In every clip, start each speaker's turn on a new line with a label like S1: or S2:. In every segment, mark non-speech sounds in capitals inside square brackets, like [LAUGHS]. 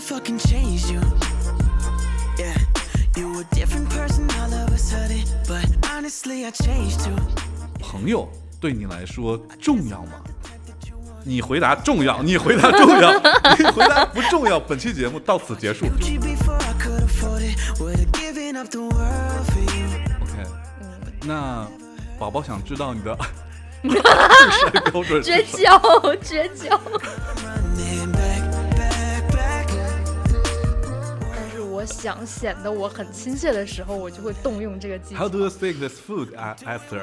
S1: fucking changed you. Yeah, you a different person all of a sudden, but honestly, I changed too.
S2: 朋友对你来说重要吗？你回答重要，你回答重要，你回答不重要。本期节目到此结束。
S1: Gucci before I could afford it, would've given up the world for you.
S2: OK，那宝宝想知道你的 [LAUGHS] 智商标准是
S3: 绝 [LAUGHS]
S2: 什么？
S3: 交，绝交。
S1: Running back, back, back.
S3: 但是我想显得我很亲切的时候，我就会动用这个技
S2: How
S3: 巧。
S2: do you think this food, uh, Esther？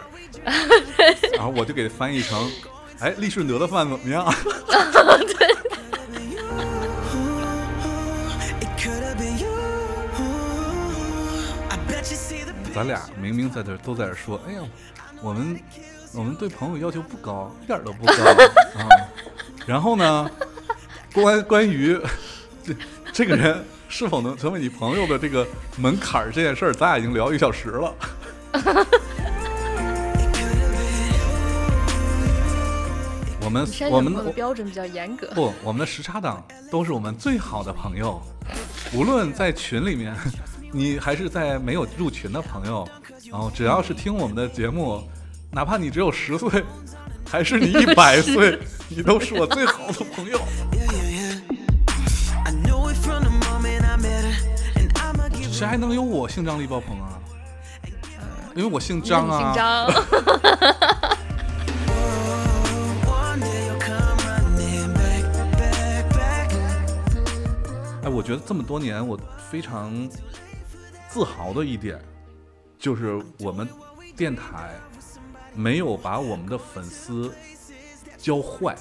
S2: 然后我就给翻译成，哎，利顺德的饭怎么样？
S1: It could have been you. I bet you see the
S2: 咱俩明明在这儿都在这儿说，哎呀，我们我们对朋友要求不高，一点儿都不高啊。然后呢，关关于这这个人是否能成为你朋友的这个门槛儿这件事儿，咱俩已经聊一个小时了。 [LAUGHS] 我们
S3: 筛
S2: 我
S3: 选
S2: 们
S3: 朋友的标准比较严格。
S2: 不，我们的时差党都是我们最好的朋友，无论在群里面，你还是在没有入群的朋友，然后只要是听我们的节目，哪怕你只有十岁，还是你一
S3: [LAUGHS]
S2: 百岁，你都是我最好的朋友。
S1: Yeah, yeah, yeah. I knew it from the moment I met her, and I'ma give
S2: 谁还能有我姓张力爆棚啊？因为我姓
S3: 因为
S2: 张
S3: 你
S2: 啊
S3: 姓。张， [LAUGHS]
S1: one day you'll come running back, back, back.
S2: 哎，我觉得这么多年，我非常自豪的一点，就是我们电台没有把我们的粉丝教坏。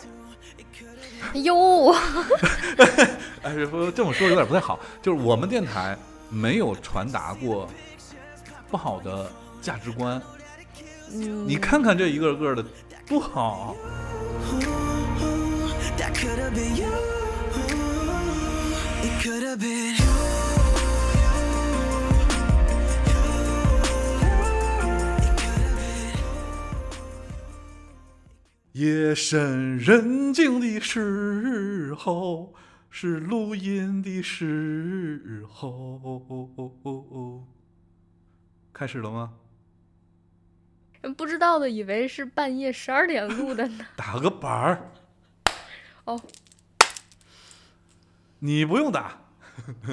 S3: 哟，
S2: 哎，不这么说有点不太好，就是我们电台没有传达过不好的价值观。你看看这一个个的不好，啊
S1: That could have been you. It could have been you. It could have been
S2: 夜深人静的时候，是录音的时候。开始了吗？
S3: [LAUGHS] 不知道的以为是半夜十二点录的呢。
S2: 打个板儿，
S3: [LAUGHS] 哦
S2: 你不用打。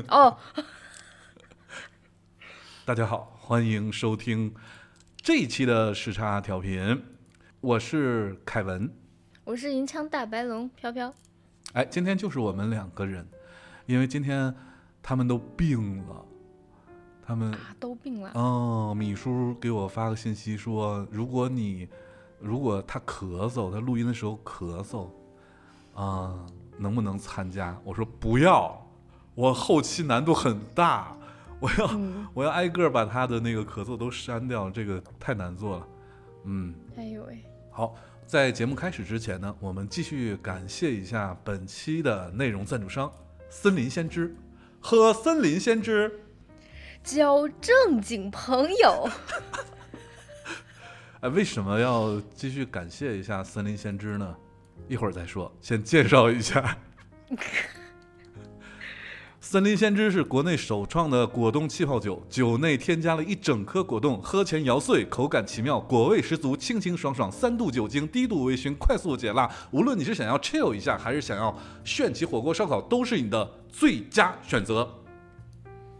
S3: 哦，
S2: 大家好，欢迎收听这一期的时差调频，我是凯文。
S3: 我是银枪大白龙飘飘。
S2: 哎，今天就是我们两个人，因为今天他们都病了，他们
S3: 啊，都病了。
S2: 哦，米叔给我发个信息说，如果你如果他咳嗽，他录音的时候咳嗽，啊、能不能参加？我说不要，我后期难度很大，我要、
S3: 嗯
S2: 我要挨个儿把他的那个咳嗽都删掉，这个太难做了。嗯，
S3: 哎呦喂，
S2: 好，在节目开始之前呢，我们继续感谢一下本期的内容赞助商森林先知，喝森林先知。
S3: 交正经朋
S2: [LAUGHS]
S3: 友。
S2: 哎，为什么要继续感谢一下森林先知呢？一会儿再说，先介绍一下。 [LAUGHS] 森林先知是国内首创的果冻气泡酒，酒内添加了一整颗果冻，喝前摇碎，口感奇妙，果味十足，清清爽爽，三度酒精，低度微醺，快速解辣。无论你是想要 chill 一下，还是想要炫起火锅烧烤，都是你的最佳选择。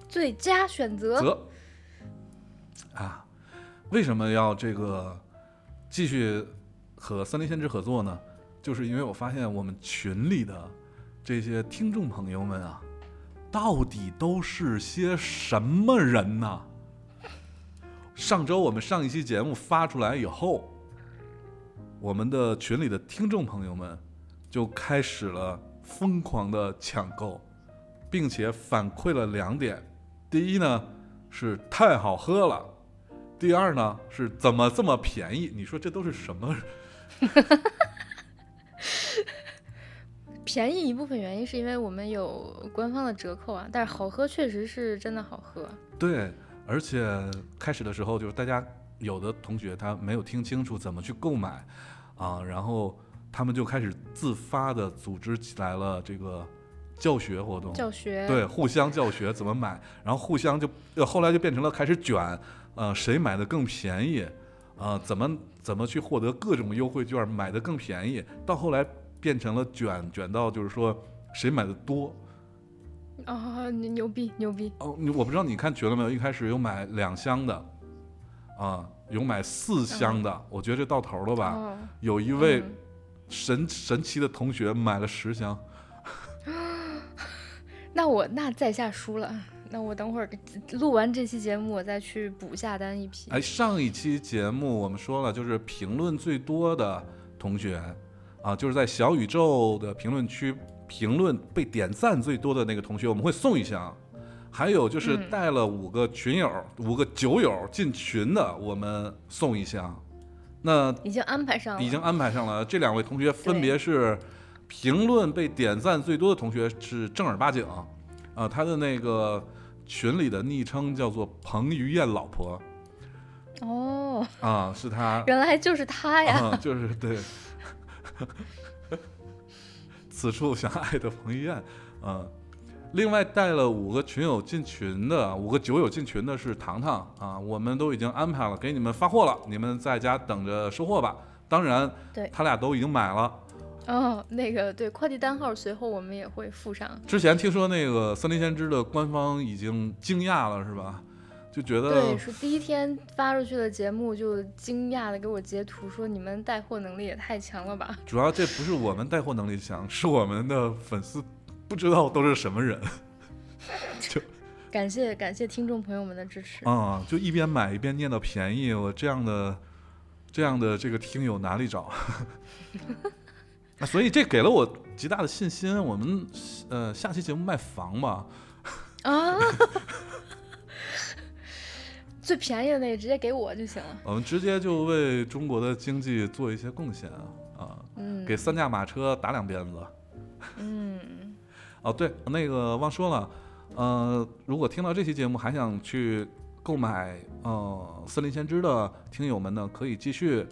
S3: 最佳选择，
S2: 则啊，为什么要这个继续和森林先知合作呢？就是因为我发现我们群里的这些听众朋友们啊，到底都是些什么人呢？上周我们上一期节目发出来以后，我们的群里的听众朋友们就开始了疯狂的抢购，并且反馈了两点：第一呢是太好喝了，第二呢是怎么这么便宜？你说这都是什么？
S3: 便宜一部分原因是因为我们有官方的折扣啊，但是好喝确实是真的好喝。
S2: 对，而且开始的时候就是大家有的同学他没有听清楚怎么去购买啊，然后他们就开始自发的组织起来了这个教学活动，
S3: 教学，
S2: 对，互相教学怎么买，然后互相就呃后来就变成了开始卷，呃，谁买的更便宜，呃，怎么怎么去获得各种优惠券，买的更便宜，到后来变成了卷，卷到就是说谁买的多。
S3: 啊，牛牛逼牛逼，
S2: 哦，你我不知道你看绝了没有？一开始有买两箱的，啊，有买四箱的，我觉得这到头了吧？
S3: 嗯哦，
S2: 有一位
S3: 嗯
S2: 神、神奇的同学买了十箱，
S3: 那我那在下输了，那我等会儿录完这期节目，我再去补下单一批。
S2: 哎，上一期节目我们说了，就是评论最多的同学啊，就是在小宇宙的评论区评论被点赞最多的那个同学，我们会送一箱。还有就是
S3: 嗯
S2: 带了五个群友、五个酒友进群的，我们送一箱。那
S3: 已经安排上了，
S2: 已经安排上了，这两位同学分别是评论被点赞最多的同学是正儿八经，啊、他的那个群里的昵称叫做“彭于晏老婆
S3: 哦，”
S2: 啊，是他
S3: 原来就是他呀，
S2: 啊，就是对。此处想爱的彭于晏，嗯，另外带了五个群友进群的，五个酒友进群的是糖糖啊，我们都已经安排了，给你们发货了，你们在家等着收货吧。当然，
S3: 对
S2: 他俩都已经买了。
S3: 哦，那个对，快递单号随后我们也会附上。
S2: 之前听说那个《森林先知》的官方已经惊讶了，是吧？就觉得
S3: 对，是第一天发出去的节目就惊讶的给我截图说你们带货能力也太强了吧？
S2: 主要这不是我们带货能力强，是我们的粉丝不知道都是什么人
S3: 感谢感谢听众朋友们的支持。
S2: 啊、就一边买一边念叨便宜，我这样的这样的这个听友哪里找？ [LAUGHS] 那所以这给了我极大的信心，我们呃下期节目卖房吧，
S3: 啊， [LAUGHS] 最便宜的那个直接给我就行了。
S2: 我们直接就为中国的经济做一些贡献啊啊，
S3: 嗯，
S2: 给三驾马车打两鞭子。
S3: 嗯，
S2: 哦，对，那个忘说了，呃，如果听到这期节目还想去购买呃《森林先知》的听友们呢，可以继续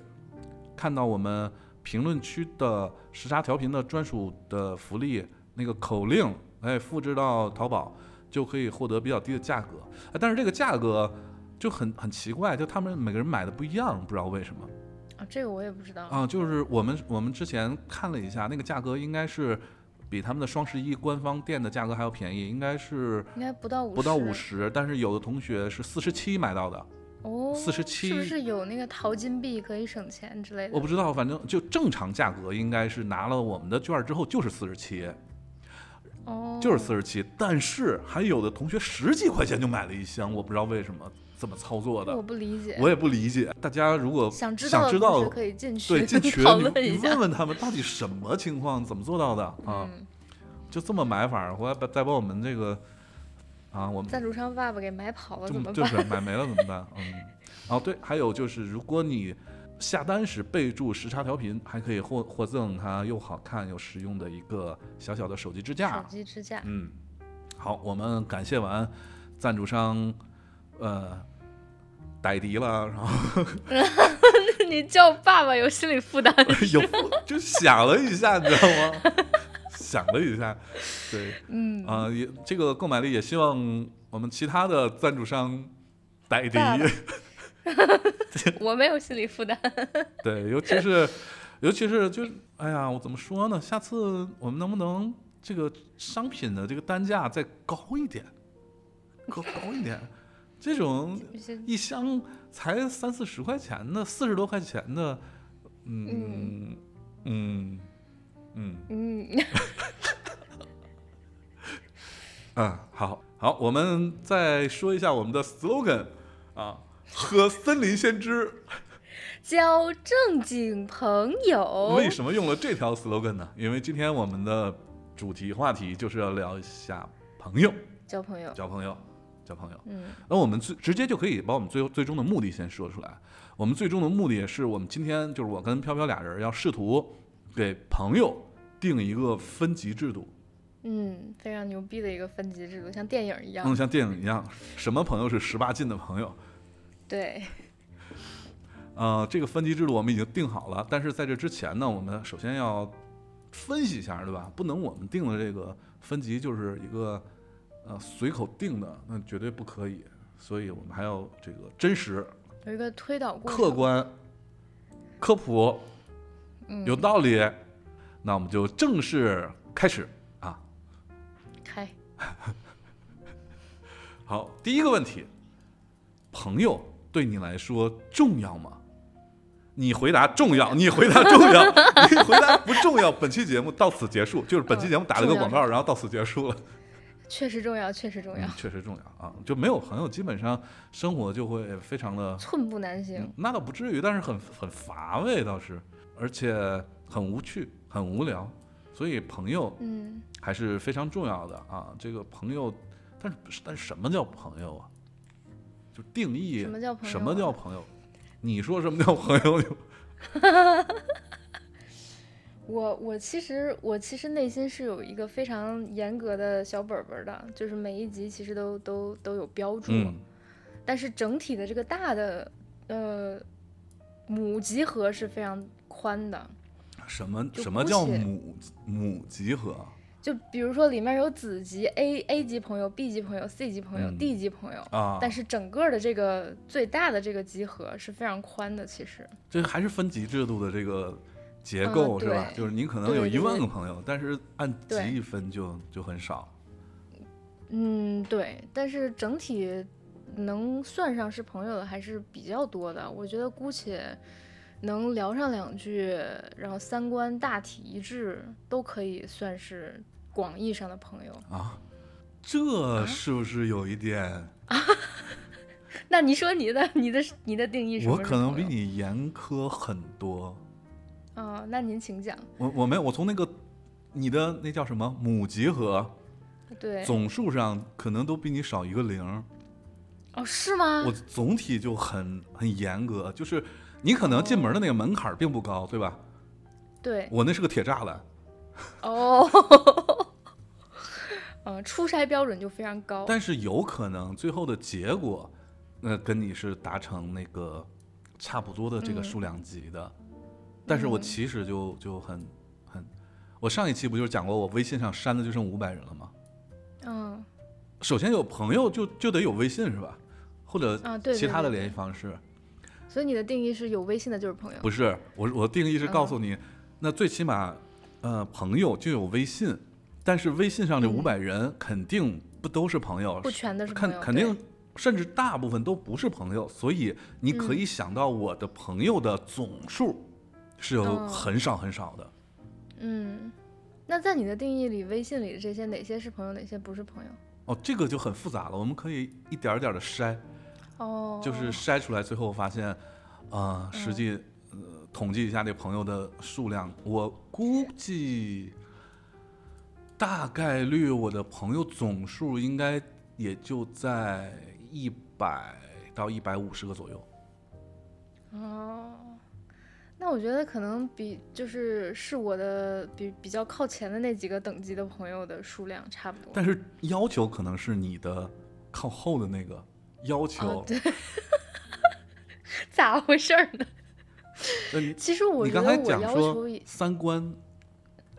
S2: 看到我们评论区的时差调频的专属的福利那个口令，哎，复制到淘宝就可以获得比较低的价格。哎，但是这个价格就很很奇怪，就他们每个人买的不一样，不知道为什么。
S3: 啊，这个我也不知道。
S2: 啊，就是我们我们之前看了一下，那个价格应该是比他们的双十一官方店的价格还要便宜，应该是
S3: 应该不到五十，
S2: 不到五十，但是有的同学是四十七买到的，
S3: 哦，
S2: 47
S3: 是不是有那个淘金币可以省钱之类的？
S2: 我不知道，反正就正常价格应该是拿了我们的券儿之后就是四十七，
S3: 哦，
S2: 就是四十七，但是还有的同学十几块钱就买了一箱，我不知道为什么这么操作
S3: 我
S2: 的，
S3: 不理解。
S2: 我也不理解。大家如果
S3: 想知
S2: 想
S3: 道
S2: 知
S3: 的
S2: 道
S3: 同学可以进群 [LAUGHS]
S2: 对进群
S3: 讨
S2: 你
S3: 论一
S2: 你
S3: 下
S2: 问。问他们到底什么情况，怎么做到的啊？
S3: 嗯，
S2: 就这么买法儿，回来把再把我们这个啊，我们
S3: 赞助商爸爸给买跑了
S2: 这
S3: 怎
S2: 么
S3: 么
S2: 就
S3: 办？
S2: 是买没了怎么办？嗯，哦对，还有就是如果你下单时备注时差调频，还可以获获赠它又好看又实用的一个小小的手机支架
S3: 手。机
S2: [LAUGHS]
S3: 支架，
S2: 嗯，好，我们感谢完赞助商，呃，逮迪了，然后
S3: 你叫爸爸有心理
S2: [LAUGHS]
S3: 负担。
S2: 有就想了一下，你知道吗？ [LAUGHS] 想了一下，对。
S3: 嗯，
S2: 啊、也这个购买力也希望我们其他的赞助商逮第
S3: 大
S2: 一
S3: 的，我没有心理负担。
S2: [LAUGHS] 对，尤其是尤其是就是，哎呀，我怎么说呢？下次我们能不能这个商品的这个单价再高一点，高高一点？这种一箱才三四十块钱的，四十多块钱的，嗯嗯嗯
S3: 嗯，
S2: 嗯，好好，我们再说一下我们的 slogan 啊，和森林先知。
S3: 交正经朋友
S2: 为。什么用了这条 slogan 呢？因为今天我们的主题话题就是要聊一下朋友，
S3: 交朋友。
S2: 交朋友，交朋友。
S3: 嗯，
S2: 那我们最直接就可以把我们最最终的目的先说出来。我们最终的目的是我们今天就是我跟飘飘俩人要试图给朋友定一个分级制度，
S3: 嗯，非常牛逼的一个分级制度，像电影一样。
S2: 嗯，像电影一样，什么朋友是十八禁的朋友，
S3: 对，
S2: 呃，这个分级制度我们已经定好了，但是在这之前呢，我们首先要分析一下，对吧？不能我们定的这个分级就是一个呃随口定的，那绝对不可以。所以我们还要这个真实、
S3: 有一个推导过程
S2: 客，观、科普，
S3: 嗯，
S2: 有道理。那我们就正式开始啊。
S3: 开
S2: 好，第一个问题，朋友对你来说重要吗？你回答重要，你回答重要，你回答不重要。本期节目到此结束，就是本期节目打了个广告，然后到此结束了。
S3: 确实重要，确实重要
S2: 嗯，确实重要啊，就没有朋友，基本上生活就会非常的，
S3: [LAUGHS]
S2: 嗯
S3: 寸步难行。
S2: 那倒不至于，但是很很乏味倒是，而且很无趣，很无聊。所以朋友
S3: 嗯，
S2: 还是非常重要的啊。这个朋友，但是但是什么叫朋友啊？就定义
S3: 什么叫朋友啊
S2: 什么叫朋友？你说什么叫朋友？
S3: 我我其实我其实内心是有一个非常严格的小本本儿的，就是每一集其实都都都有标注，
S2: 嗯，
S3: 但是整体的这个大的呃母集合是非常宽的。
S2: 什么
S3: 就
S2: 什么
S3: 姑
S2: 叫
S3: 且
S2: 母母集合？
S3: 就比如说里面有子集 A A 级朋友、B 级朋友、C 级朋友、
S2: 嗯
S3: D 级朋友，
S2: 啊，
S3: 但是整个的这个最大的这个集合是非常宽的，其实
S2: 这还是分级制度的这个结
S3: 嗯
S2: 构、是吧？
S3: 对
S2: 就是你可能有
S3: 对
S2: 一
S3: 对
S2: 万
S3: 对
S2: 个朋友，但是按
S3: 对
S2: 级一分就就很少。
S3: 嗯，对，但是整体能算上是朋友的还是比较多的。我觉得姑且能聊上两句，然后三观大体一致，都可以算是广义上的朋友。
S2: 啊，这是不是有一点？
S3: 那你说你的、你的、你的定义是什
S2: 我
S3: 么是
S2: 可能
S3: 朋
S2: 比
S3: 友
S2: 你严苛很多。
S3: 啊、那您请讲。
S2: 我我没有，我从那个你的那叫什么母集合
S3: 对，
S2: 总数上，可能都比你少一个零儿。
S3: 哦，是吗？
S2: 我总体就很很严格，就是你可能进门的那个门槛儿并不高，对吧？
S3: 对，
S2: 我那是个铁栅栏，
S3: 哦， [LAUGHS] 嗯，初筛标准就非常高。
S2: 但是有可能最后的结果，呃，跟你是达成那个差不多的这个
S3: 嗯
S2: 数量级的，但是我
S3: 嗯
S2: 其实就就很很，我上一期不就是讲过我微信上删的就剩五百人了吗？
S3: 嗯
S2: 首先有朋友就就得有微信是吧？或者
S3: 啊，对，
S2: 其
S3: 对
S2: 他的
S3: 对
S2: 联系方式？
S3: 所以你的定义是有微信的就是朋友。
S2: 不是，我我定义是
S3: 嗯
S2: 告诉你，那最起码，呃，朋友就有微信，但是微信上这
S3: 嗯
S2: 五百人肯定不都是朋友，
S3: 不全都是朋
S2: 肯
S3: 友
S2: 肯
S3: 对
S2: 定甚至大部分都不是朋友，所以你可以想到我的朋友的总数是有
S3: 哦
S2: 很少很少的。
S3: 嗯，那在你的定义里，微信里的这些哪些是朋友，哪些不是朋友？
S2: 哦，这个就很复杂了，我们可以一点儿一点的筛，
S3: 哦，嗯
S2: 就是筛出来，最后发现，呃，实际、呃统计一下这朋友的数量，我估计大概率我的朋友总数应该也就在一百到一百五十个左右。
S3: 哦。那我觉得可能比就是是我的比比较靠前的那几个等级的朋友的数量差不多。
S2: 但是要求可能是你的靠后的那个要求
S3: 啊，，对， [LAUGHS] 咋回事儿呢？
S2: 那呃你
S3: 其实 [LAUGHS] 我
S2: 你
S3: 觉
S2: 刚
S3: 得
S2: 才
S3: 我
S2: 讲
S3: 要求
S2: 说
S3: 也
S2: 三观，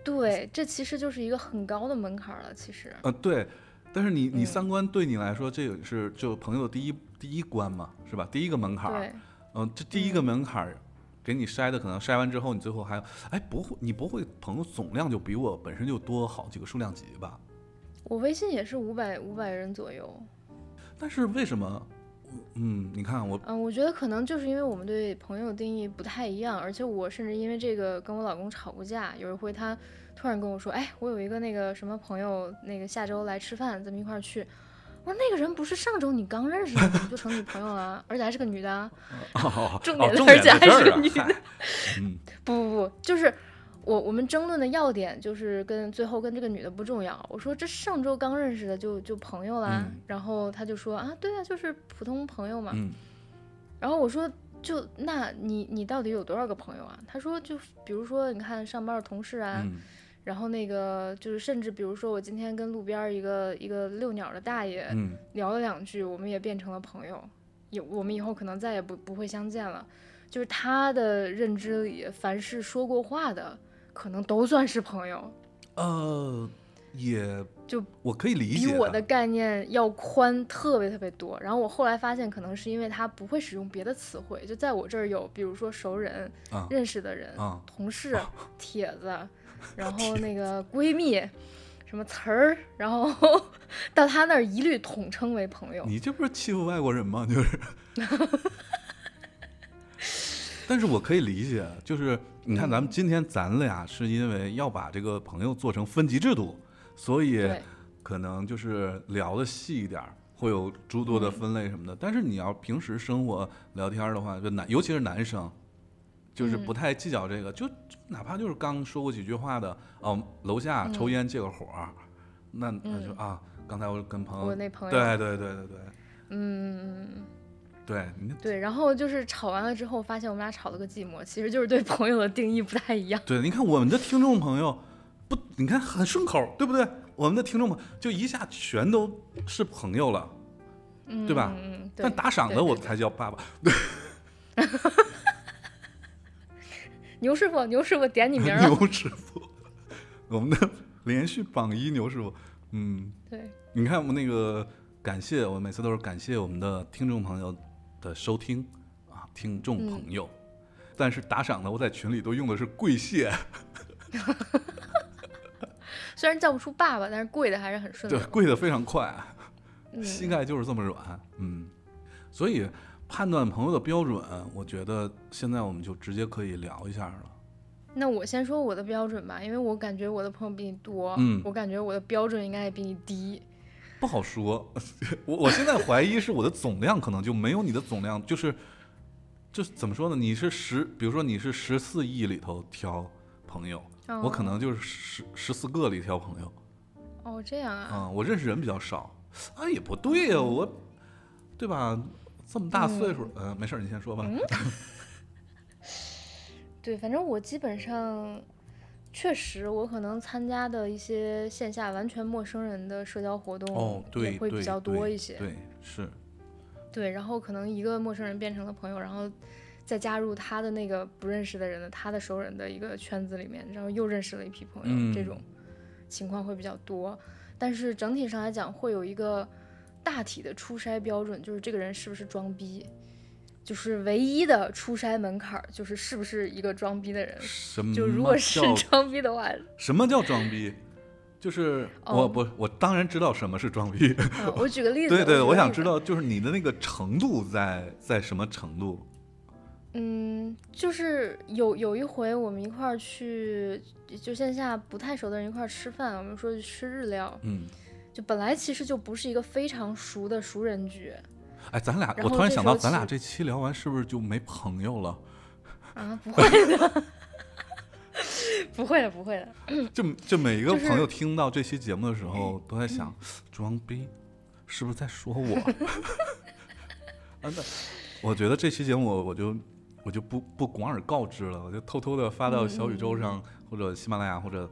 S3: 对，这其实就是一个很高的门槛儿了。其实，
S2: 呃，对，但是你你
S3: 嗯
S2: 三观对你来说，这个是就朋友的第一第一关嘛，是吧？第一个门槛儿。
S3: 对，
S2: 嗯，这第一个门槛儿给你筛的，可能筛完之后，你最后还哎不会，你不会朋友总量就比我本身就多好几个数量级吧？
S3: 我微信也是五百五百人左右。
S2: 但是为什么？嗯，你看
S3: [LAUGHS]
S2: 我
S3: 嗯，我觉得可能就是因为我们对朋友定义不太一样，而且我甚至因为这个跟我老公吵过架。有一回他突然跟我说：“哎，我有一个那个什么朋友，那个下周来吃饭，咱们一块儿去。”我说：“那个人不是上周你刚认识的吗，怎么就成女朋友了？而且还是个女的啊。”
S2: 哦，
S3: 重
S2: 哦
S3: 点
S2: 重
S3: 在
S2: 点
S3: 这
S2: 在
S3: 儿
S2: 这儿
S3: 是
S2: 啊
S3: 你，
S2: 嗨嗯，
S3: 不不不，就是我我们争论的要点就是跟最后跟这个女的不重要。我说这上周刚认识的就就朋友啦，
S2: 嗯
S3: 然后他就说啊，对啊，就是普通朋友嘛。 [LAUGHS]
S2: 嗯
S3: 然后我说就那你你到底有多少个朋友啊？他说就比如说你看上班的同事啊，
S2: 嗯
S3: 然后那个就是甚至比如说我今天跟路边儿一个一个遛鸟的大爷
S2: 嗯，
S3: 聊了两句，我们也变成了朋友，有我们以后可能再也不不会相见了。就是他的认知里，凡是说过话的，可能都算是朋友。
S2: 呃，也
S3: 就
S2: 我可以理
S3: 比
S2: 解
S3: 我的概念要宽特别特别多。然后我后来发现，可能是因为他不会使用别的词汇，就在我这儿有，比如说熟人、
S2: 啊
S3: 认识的人、
S2: 啊
S3: 同事、帖
S2: [LAUGHS]
S3: 子，然后那个闺蜜，什么词儿，然后 [LAUGHS] 到他那儿一律统称为朋友。
S2: 你这不是欺负外国人吗？就是， [LAUGHS] 但是我可以理解，就是你看咱们今天咱俩是因为要把这个朋友做成分级制度，所以
S3: 对
S2: 可能就是聊的细一点儿，会有诸多的分类什么的。但是你要平时生活聊天儿的话，就男尤其是男生，就是不太计较这个，就哪怕就是刚说过几句话的，哦，楼下抽烟借个火儿，那那就啊，刚才我跟朋友，
S3: 我那朋
S2: 嗯
S3: 友
S2: 对对对对对。
S3: 嗯，
S2: 对，你
S3: 对。然后就是吵完了之后，发现我们俩吵了个寂寞，其实就是对朋友的定义不太一样。
S2: 对，你看我们的听众朋友，不，你看很顺口，对不对？我们的听众朋就一下全都是朋友了，
S3: 嗯，
S2: 对吧
S3: 嗯嗯，对
S2: 但打赏
S3: 对
S2: 的我
S3: 对
S2: 才叫爸爸。
S3: 牛师傅，牛师傅
S2: [LAUGHS]
S3: 点你名儿了。
S2: 牛师傅，我们的连续榜一牛师傅，嗯，
S3: 对，
S2: 你看我们那个感谢，我每次都是感谢我们的听众朋友的收听啊，听众
S3: 嗯
S2: 朋友。但是打赏的，我在群里都用的是跪谢，
S3: 虽然叫不出爸爸，但是跪的还是很顺
S2: 对，
S3: 的。
S2: 跪的非常快。啊膝
S3: 嗯，
S2: 盖就是这么软，嗯，所以判断朋友的标准，我觉得现在我们就直接可以聊一下了。
S3: 那我先说我的标准吧，因为我感觉我的朋友比你多，
S2: 嗯
S3: 我感觉我的标准应该也比你低。
S2: 不好说， [LAUGHS] 我我现在怀疑是我的总量可能就没有你的总量，就是就是怎么说呢？你是十，比如说你是十四亿里头挑朋友，我可能就是十十四个里挑朋友
S3: 哦，这样啊，
S2: 啊、我认识人比较少，啊也不对呀、
S3: 嗯
S2: 我对吧？这么大岁数，
S3: 嗯
S2: 呃，没事儿，你先说吧。嗯
S3: 对，反正我基本上，确实我可能参加的一些线下完全陌生人的社交活动，
S2: 哦，对，
S3: 也会
S2: 对
S3: 比较多
S2: 对
S3: 一些。
S2: 对，是，
S3: 对，然后可能一个陌生人变成了朋友，然后再加入他的那个不认识的人的他的熟人的一个圈子里面，然后又认识了一批朋友，
S2: 嗯
S3: 这种情况会比较多。但是整体上来讲，会有一个大体的初筛标准，就是这个人是不是装逼，就是唯一的初筛门槛儿，就是是不是一个装逼的人。
S2: 什么
S3: 就如果是
S2: 叫
S3: 装逼的
S2: [LAUGHS]
S3: 话，
S2: 什么叫装逼？就是我、
S3: 哦
S2: 不，我当然知道什么是装逼。 [LAUGHS]
S3: 嗯我举个例子，
S2: 对对，
S3: 举个
S2: 我想
S3: 例
S2: 知
S3: 子
S2: 道，就是你的那个程度在在什么程度？
S3: 嗯，就是有有一回我们一块儿去，就线下不太熟的人一块儿吃饭，我们说去吃日料，
S2: 嗯，
S3: 就本来其实就不是一个非常熟的熟人局
S2: 哎，咱俩，
S3: 然
S2: 我
S3: 后
S2: 突然
S3: 这
S2: 想
S3: 时
S2: 到，
S3: 候
S2: 咱俩
S3: 其
S2: 这期聊完是不是就没朋友了？
S3: 啊，
S2: [LAUGHS]
S3: 不会的，不会的，不会的，
S2: 就就每一个
S3: 就是嗯
S2: 朋友听到这期节目的时候，都在想，装逼是不是在说我？ [LAUGHS] 啊，那我觉得这期节目我我就我就不不广而告之了，我就偷偷的发到小宇宙
S3: 嗯
S2: 上、或者喜马拉雅或者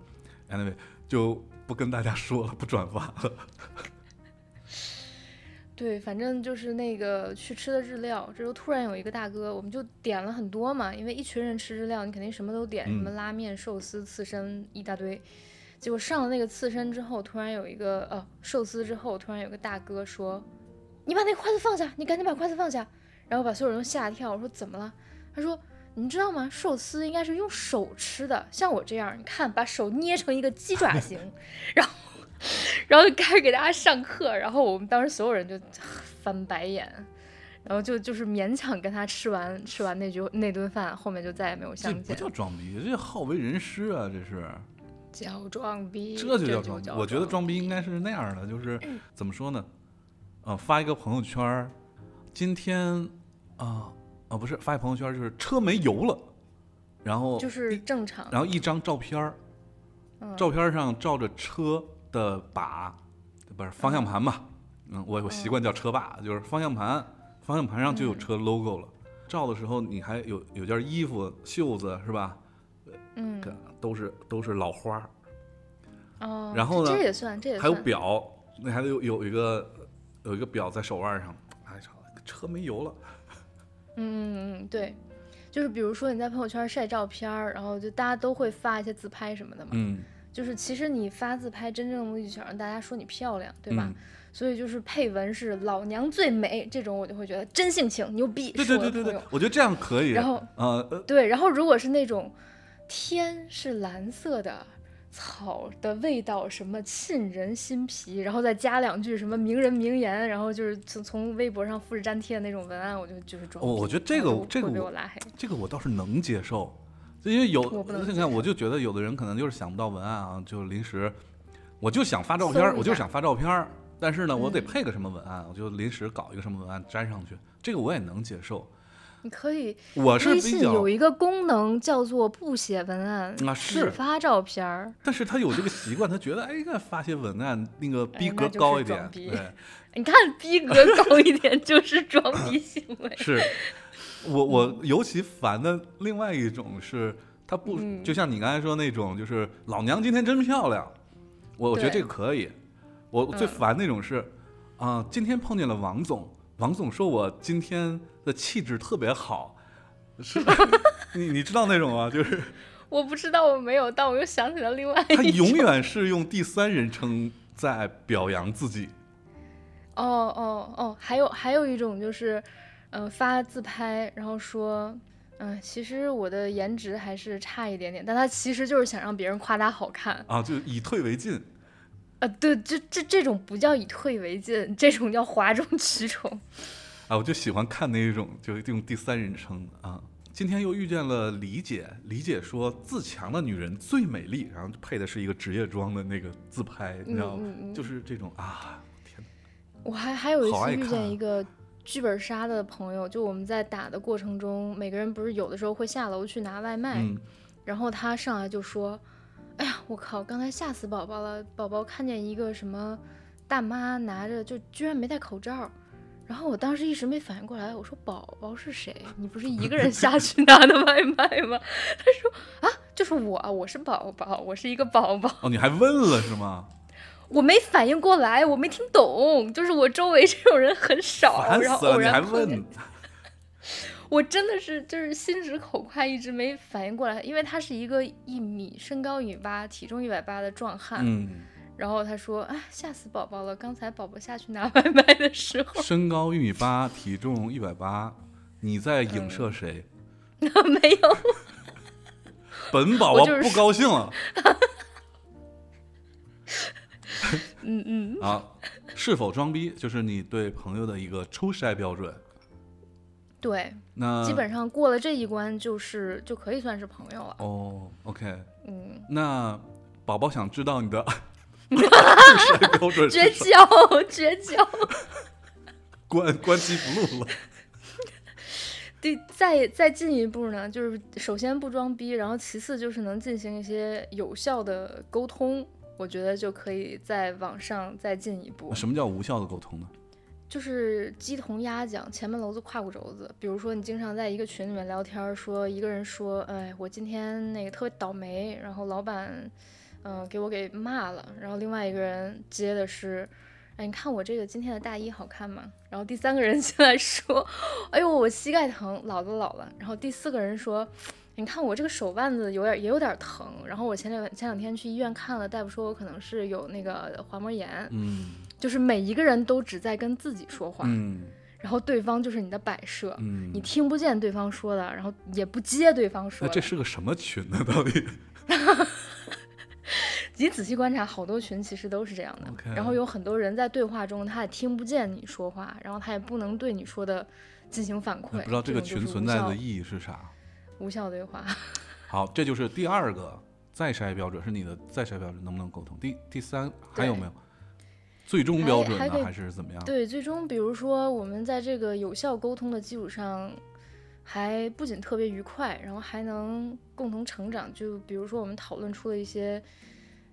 S2: anyway 就不跟大家说了，不转发了。 [LAUGHS]
S3: 对，反正就是那个去吃的日料，这时候突然有一个大哥，我们就点了很多嘛，因为一群人吃日料，你肯定什么都点，什么
S2: 嗯
S3: 拉面、寿司、刺身一大堆。结果上了那个刺身之后，突然有一个呃寿司之后，突然有个大哥说：“你把那筷子放下，你赶紧把筷子放下。”然后把所有人都吓一跳。我说：“怎么了？”他说：“你知道吗？寿司应该是用手吃的，像我这样，你看把手捏成一个鸡爪形。”然后就开始给大家上课，然后我们当时所有人就翻白眼，然后就就是勉强跟他吃完吃完那局那顿饭，后面就再也没有
S2: 这
S3: 相
S2: 不
S3: 见。
S2: 叫装逼，这好为人师啊！这是，
S3: 叫装逼，
S2: 这就叫
S3: 装
S2: 装逼。我觉得装逼嗯应该是那样的，就是怎么说呢？啊、发一个朋友圈儿，今天啊啊、不是发一朋友圈儿，就是车没油了，然后
S3: 就是
S2: 一
S3: 正常。
S2: 哦然后一张照片儿，照片儿上照着车的把，不是方向盘吧？嗯，嗯我我习惯叫车把，就是方向盘，方向盘上就有车 logo 了。照的时候你还有有件衣服袖子是吧？
S3: 嗯，
S2: 看都是都是老花儿，
S3: 哦，
S2: 然后呢
S3: 这也算，这也
S2: 还有
S3: 算。
S2: 表，那还得有有一个有一个表在手腕上。哎操，车没油了。
S3: 嗯嗯嗯，对，就是比如说你在朋友圈晒照片儿，然后就大家都会发一些自拍什么的嘛。
S2: 嗯，
S3: 就是其实你发自拍真正的目的就想让大家说你漂亮，对吧？
S2: 嗯
S3: 所以就是配文是“老娘最美”这种，我就会觉得真性情，牛逼，
S2: 对对
S3: 是我的
S2: 对
S3: 朋
S2: 对
S3: 友。
S2: 对，我觉得这样可以。
S3: 然后
S2: 呃呃，
S3: 对，然后如果是那种天是蓝色的，草的味道什么沁人心脾，然后再加两句什么名人名言，然后就是从从微博上复制粘贴的那种文案，我就就是装
S2: 我
S3: 逼。
S2: 我觉得这
S3: 然后
S2: 个
S3: 就
S2: 这个
S3: 会被
S2: 我
S3: 我拉黑。
S2: 这个我倒是能接受，就因为有
S3: 我不能
S2: 你
S3: 接
S2: 看，我
S3: 受
S2: 就觉得有的人可能就是想不到文案啊，就临时，我就想发照
S3: 搜
S2: 片儿，
S3: 一
S2: 我就
S3: 下
S2: 想发照片儿，但是呢，我得
S3: 嗯
S2: 配个什么文案，我就临时搞一个什么文案粘上去，这个我也能接受。
S3: 你可以，
S2: 我是
S3: 微
S2: 比
S3: 信
S2: 较
S3: 有，一个功能叫做不写文案，
S2: 啊是
S3: 只发照片儿。
S2: 但是他有这个习惯，他觉得哎，应该发些文案，那个逼
S3: [LAUGHS] 哎
S2: 格
S3: 那就是
S2: 高一
S3: 装
S2: 点，
S3: 逼
S2: 对，
S3: 你看逼格高一点就是装逼行为。 [LAUGHS]
S2: 是我
S3: 嗯
S2: 我尤其烦的另外一种是，他不、
S3: 嗯
S2: 就像你刚才说那种，就是老娘今天真漂亮，我我觉得这
S3: 对
S2: 个可以。我最
S3: 嗯
S2: 烦那种是，啊、今天碰见了王总，王总说我今天的气质特别好，是， [LAUGHS] 你你知道那种吗？
S3: [LAUGHS]
S2: 就是
S3: 我不知道我没有，但我又想起了另外
S2: 他
S3: 一
S2: 永远是用第三人称在表扬自己。
S3: 哦哦哦，还有还有一种就是，嗯、发自拍，然后说，嗯、其实我的颜值还是差一点点，但他其实就是想让别人夸他好看。
S2: 啊，就以退为进，
S3: 呃，对，这这这种不叫以退为进，这种叫哗众取宠。
S2: 啊，我就喜欢看那一种，就是这种第三人称的啊。今天又遇见了李姐，李姐说自强的女人最美丽，然后配的是一个职业装的那个自拍，你知道吗
S3: 嗯？嗯嗯
S2: 就是这种啊，天哪，
S3: 我还还有一
S2: 好
S3: 次
S2: 爱
S3: 遇
S2: 看啊
S3: 见一个剧本杀的朋友，就我们在打的过程中，每个人不是有的时候会下楼去拿外卖，
S2: 嗯，
S3: 然后他上来就说：“哎呀，我靠，刚才吓死宝宝了！宝宝看见一个什么大妈拿着，就居然没戴口罩。”然后我当时一时没反应过来，我说：“宝宝是谁？你不是一个人下去拿的外卖吗？” [LAUGHS] 他说：“啊，就是我，我是宝宝，我是一个宝宝。
S2: 哦，你还问了是
S3: [LAUGHS]
S2: 吗？”
S3: 我没反应过来，我没听懂，就是我周围这种人很少，
S2: 烦
S3: 然
S2: 死
S3: 后偶
S2: 了，你
S3: 然
S2: 还
S3: 碰见
S2: 问？
S3: 我真的是就是心直口快，一直没反应过来，因为他是一个一米身高一米八、体重一百八的壮汉。
S2: 嗯，
S3: 然后他说：“哎，吓死宝宝了！刚才宝宝下去拿 [LAUGHS] 外卖的时
S2: [LAUGHS]
S3: 候，
S2: 身高一米八，体重一百八，你在影
S3: 嗯
S2: 射谁？
S3: 没有。
S2: 本宝
S3: 我
S2: 宝
S3: 就是
S2: 不高兴了。
S3: 嗯嗯，
S2: 啊，是否装逼就是你对朋友的一个初筛标准。
S3: 对，
S2: 那
S3: 基本上过了这一关，就是就可以算是朋友了。
S2: 哦，OK，
S3: 嗯，
S2: 那宝宝想知道
S3: [LAUGHS]
S2: 你的初筛标准 [LAUGHS]
S3: 绝
S2: 是啥？
S3: 交，绝交。 [LAUGHS]
S2: 关关机不录了。
S3: 对，再再进一步呢，就是首先不装逼，然后其次就是能进行一些有效的沟通，我觉得就可以在网上再进一步。
S2: 什么叫无效的沟通呢？
S3: 就是鸡同鸭讲，前门楼子跨过轴子。比如说，你经常在一个群里面聊天儿，说一个人说：“哎，我今天那个特别倒霉，然后老板，嗯、给我给骂了。”然后另外一个人接的是：“哎，你看我这个今天的大衣好看吗？”然后第三个人 [LAUGHS] 进来说：“哎呦，我膝盖疼，老了老了。”然后第四个人说。你看我这个手腕子有点也有点疼，然后我前两前两天去医院看了，大夫说我可能是有那个滑膜炎，
S2: 嗯
S3: 就是每一个人都只在跟自己说话，
S2: 嗯
S3: 然后对方就是你的摆设，你
S2: 嗯，
S3: 听不见对方说的，然后也不接对方
S2: 那
S3: 说的。
S2: 这是个什么群呢？到底？ [LAUGHS]
S3: 你仔细观察，好多群其实都是这样的。
S2: OK
S3: 然后有很多人在对话中，他也听不见你说话，然后他也不能对你说的进行反馈。
S2: 不知道这个
S3: 种就是
S2: 群存在的
S3: 无效
S2: 意义是啥？
S3: 无效对话。
S2: 好，这就是第二个再筛标准，是你的再筛标准能不能沟通？第第三还有没有？最终标准
S3: 还还
S2: 呢，
S3: 得
S2: 还是怎么样？
S3: 对，最终比如说我们在这个有效沟通的基础上，还不仅特别愉快，然后还能共同成长。就比如说我们讨论出了一些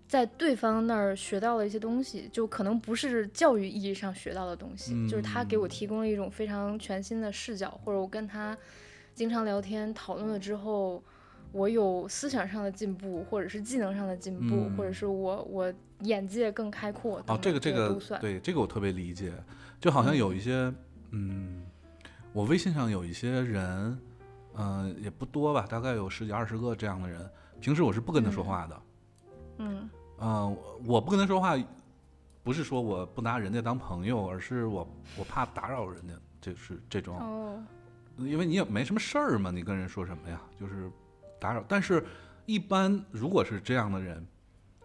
S3: 在对方那儿学到了一些东西，就可能不是教育意义上学到的东西，就是他
S2: 嗯
S3: 给我提供了一种非常全新的视角，或者我跟他经常聊天讨论了之后。我有思想上的进步，或者是技能上的进步，
S2: 嗯
S3: 或者是我我眼界更开阔等
S2: 哦
S3: 等。，
S2: 这个这
S3: 嗯个
S2: 个
S3: 都算。
S2: 对这个我特别理解，就好像有一些嗯，我微信上有一些人，呃嗯、也不多吧，大概有十几二十个这样的人，平时我是不跟他说
S3: 嗯
S2: 话的，
S3: 嗯
S2: 嗯、我我不跟他说话，不是说我不拿人家当朋友，而是我我怕打扰人家，就是这种。
S3: 哦，
S2: 因为你也没什么事儿嘛，你跟人说什么呀？就是打扰。但是，一般如果是这样的人，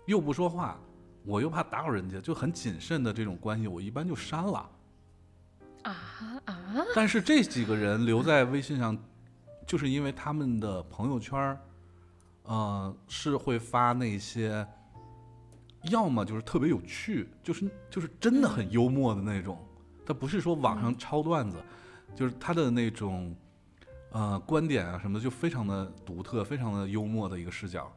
S2: 又不说话，我又怕打扰人家，就很谨慎的这种关系，我一般就删了。
S3: 啊啊，
S2: 但是这几个人留在微信上，就是因为他们的朋友圈儿，呃，是会发那些，要么就是特别有趣，就是就是真的很幽默的那种，他不是说网上抄段子，就是他的那种，呃，观点啊什么的就非常的独特，非常的幽默的一个视角，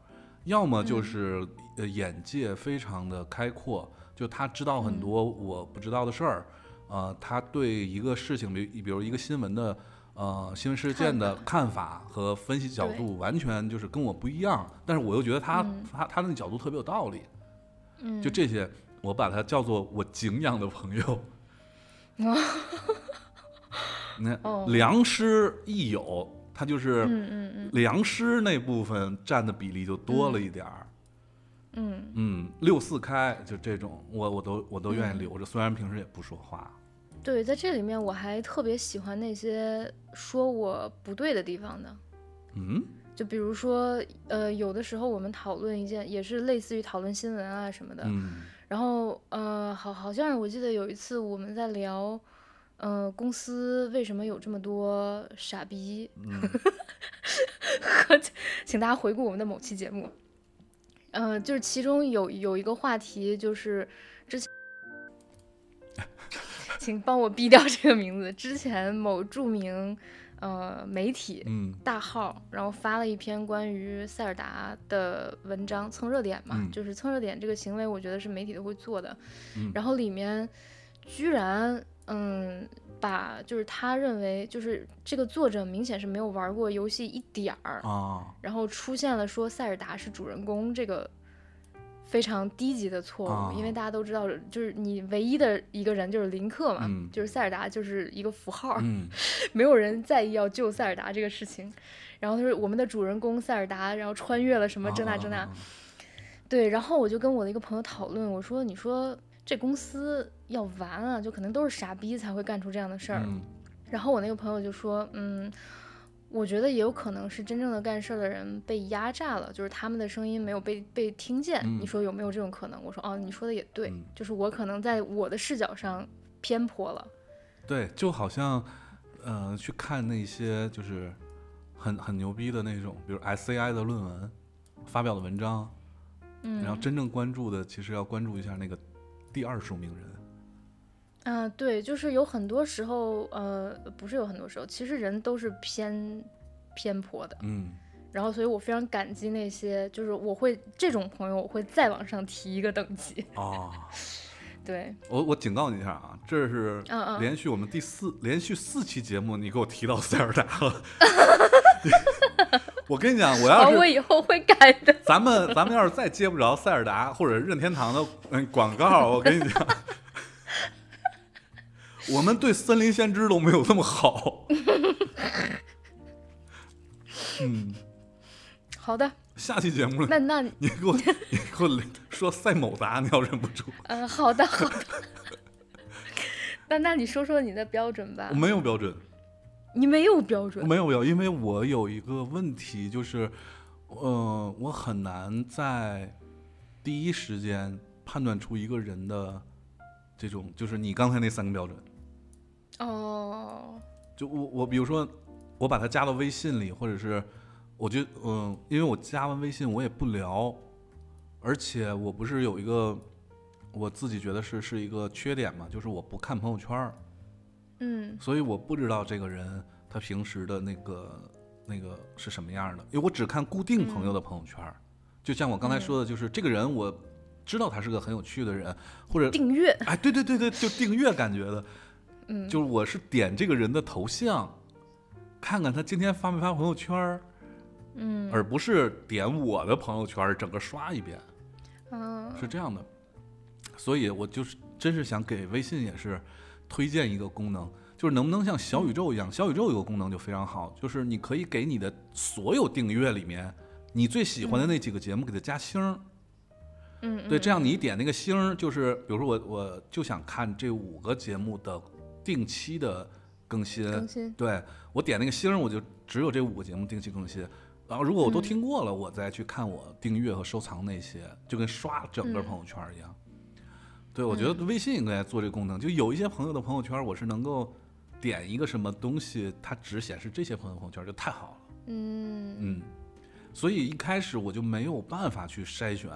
S2: 要么
S3: 嗯
S2: 就是呃眼界非常的开阔，就他知道
S3: 嗯
S2: 很多我不知道的事儿。呃，他对一个事情，比比如一个新闻的，呃，新闻事件的看法和分析角度，完全就是跟我不一样。但是我又觉得他、
S3: 嗯
S2: 他他那角度特别有道理，
S3: 嗯，
S2: 就这些，我把它叫做我敬仰的朋友。
S3: [LAUGHS]
S2: 你看，
S3: 哦
S2: 良师益友，他就是
S3: 嗯嗯嗯
S2: 良师那部分占的比例就多了一点儿。
S3: 嗯，
S2: 嗯，六四开就这种，我我都我都愿意留着，虽然平时也不说话。
S3: 对，在这里面我还特别喜欢那些说我不对的地方的，
S2: 嗯
S3: 就比如说，呃，有的时候我们讨论一件，也是类似于讨论新闻啊什么的，
S2: 嗯
S3: 然后呃，好，好像是我记得有一次我们在聊，呃，公司为什么有这么多傻逼， [LAUGHS]
S2: 嗯
S3: 请大家回顾我们的某期节目。呃，就是其中有有一个话题，就是之前，请帮我逼掉这个名字。之前某著名呃媒体
S2: 嗯
S3: 大号，然后发了一篇关于塞尔达的文章，蹭热点嘛，
S2: 嗯
S3: 就是蹭热点这个行为，我觉得是媒体都会做的。
S2: 嗯
S3: 然后里面居然，嗯，把就是他认为就是这个作者明显是没有玩过游戏一点儿，
S2: 啊
S3: 然后出现了说塞尔达是主人公这个非常低级的错误，
S2: 啊
S3: 因为大家都知道，就是你唯一的一个人就是林克嘛，
S2: 嗯
S3: 就是塞尔达就是一个符号，
S2: 嗯。
S3: 没有人在意要救塞尔达这个事情。然后就是我们的主人公塞尔达，然后穿越了什么这那这那，
S2: 啊啊啊
S3: 对。然后我就跟我的一个朋友讨论，我说：“你说这公司要完啊，就可能都是傻逼才会干出这样的事儿。
S2: 嗯
S3: 然后我那个朋友就说，嗯，我觉得也有可能是真正的干事儿的人被压榨了，就是他们的声音没有被被听见。
S2: 嗯
S3: 你说有没有这种可能？我说哦，你说的也对，
S2: 嗯
S3: 就是我可能在我的视角上偏颇了。
S2: 对，就好像，呃，去看那些就是很很牛逼的那种，比如 SCI 的论文发表的文章，
S3: 嗯，
S2: 然后真正关注的，其实要关注一下那个第二署名人。
S3: 嗯、对，就是有很多时候，呃，不是有很多时候，其实人都是偏偏颇的。
S2: 嗯
S3: 然后，所以我非常感激那些，就是我会这种朋友，我会再往上提一个等级。
S2: 哦，
S3: 对，
S2: 我我警告你一下啊，这是
S3: 嗯嗯
S2: 连续我们第四连续四期节目，你给我提到塞尔达了。 [LAUGHS] 我跟你讲，我
S3: 好，
S2: 要是
S3: 我以后会改的。 [LAUGHS]
S2: 咱们咱们要是再接不着塞尔达或者任天堂的嗯广告，我跟你讲， [LAUGHS] 我们对森林先知都没有这么好。 [LAUGHS] 嗯，
S3: 好的，
S2: 下期节目
S3: 那那
S2: 你给我你给我说赛某达，你要忍不住，
S3: 嗯，好的，好的。 [LAUGHS] 那那你说说你的标准吧
S2: 我。没有标准，
S3: 你没有标
S2: 我
S3: 准，
S2: 没有标准，因为我有一个问题就是，呃，我很难在第一时间判断出一个人的这种，就是你刚才那三个标准。
S3: 哦，
S2: 就我我比如说，我把他加到微信里，或者是我就嗯，因为我加完微信我也不聊，而且我不是有一个我自己觉得是是一个缺点嘛，就是我不看朋友圈儿，
S3: 嗯
S2: 所以我不知道这个人他平时的那个那个是什么样的，因为我只看固定朋友的
S3: 嗯
S2: 朋友圈儿，就像我刚才说的，就是这个人我知道他是个很有趣的人，或者
S3: 订阅，
S2: 哎，对对对对，就订阅感觉的，
S3: [LAUGHS] 嗯
S2: 就是我是点这个人的头像，看看他今天发没发朋友圈儿，
S3: 嗯
S2: 而不是点我的朋友圈儿整个刷一遍，
S3: 嗯
S2: 是这样的。所以我就是真是想给微信也是推荐一个功能，就是能不能像小宇宙一样，小宇宙有个功能就非常好，就是你可以给你的所有订阅里面你最喜欢的那几个节目给它加星儿，
S3: 嗯，
S2: 对，
S3: 嗯
S2: 这样你点那个星儿，就是比如说我我就想看这五个节目的定期的更新，
S3: 更新
S2: 对我点那个星儿，我就只有这五个节目定期更新。然后如果我都听过了，我再去看我订阅和收藏那些，就跟刷整个
S3: 嗯
S2: 朋友圈一样。对，我觉得微信应该做这个功能，就有一些朋友的朋友圈，我是能够点一个什么东西，它只显示这些朋友朋友圈，就太好了。
S3: 嗯
S2: 嗯，所以一开始我就没有办法去筛选，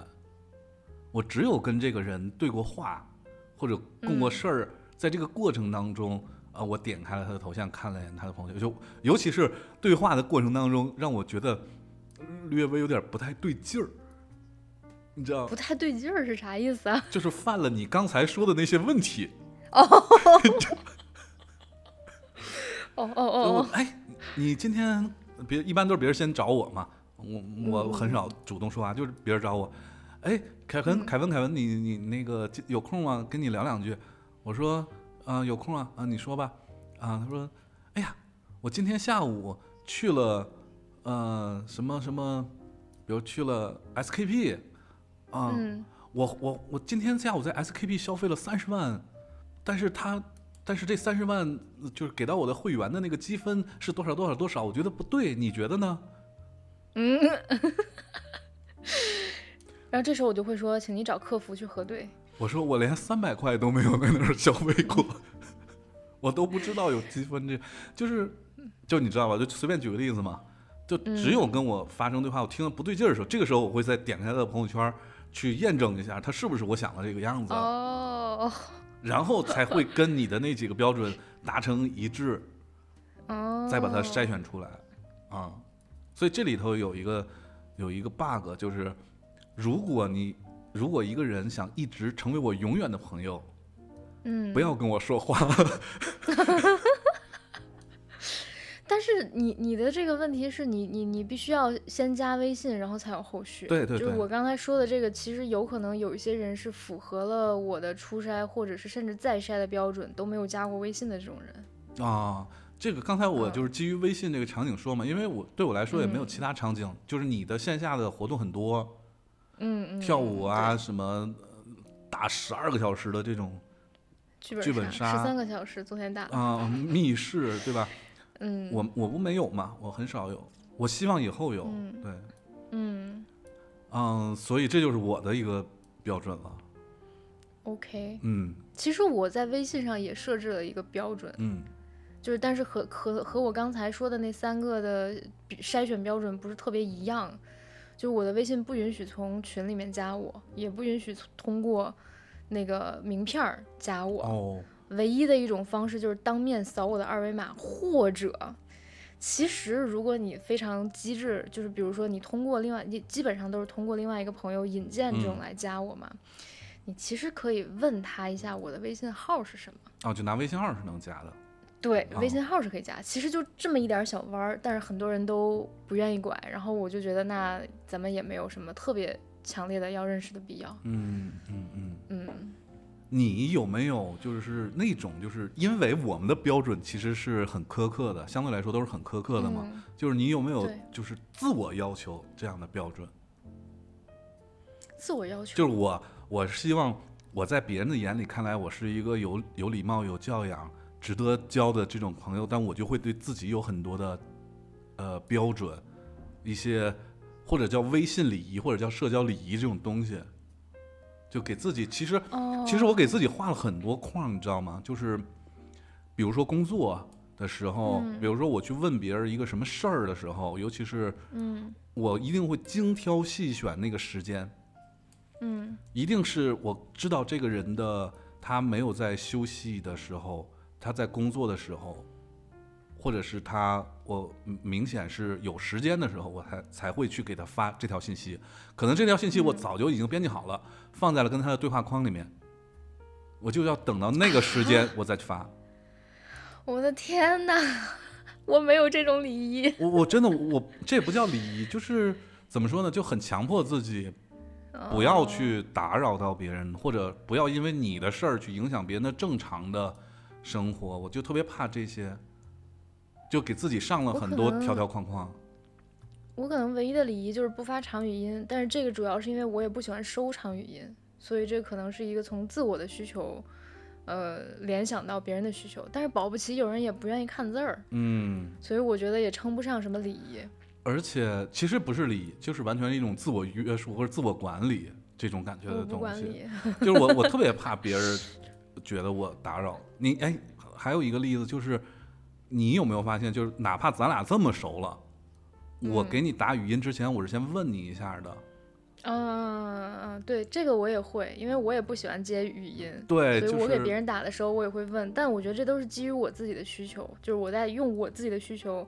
S2: 我只有跟这个人对过话，或者共过事儿，在这个过程当中，啊，我点开了他的头像，看了一眼他的朋友圈，就尤其是对话的过程当中，让我觉得略微有点不太对劲儿，你知道
S3: 不，太对劲儿是啥意思啊？
S2: 就是犯了你刚才说的那些问题。
S3: 哦哦
S2: 就我
S3: 哦
S2: 哎，你今天别一般都是别人先找我嘛，我
S3: 嗯
S2: 我很少主动说话，就是别人找我，哎，凯文，
S3: 嗯
S2: 凯文，凯文，你你那个今有空吗？跟你聊两句。我说，啊、有空啊，啊，你说吧，啊，他说，哎呀，我今天下午去了，呃，什么什么，比如去了 SKP，啊
S3: 哦，，嗯，
S2: 我我我今天下午在 SKP 消费了三十万，但是他但是这三十万呃就是给到我的会员的那个积分是多少多少多少，我觉得不对，你觉得呢？
S3: 嗯 [LAUGHS] 然后这时候我就会说，请你找客服去核对。
S2: 我说我连三百块都没有在那儿消费过， [LAUGHS] 我都不知道有积分这，就是就你知道吧？就随便举个例子嘛，就只有跟我发生对话，我听得不对劲儿的时候，这个时候我会再点开他的朋友圈儿去验证一下，他是不是我想的这个样子。
S3: 哦
S2: 然后才会跟你的那几个标准达成一致，
S3: 哦，
S2: 再把它筛选出来，啊、所以这里头有一个有一个 bug，就是如果你如果一个人想一直成为我永远的朋友，
S3: 嗯，
S2: 不要跟我说话，
S3: 但是你你的这个问题是你你你必须要先加微信，然后才有后续。
S2: 对对
S3: 就是
S2: 对
S3: 我刚才说的这个，其实有可能有一些人是符合了我的初筛，或者是甚至再筛的标准，都没有加过微信的这种
S2: [LAUGHS]
S3: 人。
S2: 啊，这个刚才我
S3: 嗯
S2: 就是基于微信这个场景说嘛，因为我对我来说也没有其他场景，就是你的线下的活动很多，
S3: 嗯嗯，
S2: 跳舞
S3: 嗯，
S2: 啊什么呃打十二个小时的这种
S3: 对
S2: 剧
S3: 剧
S2: 本
S3: 本
S2: 杀
S3: 十三个小时，昨天打。
S2: 啊密室对吧？
S3: 嗯，
S2: 我我不没有嘛，我很少有，我希望以后有，
S3: 嗯
S2: 对，
S3: 嗯
S2: 嗯，所以这就是我的一个标准了，
S3: ，OK。
S2: 嗯
S3: 其实我在微信上也设置了一个标准，
S2: 嗯
S3: 就是但是和和和我刚才说的那三个的比筛选标准不是特别一样，就是我的微信不允许从群里面加我，也不允许从通过那个名片儿加我，
S2: 哦
S3: 唯一的一种方式就是当面扫我的二维码，或者。其实，如果你非常机智，就是比如说你通过另外，你基本上都是通过另外一个朋友引荐这种
S2: 嗯
S3: 来加我嘛，你其实可以问他一下我的微信号是什么。
S2: 哦，就拿微信号是能加的，
S3: 对，
S2: 哦
S3: 微信号是可以加，其实就这么一点儿小弯儿，但是很多人都不愿意拐。然后我就觉得，那咱们也没有什么特别强烈的要认识的必要。
S2: 嗯嗯嗯，
S3: 嗯，
S2: 你有没有就是那种就是因为我们的标准其实是很苛刻的，相对来说都是很苛刻的嘛，
S3: 嗯
S2: 就是你有没有
S3: 对
S2: 就是自我要求这样的标准？
S3: 自我要求
S2: 就是我，我希望我在别人的眼里看来，我是一个有有礼貌、有教养、值得交的这种朋友，但我就会对自己有很多的呃标准，一些或者叫微信礼仪，或者叫社交礼仪这种东西，就给自己其实
S3: 哦，
S2: 其实我给自己画了很多框，你知道吗？就是比如说工作的时候，
S3: 嗯
S2: 比如说我去问别人一个什么事儿的时候，尤其是
S3: 嗯
S2: 我一定会精挑细选那个时间。
S3: 嗯
S2: 一定是我知道这个人的他没有在休息的时候，他在工作的时候，或者是他我明显是有时间的时候，我才才会去给他发这条信息。可能这条信息我早就已经编辑好了，放在了跟他的对话框里面，我就要等到那个时间我再去发。
S3: 我的天呐， [LAUGHS] 我没有这种礼仪。
S2: 我我真的我这不叫礼仪，就是怎么说呢，就很强迫自己不要
S3: 哦
S2: 去打扰到别人，或者不要因为你的事儿去影响别人的正常的生活。我就特别怕这些，就给自己上了
S3: 我
S2: 很
S3: 可
S2: 多
S3: 能
S2: 条条框框。
S3: 我可能唯一的礼仪就是不发长语音，但是这个主要是因为我也不喜欢收长语音，所以这可能是一个从自我的需求，呃，联想到别人的需求。但是保不齐有人也不愿意看字儿，
S2: 嗯，
S3: 所以我觉得也称不上什么礼仪。
S2: 而且其实不是礼仪，就是完全一种自我约束或者自我管理这种感觉
S3: 我
S2: 的
S3: 不
S2: 东
S3: 管
S2: 西。
S3: 理，
S2: 就是我我特别怕别人觉得我打扰你。哎，还有一个例子就是，你有没有发现，就是哪怕咱俩这么熟了，我
S3: 嗯
S2: 给你打语音之前，我是先问你一下的。
S3: [LAUGHS] 嗯，对，这个我也会，因为我也不喜欢接语音。
S2: 对，
S3: 所
S2: 哎
S3: 以
S2: 就
S3: 我给别
S2: 是
S3: 人打的时候，我也会问，但我觉得这都是基于我自己的需求，就是我在用我自己的需求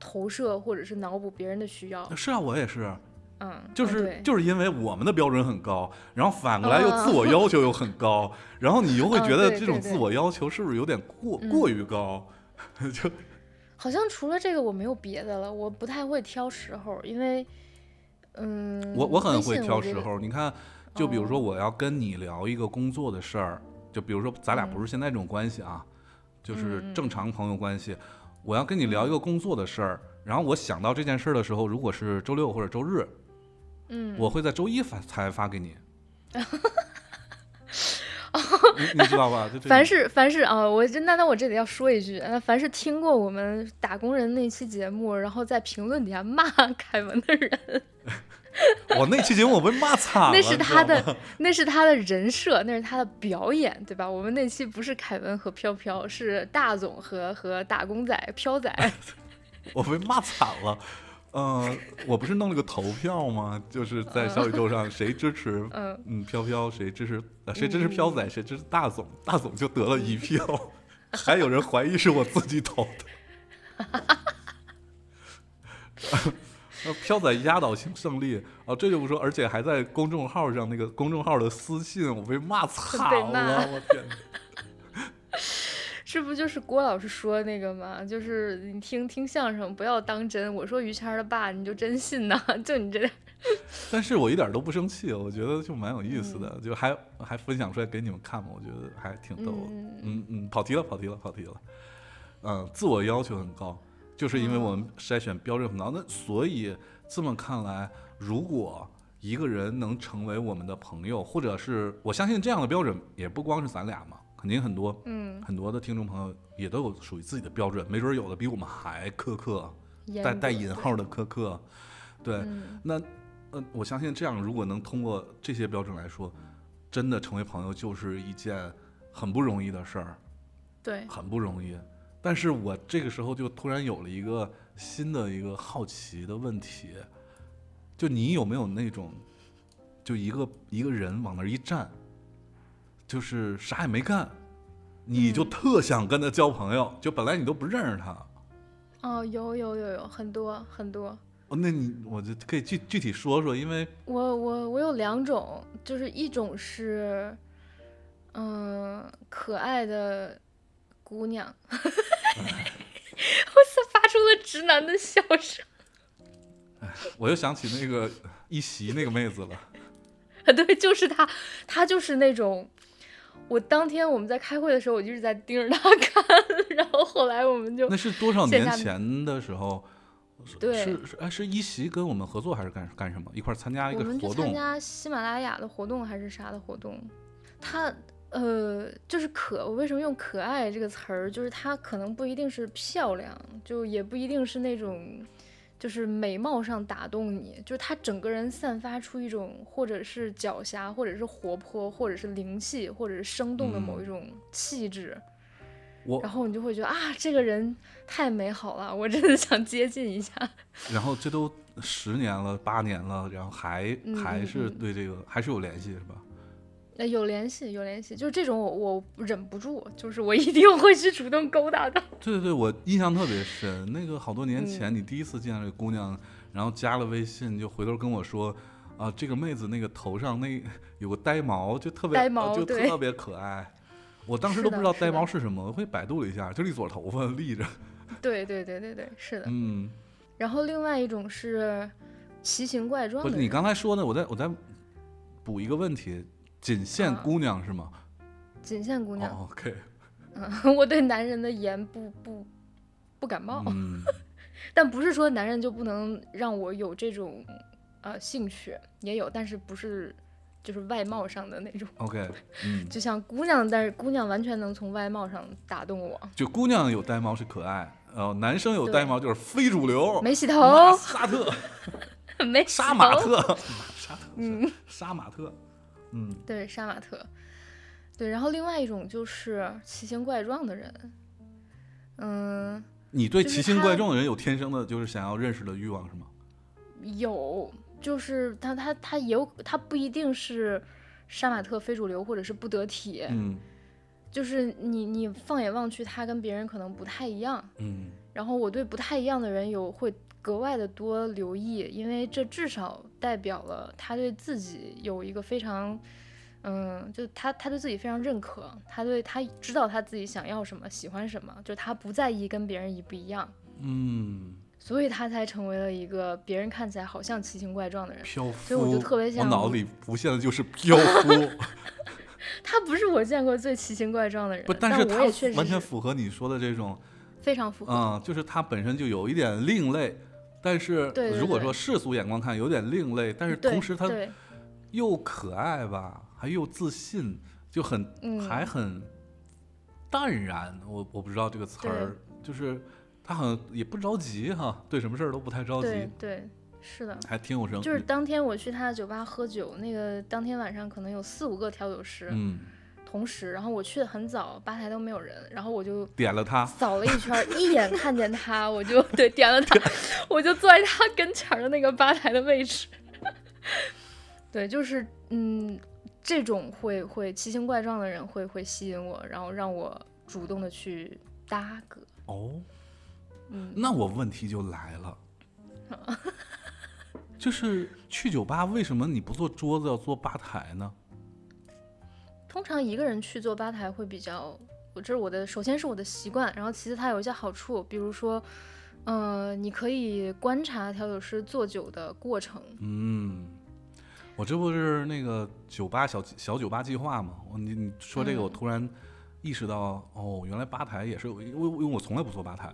S3: 投射或者是脑补别人的需要。
S2: 是啊，我也是，
S3: 嗯，
S2: 就
S3: 嗯
S2: 是
S3: 对
S2: 就是因为我们的标准很高，然后反过来又
S3: 嗯
S2: 自我要求又很高，然后你又会
S3: 嗯
S2: 觉得
S3: 对
S2: 这种
S3: 对
S2: 自
S3: 对
S2: 我要求是不是有点过
S3: 嗯
S2: 过于高？就
S3: 好像除了这个我没有别的了，我不太会挑时候，因为嗯，
S2: 我我很
S3: 微
S2: 会
S3: 信
S2: 挑
S3: 我觉
S2: 时
S3: 得，
S2: 候，你看，就比如说
S3: 哦
S2: 我要跟你聊一个工作的事儿，就比如说咱俩不是现在这种关系啊，就是
S3: 嗯嗯嗯嗯
S2: 正常朋友关系，我要跟你聊一个工作的事儿，然后我想到这件事儿的时候，如果是周六或者周日，
S3: 嗯，
S2: 我会在周一发才发给
S3: [LAUGHS]
S2: 你。你你知道吧？就这
S3: [LAUGHS]
S2: 种
S3: 凡是凡是啊，我这那那我这里要说一句，呃，凡是听过我们打工人那期节目，然后在评论底下骂 [LAUGHS] 凯文的人，
S2: 我那期节目我被骂惨了，
S3: 那是
S2: 你知
S3: 他
S2: 道吗
S3: 的，那是他的人设，那是他的表演，对吧？我们那期不是凯文和飘飘，是大总和和打工仔飘仔。
S2: [LAUGHS] 我被骂惨了。呃，我不是弄了个投票吗？就是在小宇宙上，谁支持
S3: 嗯
S2: 嗯飘飘，谁支持呃谁支持飘仔，谁支持大总，大总就得了一票， [LAUGHS] 还有人怀疑是我自己投的。 [LAUGHS] 那飘仔压倒性胜利啊，这就不说，而且还在公众号上那个公众号的私信，我被骂惨
S3: 被骂
S2: 了，我天！
S3: 这不就是郭老师说的那个吗？就是你听听相声不要当真。我说于谦儿的爸，你就真信呐？ [LAUGHS] 就你这点儿，
S2: 但是我一点都不生气，我觉得就蛮有意思的，就还还分享出来给你们看嘛，我觉得还挺逗的。
S3: 嗯
S2: 嗯嗯，跑题了，跑题了，跑题了。嗯，自我要求很高，就是因为我们筛选标准很高。那所以这么看来，如果一个人能成为我们的朋友，或者是我相信这样的标准，也不光是咱俩嘛，肯定很多
S3: 嗯，
S2: 很多的听众朋友也都有属于自己的标准，没准儿有的比我们还苛刻，
S3: 严
S2: 带
S3: 格
S2: 带引号的苛刻。对，
S3: 嗯
S2: 那呃，我相信这样如果能通过这些标准来说，真的成为朋友就是一件很不容易的事儿，
S3: 对，
S2: 很不容易。但是我这个时候就突然有了一个新的一个好奇的问题，就你有没有那种，就一个一个人往那儿一站，就是啥也没干，你就特想跟他交朋友，就本来你都不认识他，
S3: 哦，有有有有很多很多。
S2: 哦，那你我就可以具具体说说，因为
S3: 我我我有两种，就是一种是，嗯、可爱的姑娘， [LAUGHS] 我操，发出了直男的笑声。 [LAUGHS]
S2: 我又想起那个 [LAUGHS] 一席那个妹子了。
S3: 对，就是她，她就是那种，我当天我们在开会的时候，我就一直在盯着她看， [LAUGHS] 然后后来我们就
S2: 那是多少
S3: 线
S2: 年
S3: 下
S2: 前的时候？是
S3: 对
S2: 是是哎，是一席跟我们合作还是干干什么？一块儿参加一
S3: 我
S2: 个
S3: 们去
S2: 活
S3: 参
S2: 动？
S3: 加喜马拉雅的活动还是啥的活动，他呃，就是可，我为什么用“可爱”这个词儿？就是她可能不一定是漂亮，就也不一定是那种，就是美貌上打动你，就是她整个人散发出一种，或者是狡黠，或者是活泼，或者是灵气，或者是生动的某
S2: 嗯
S3: 一种气质，
S2: 我
S3: 然后你就会觉得啊，这个人太美好了，我真的想接近一下。
S2: 然后这都十年了，八年了，然后还
S3: 嗯
S2: 还
S3: 嗯
S2: 是
S3: 嗯
S2: 对这个还是有联系是吧？
S3: 呃，有联系，有联系，就是这种我我忍不住，就是我一定会去主动勾搭的。
S2: 对对对，我印象特别深。那个好多
S3: 嗯
S2: 年前，你第一次见到这个姑娘，然后加了微信，就回头跟我说，啊，这个妹子那个头上那有个呆毛，就特别
S3: 呆毛
S2: 啊就
S3: 对
S2: 特别可爱。我当时
S3: 是
S2: 都
S3: 的
S2: 不知道
S3: 是
S2: 呆
S3: 的
S2: 毛是什么，我会百度了一下，就是一撮头发立着。
S3: [LAUGHS] 对对对对对，是的。
S2: 嗯，
S3: 然后另外一种是奇形怪状
S2: 不
S3: 的
S2: 是
S3: 人，
S2: 你刚才说的，我再我再补一个问题，仅限
S3: 啊
S2: 姑娘是吗？
S3: 仅限姑娘，
S2: 哦，OK，
S3: [LAUGHS] 嗯，我对男人的颜不不不感冒，
S2: 嗯，
S3: 但不是说男人就不能让我有这种呃兴趣，也有，但是不是就是外貌上的那种。
S2: OK，嗯，
S3: 就像姑娘，但是姑娘完全能从外貌上打动我。
S2: 就姑娘有呆毛是可爱，呃，男生有呆毛就是非主流，
S3: 没洗
S2: 马
S3: 头，
S2: 萨特、
S3: [LAUGHS] 没洗
S2: 杀马
S3: 头
S2: 特、 [LAUGHS] 马沙特、嗯、杀马特，嗯，
S3: 对，杀马特。对，然后另外一种就是奇形怪状的人，嗯，
S2: 你对
S3: 就是
S2: 奇形
S3: 他
S2: 怪状的人有天生的就是想要认识的欲望是吗？
S3: 有，就是他他他也有，他不一定是杀马特非主流或者是不得体，
S2: 嗯
S3: 就是你你放眼望去，他跟别人可能不太一样。
S2: 嗯
S3: 然后我对不太一样的人有会格外的多留意，因为这至少代表了他对自己有一个非常，嗯，就他他对自己非常认可，他对他知道他自己想要什么，喜欢什么，就他不在意跟别人一不一样，
S2: 嗯，
S3: 所以他才成为了一个别人看起来好像奇形怪状的人。
S2: 漂夫，
S3: 所以我就特别想
S2: 脑子里浮现的就是漂夫，
S3: 他不是我见过最奇形怪状的
S2: [LAUGHS]
S3: 人，
S2: 不，
S3: 但
S2: 是
S3: 我
S2: 他
S3: 也确实
S2: 完全
S3: 是
S2: 符合你说的这种，
S3: 非常符合。
S2: 嗯，就是他本身就有一点另类，但是
S3: 对对
S2: 如果
S3: 对
S2: 说世俗眼光看有点另类，但是
S3: 对
S2: 同时他
S3: 对
S2: 又可爱吧，还又自信，就很、
S3: 嗯
S2: 还很淡然。我我不知道这个词儿，就是他好像也不着急哈，对什么事儿都不太着急
S3: 对，对，是的。
S2: 还挺有人。
S3: 就是当天我去他的酒吧喝酒，那个当天晚上可能有四五个调酒师、
S2: 嗯，
S3: 同时，然后我去的很早，吧台都没有人，然后我就
S2: 点了他，
S3: 扫了一圈儿，一眼看见他，我就对点了他，我就坐在他跟前儿的那个吧台的位置。 [LAUGHS] 对，就是嗯，这种会会奇形怪状的人会会吸引我，然后让我主动的去搭个。
S2: 哦，
S3: 嗯
S2: 那我问题就来
S3: [LAUGHS]
S2: 了，就是去酒吧为什么你不坐桌子要坐吧台呢？
S3: 通常一个人去做吧台会比较，我这是我的，首先是我的习惯，然后其次它有一些好处，比如说，呃，你可以观察调酒师做酒的过程。
S2: 嗯，我这不是那个酒吧小小酒吧计划嘛？我你你说
S3: 嗯
S2: 这个，我突然意识到，哦，原来吧台也是有，因为因为我从来不坐吧台，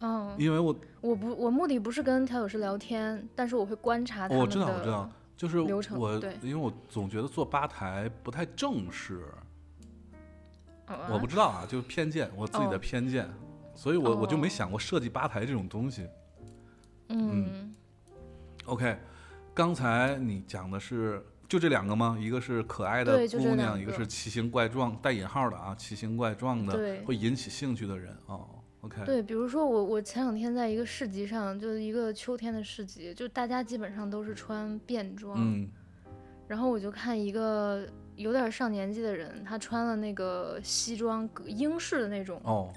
S3: 嗯，
S2: 因为我
S3: 我不，我目的不是跟调酒师聊天，但是我会观察他们
S2: 我
S3: 的。
S2: 知道我知道，就是
S3: 流程
S2: 我
S3: 对
S2: 因为我总觉得坐吧台不太正式，
S3: 嗯啊
S2: 我不知道啊，就是偏见，我自己的
S3: 哦
S2: 偏见，所以我我就没
S3: 哦
S2: 想过设计吧台这种东西。
S3: 嗯
S2: OK，刚才你讲的是就这两个吗？一个是可爱的
S3: 对就这
S2: 姑娘，
S3: 两个
S2: 一个是奇形怪状（带引号的啊），奇形怪状的
S3: 对
S2: 会引起兴趣的人哦。OK，
S3: 对，比如说我，我前两天在一个市集上，就是一个秋天的市集，就大家基本上都是穿便装，
S2: 嗯
S3: 然后我就看一个有点上年纪的人，他穿了那个西装，格英式的那种
S2: 哦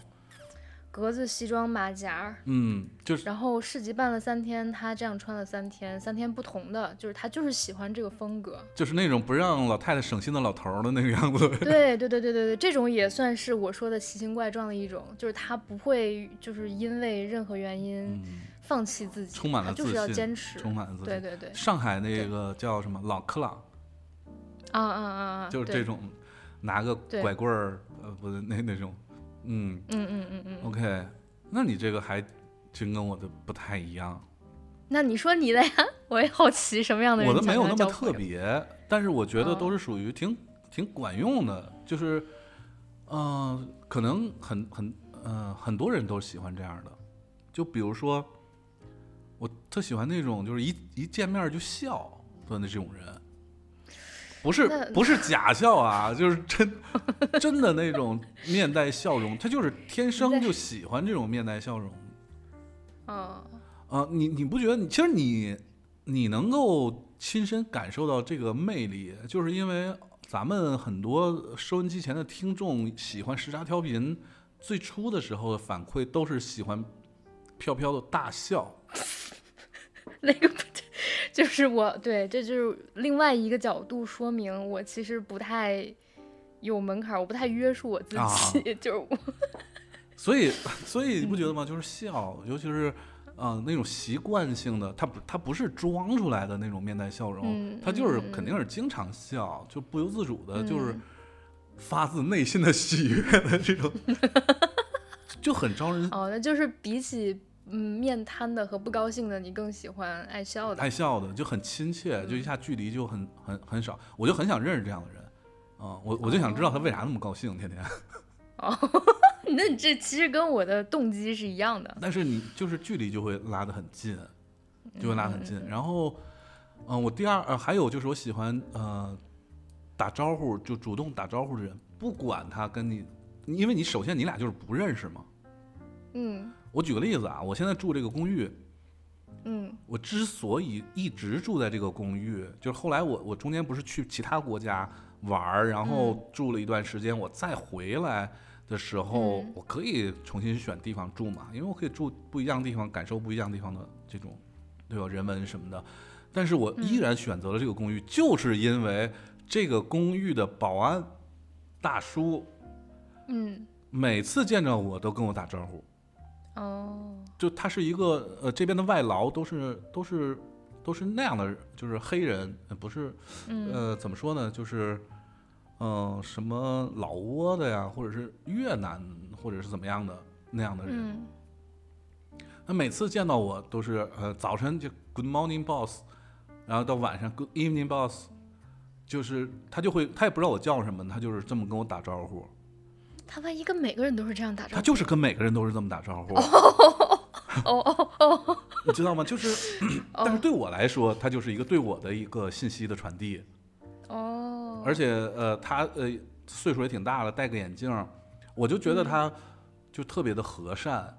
S3: 格子西装马甲儿。
S2: 嗯，就是
S3: 然后市集办了三天，他这样穿了三天，三天不同的，就是他就是喜欢这个风格。
S2: 就是那种不让老太太省心的老头儿的那个样子。 [LAUGHS]
S3: 对对对对对对，这种也算是我说的奇形怪状的一种，就是他不会就是因为任何原因
S2: 嗯，
S3: 放弃自己，
S2: 充满了
S3: 他就
S2: 自
S3: 是要
S2: 信
S3: 坚持。
S2: 充满了自
S3: 对
S2: 信。
S3: 对对，
S2: 上海那个叫什么老克朗，
S3: 啊啊啊啊，
S2: 就是
S3: 对
S2: 这，种拿个
S3: 对
S2: 拐棍儿，呃，不是那那种，嗯
S3: 嗯嗯嗯嗯。
S2: ，OK，那你这个还真跟我的不太一样。
S3: 那你说你的呀？ [LAUGHS] 我也好奇什么样的人
S2: 我的
S3: 想
S2: 没有
S3: 跟
S2: 那
S3: 他
S2: 么
S3: 交
S2: 特
S3: 朋友，
S2: 别，但是我觉得
S3: 哦
S2: 都是属于挺、挺管用的，就是，嗯、可能很很呃很多人都喜欢这样的，就比如说，我特喜欢那种就是一一见面就笑的那这种人，不是
S3: 那
S2: 不是假笑啊，就是真真的那种面带笑容，他就是天生
S3: 在
S2: 就喜欢这种面带笑容。
S3: 嗯。
S2: 啊，你你不觉得你其实你你能够亲身感受到这个魅力，就是因为咱们很多收音机前的听众喜欢时差调频，最初的时候的反馈都是喜欢飘飘的大笑。
S3: [LAUGHS] 那个不对，就是我对，这就是另外一个角度说明我其实不太有门槛儿，我不太约束我自己， [LAUGHS]
S2: 啊
S3: 就是我
S2: 所以， [LAUGHS] 所以你不觉
S3: 嗯
S2: 得吗？就是笑，尤其是，嗯、那种习惯性的，他不，他不是装出来的那种面带笑容
S3: 嗯，
S2: 他就是
S3: 嗯嗯
S2: 肯定是经常笑，就不由自主的，就是
S3: 嗯
S2: 发自内
S3: [LAUGHS]
S2: 心的喜悦的这种，就很招人
S3: 哦哦，那就是比起嗯面瘫的和不高兴的，你更喜欢爱笑的
S2: 爱？笑的，就很亲切，就一下距离就很很很少，我就很想认识这样的人，啊、我我就想知道他为啥那么高兴，天天。
S3: [LAUGHS] 那你这其实跟我的动机是一样的。
S2: 但是你就是距离就会拉得很近，就会拉很近。然后，嗯、我第二呃还有就是我喜欢呃打招呼就主动打招呼的人，不管他跟你，因为你首先你俩就是不认识嘛。
S3: 嗯
S2: 我举个例子啊，我现在住这个公寓，
S3: 嗯
S2: 我之所以一直住在这个公寓，就是后来我我中间不是去其他国家玩儿，然后住了一段时间，我再回来的时候，
S3: 嗯
S2: 我可以重新选地方住嘛，因为我可以住不一样的地方，感受不一样地方的这种对吧人文什么的。但是我依然选择了这个公寓，就是因为这个公寓的保安大叔
S3: 嗯，
S2: 每次见着我都跟我打招呼，
S3: 哦，
S2: 就他是一个呃这边的外劳，都是都是都是那样的，就是黑人，呃不是
S3: 嗯
S2: 呃怎么说呢，就是嗯、呃什么老挝的呀，或者是越南或者是怎么样的那样的人，
S3: 嗯
S2: 他、每次见到我都是呃早晨就 Good morning boss，然后到晚上 Good evening boss，就是他就会他也不知道我叫什么，他就是这么跟我打招呼，
S3: 他万一跟每个人都是这样打招
S2: 他
S3: 呼，
S2: 就是跟每个人都是这么打招呼，
S3: 哦哦哦，
S2: 你知道吗？就是。但是对我来说，它就是一个对我的一个信息的传递，
S3: 哦，
S2: 而且呃，他呃岁数也挺大了，戴个眼镜儿，我就觉得他就特别的和善，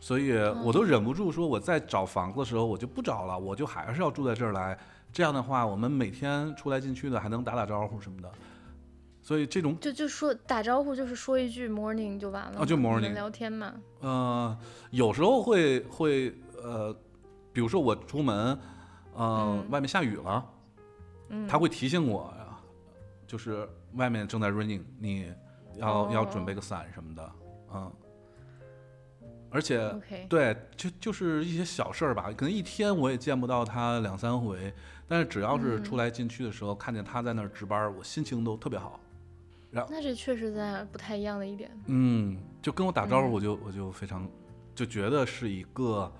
S2: 所以我都忍不住说，我在找房子的时候我就不找了，我就还是要住在这儿来。这样的话，我们每天出来进去的还能打打招呼什么的，所以这种
S3: 就就说打招呼，就是说一句 morning 就完了嘛，
S2: 啊就
S3: 你们
S2: morning
S3: 聊天嘛，
S2: 呃，有时候会会呃，比如说我出门，呃，
S3: 嗯
S2: 外面下雨了，
S3: 嗯
S2: 他会提醒我，就是外面正在 raining，你要、
S3: 哦
S2: 要准备个伞什么的，嗯，而且
S3: OK
S2: 对，就就是一些小事儿吧，可能一天我也见不到他两三回，但是只要是
S3: 嗯
S2: 出来进去的时候，看见他在那儿值班儿，我心情都特别好，
S3: 那这确实在不太一样的一点。
S2: 嗯，就跟我打招呼，我就、我就非常就觉得是一个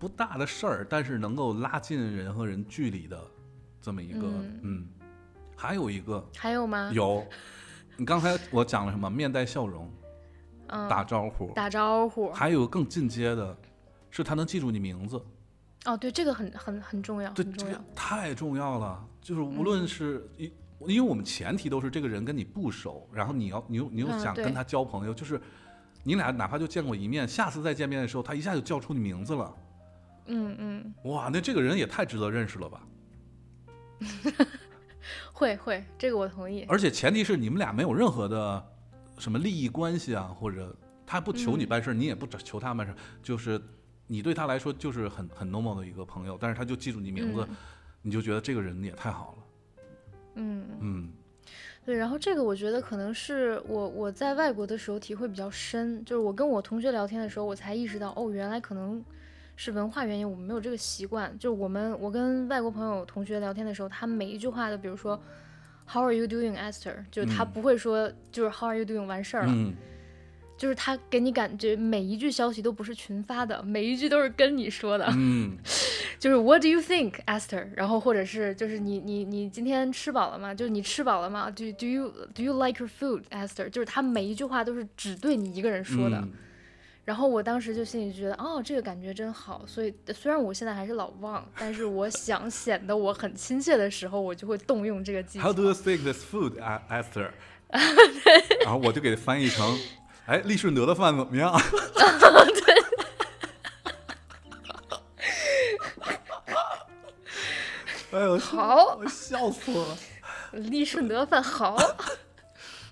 S2: 不大的事儿，但是能够拉近人和人距离的这么一个嗯
S3: 嗯
S2: 还有一个
S3: 还有吗？
S2: 有，你刚才我讲了什么？面带笑容，
S3: 嗯，
S2: 打招呼，
S3: 打招呼。
S2: 还有更进阶的，是他能记住你名字，
S3: 哦，对，这个很很很重要，
S2: 对，
S3: 很
S2: 这
S3: 重
S2: 个
S3: 要。嗯
S2: 太重要了。就是无论是因、因为我们前提都是这个人跟你不熟，然后你要你又你又
S3: 嗯
S2: 想
S3: 对
S2: 跟他交朋友，就是你俩哪怕就见过一面，下次再见面的时候，他一下就叫出你名字了。
S3: 嗯嗯，
S2: 哇，那这个人也太值得认识了吧！
S3: 会会，这个我同意。
S2: 而且前提是你们俩没有任何的什么利益关系啊，或者他不求你
S3: 嗯
S2: 办事儿，你也不求他办事儿，就是你对他来说就是很很 normal 的一个朋友，但是他就记住你名字，你就觉得这个人也太好了。
S3: 嗯，
S2: 嗯
S3: 对。然后这个我觉得可能是我我在外国的时候体会比较深，就是我跟我同学聊天的时候，我才意识到，哦，原来可能是文化原因，我们没有这个习惯。就是我们我跟外国朋友同学聊天的时候，他每一句话都，比如说 How are you doing, Esther？就是他
S2: 嗯
S3: 不会说就是 How are you doing 完事儿了。
S2: 嗯。
S3: 就是他给你感觉每一句消息都不是群发的，每一句都是跟你说的， [LAUGHS]
S2: 嗯
S3: 就是 What do you think, Esther？然后或者是就是你你你今天吃饱了吗？就是你吃饱了吗？Do do you do you like your food, Esther？就是他每一句话都是只对你一个人说的。
S2: 嗯
S3: 然后我当时就心里觉得，哦，这个感觉真好。所以虽然我现在还是老忘，但是我想显得我很亲切的时候，我就会动用这个技巧
S2: How。do you think this food, A- Esther？然后我就给它翻译成，哎，利顺德的饭怎么样？哎呦，我笑
S3: 好，
S2: 我笑死我了！
S3: 利顺德
S2: [LAUGHS]
S3: 饭好。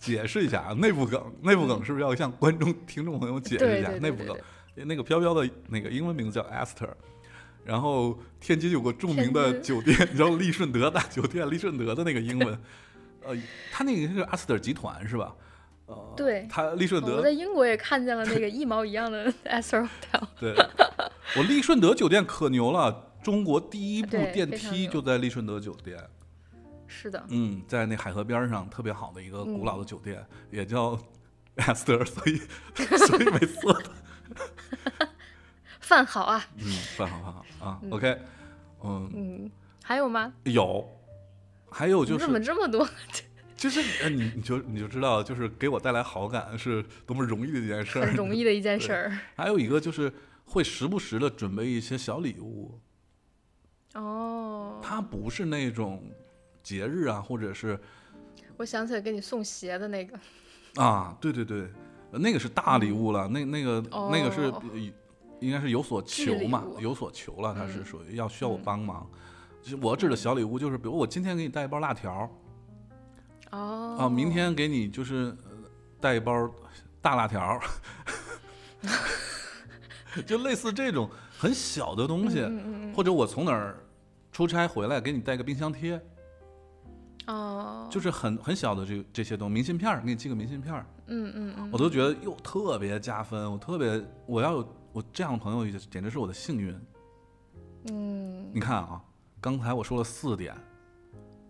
S2: 解释一下啊，内部梗，内部梗是不是要向观众、听众朋友解释一
S3: 对
S2: 下
S3: 嗯对对
S2: 内部
S3: 对
S2: 梗？那个飘飘的那个英文名字叫 Esther，然后天津有个著名的
S3: 天
S2: 酒店，你知道利顺德大酒店，利顺德的那个英
S3: [LAUGHS]
S2: 文，呃，他那个是 Esther 集团是吧？呃，
S3: 对
S2: 他利顺
S3: 我
S2: 德
S3: 在，英国也看见了那个 [LAUGHS] 一毛一样的 Esther
S2: [LAUGHS]
S3: Hotel。
S2: 对，我利顺德酒店可牛了，中国第一部
S3: 对
S2: 电
S3: 非常
S2: 梯
S3: 牛
S2: 就在利顺德酒店，
S3: 是的，
S2: 嗯，在那海河边儿上特别好的一个古
S3: 嗯
S2: 老的酒 [LAUGHS] 店，也叫 Esther，所以所以每次
S3: 饭好啊。
S2: 嗯，饭好饭好啊，OK，嗯，
S3: 嗯，还有吗？
S2: 有，还有就
S3: 你怎么
S2: 是
S3: 这么
S2: [LAUGHS]
S3: 多？
S2: 就是呃你你就你就知道，就是给我带来好感是多么容易的一件事儿
S3: 很。容易的一件事儿。
S2: 还有一个就是会时不时的准备一些小礼物，
S3: 哦，
S2: 它不是那种节日啊，或者是
S3: 我想起来给你送鞋的那个，
S2: 啊，对对对，呃那个是大礼物了，那那个、那个是
S3: 哦
S2: 呃应该是有所求嘛
S3: 巨礼，物
S2: 有所求了，它是
S3: 嗯
S2: 属于要需要我帮忙。其实我指的小礼物就是，比如我今天给你带一包辣条儿
S3: 哦，
S2: 啊，明天给你就是呃带一包大辣条儿， [LAUGHS] 就类似这种很小的东西，
S3: 嗯嗯嗯
S2: 或者我从哪儿出差回来给你带个冰箱贴，
S3: 嗯，哦，
S2: 就是很很小的这这些东西，明信片儿给你寄个明信片儿，
S3: 嗯嗯嗯，
S2: 我都觉得哟特别加分，我特别我要有我这样的朋友也简直是我的幸运。
S3: 嗯，
S2: 你看啊，刚才我说了四点，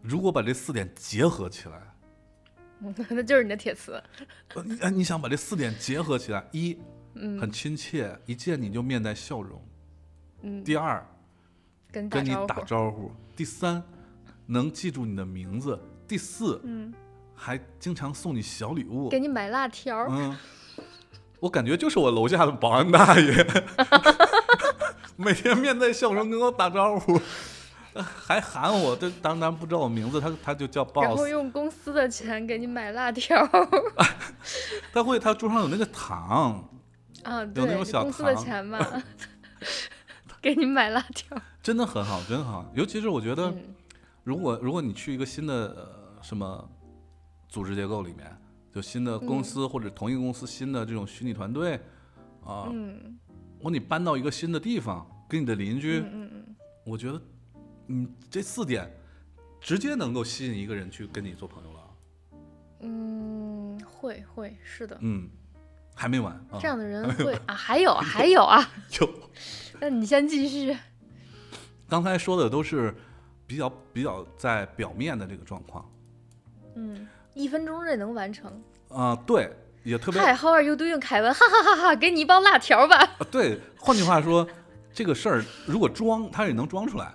S2: 如果把这四点结合起来，
S3: 嗯 [LAUGHS] 那就是你的铁磁，
S2: 呃你哎你想把这四点结合起来，一，很亲切，一见你就面带笑容；
S3: 嗯，
S2: 第二，
S3: 跟
S2: 跟你
S3: 招呼，
S2: 打招呼；第三，能记住你的名字；第四，
S3: 嗯，
S2: 还经常送你小礼物
S3: 给。你买辣条儿，
S2: 嗯，我感觉就是我楼下的保安大爷， [LAUGHS] 每天面带笑容跟我打招呼，还喊我，这当然不知道我名字，他他就叫
S3: 然后
S2: boss，
S3: 用公司的钱给你买辣条儿
S2: 他会他桌上有那个糖，
S3: 啊，
S2: 有那
S3: 对，
S2: 种小
S3: 公司的
S2: 糖
S3: 钱嘛，
S2: [LAUGHS]
S3: 给你买辣条儿，
S2: 真的很好，真好。尤其是我觉得，
S3: 嗯
S2: 如果如果你去一个新的、呃、什么组织结构里面，就新的公司、或者同一个公司新的这种虚拟团队啊，
S3: 嗯
S2: 或、你搬到一个新的地方，跟你的邻居。
S3: 嗯嗯嗯，
S2: 我觉得，嗯，这四点直接能够吸引一个人去跟你做朋友了。
S3: 嗯，会会是的，
S2: 嗯，还没完啊， [LAUGHS]
S3: 这样的人会啊，还有还有啊， [LAUGHS]
S2: 就
S3: 那你先继续，
S2: 刚才说的都是比较比较在表面的这个状况
S3: 嗯，一分钟内能完成。
S2: 啊、对，也特别、
S3: Hi, how are you doing？凯文，哈哈哈哈，给你一包辣条吧。
S2: 啊对。换句话说，这个事儿如果装，他也能装出来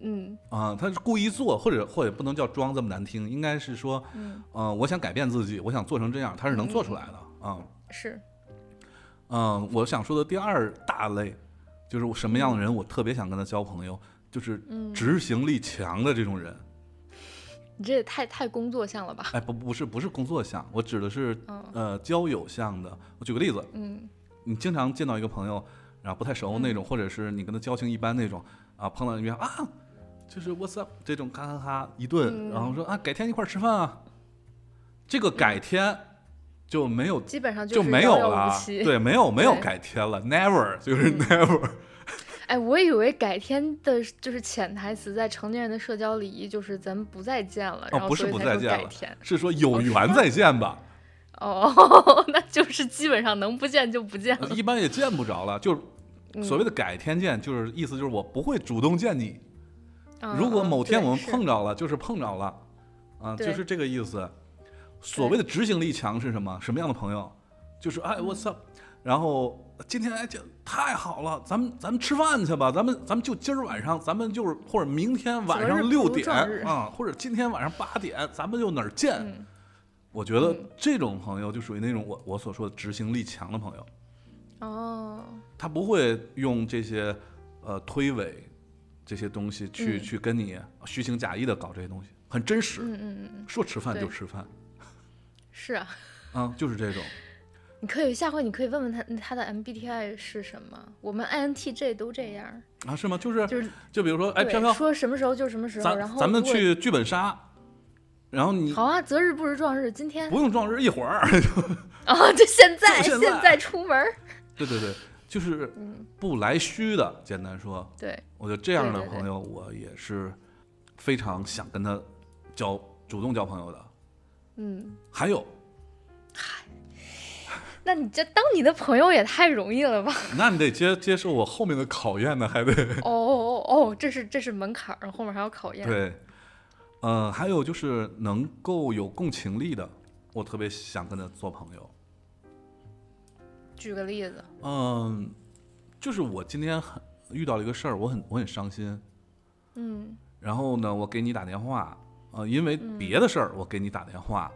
S3: 嗯
S2: 啊、他是故意做，或者或者不能叫装这么难听，应该是说，
S3: 嗯，
S2: 呃，我想改变自己，我想做成这样，他是能做出来的啊。
S3: 是，
S2: 嗯，我想说的第二大类，就是我什么样的人，我特别想跟他交朋友，就是
S3: 嗯
S2: 执行力强的这种人。
S3: 你这也太太工作项了吧？
S2: 哎，不，不是，不是工作项，我指的是
S3: 嗯
S2: 呃交友项的。我举个例子，
S3: 嗯
S2: 你经常见到一个朋友，然后不太熟那种，或者是你跟他交情一般那种，啊，碰到一面啊，就是 What's up 这种，咔咔咔一顿，
S3: 嗯
S2: 然后说啊，改天一块儿吃饭啊。这个改天就没有
S3: 基本上
S2: 就是没有
S3: 嗯遥遥
S2: 了
S3: 无，期。
S2: 对，没有没有
S3: 对嗯
S2: 改天了，never 就是 never。
S3: 哎，我以为改天的就是潜台词，在成年人的社交礼仪就是咱们不再见了，然
S2: 哦，
S3: 后
S2: 不是
S3: 所以
S2: 不
S3: 才
S2: 再
S3: 说
S2: 见
S3: 改
S2: 了
S3: 天，。
S2: 是说有
S3: 哦是
S2: 缘
S3: 吗
S2: 再见
S3: [LAUGHS]
S2: 吧，
S3: 哦， [LAUGHS] 那就是基本上能不见就不见
S2: 呃
S3: 了。
S2: 一般也见不着了。
S3: 嗯
S2: 就是所谓的改天见，就是意思就是我不会主动见你。
S3: 嗯
S2: 呃如果
S3: 嗯
S2: 某天
S3: 对
S2: 我们
S3: 是
S2: 碰着了，就是碰着了，啊，就
S3: 对
S2: 是这个意思。所谓的执行力强是什么？什么样的朋友？就是
S3: 嗯
S2: 哎，what's up？然后今天哎，这太好了，咱们咱们吃饭去吧，咱们咱们就今儿晚上，咱们就是或者明天晚
S3: 择日
S2: 上
S3: 不
S2: 六
S3: 如
S2: 点
S3: 撞日
S2: 啊，或者今天晚上八点，咱们就哪儿见？
S3: 嗯
S2: 我觉得这种朋友就属于那种我我所说的执行力强的朋友，
S3: 哦，
S2: 他不会用这些呃推诿这些东西去、
S3: 嗯
S2: 去跟你虚情假意的搞这些东西，很真实，
S3: 嗯嗯嗯，
S2: 说吃饭就
S3: 对
S2: 吃饭
S3: 是啊，
S2: 啊、就是这种。
S3: 你可以下回你可以问问他他的 MBTI 是什么，我们 INTJ 都这样，
S2: 啊，是吗？就是
S3: 就是
S2: 就比如说，哎，
S3: 对
S2: 飘飘，
S3: 说什么时候就什么时候，然
S2: 咱
S3: 后
S2: 咱们
S3: 如果
S2: 去剧本杀，然后你
S3: 好啊，择日不如撞日，今天
S2: 不用撞日，一会
S3: [LAUGHS]
S2: 儿。
S3: 啊，就现在
S2: 就现在
S3: 现在出门儿，
S2: 对对对，就是不来虚的。简单说，
S3: 对，
S2: 我觉得这样的
S3: 嗯对对对
S2: 朋友，我也是非常想跟他交主动交朋友的。
S3: 嗯，
S2: 还有，
S3: 那你这当你的朋友也太容易了吧？ [LAUGHS]
S2: 那你得接接受我后面的考验呢，还得
S3: 哦哦哦，这是这是门槛儿，后面还有考验。
S2: 对，呃，还有就是能够有共情力的，我特别想跟他做朋友。
S3: 举个例子，
S2: 嗯，就是我今天很遇到了一个事儿，我很我很伤心，
S3: 嗯
S2: 然后呢，我给你打电话，呃，因为别的事儿我给你打电话，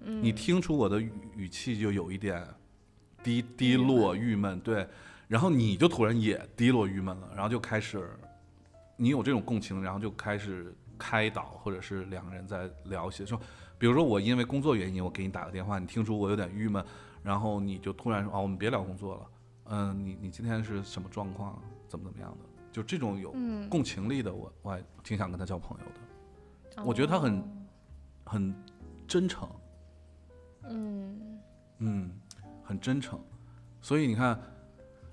S3: 嗯，
S2: 你听出我的语语气就有一点低低落、郁闷，对，然后你就突然也低落、郁闷了，然后就开始，你有这种共情，然后就开始开导，或者是两个人在聊一些说，比如说我因为工作原因我给你打个电话，你听出我有点郁闷，然后你就突然说哦，我们别聊工作了，嗯，你你今天是什么状况，怎么怎么样的，就这种有
S3: 嗯
S2: 共情力的，我我还挺想跟他交朋友的，我觉得他很
S3: 哦
S2: 很真诚。
S3: 嗯
S2: 嗯，很真诚。所以你看，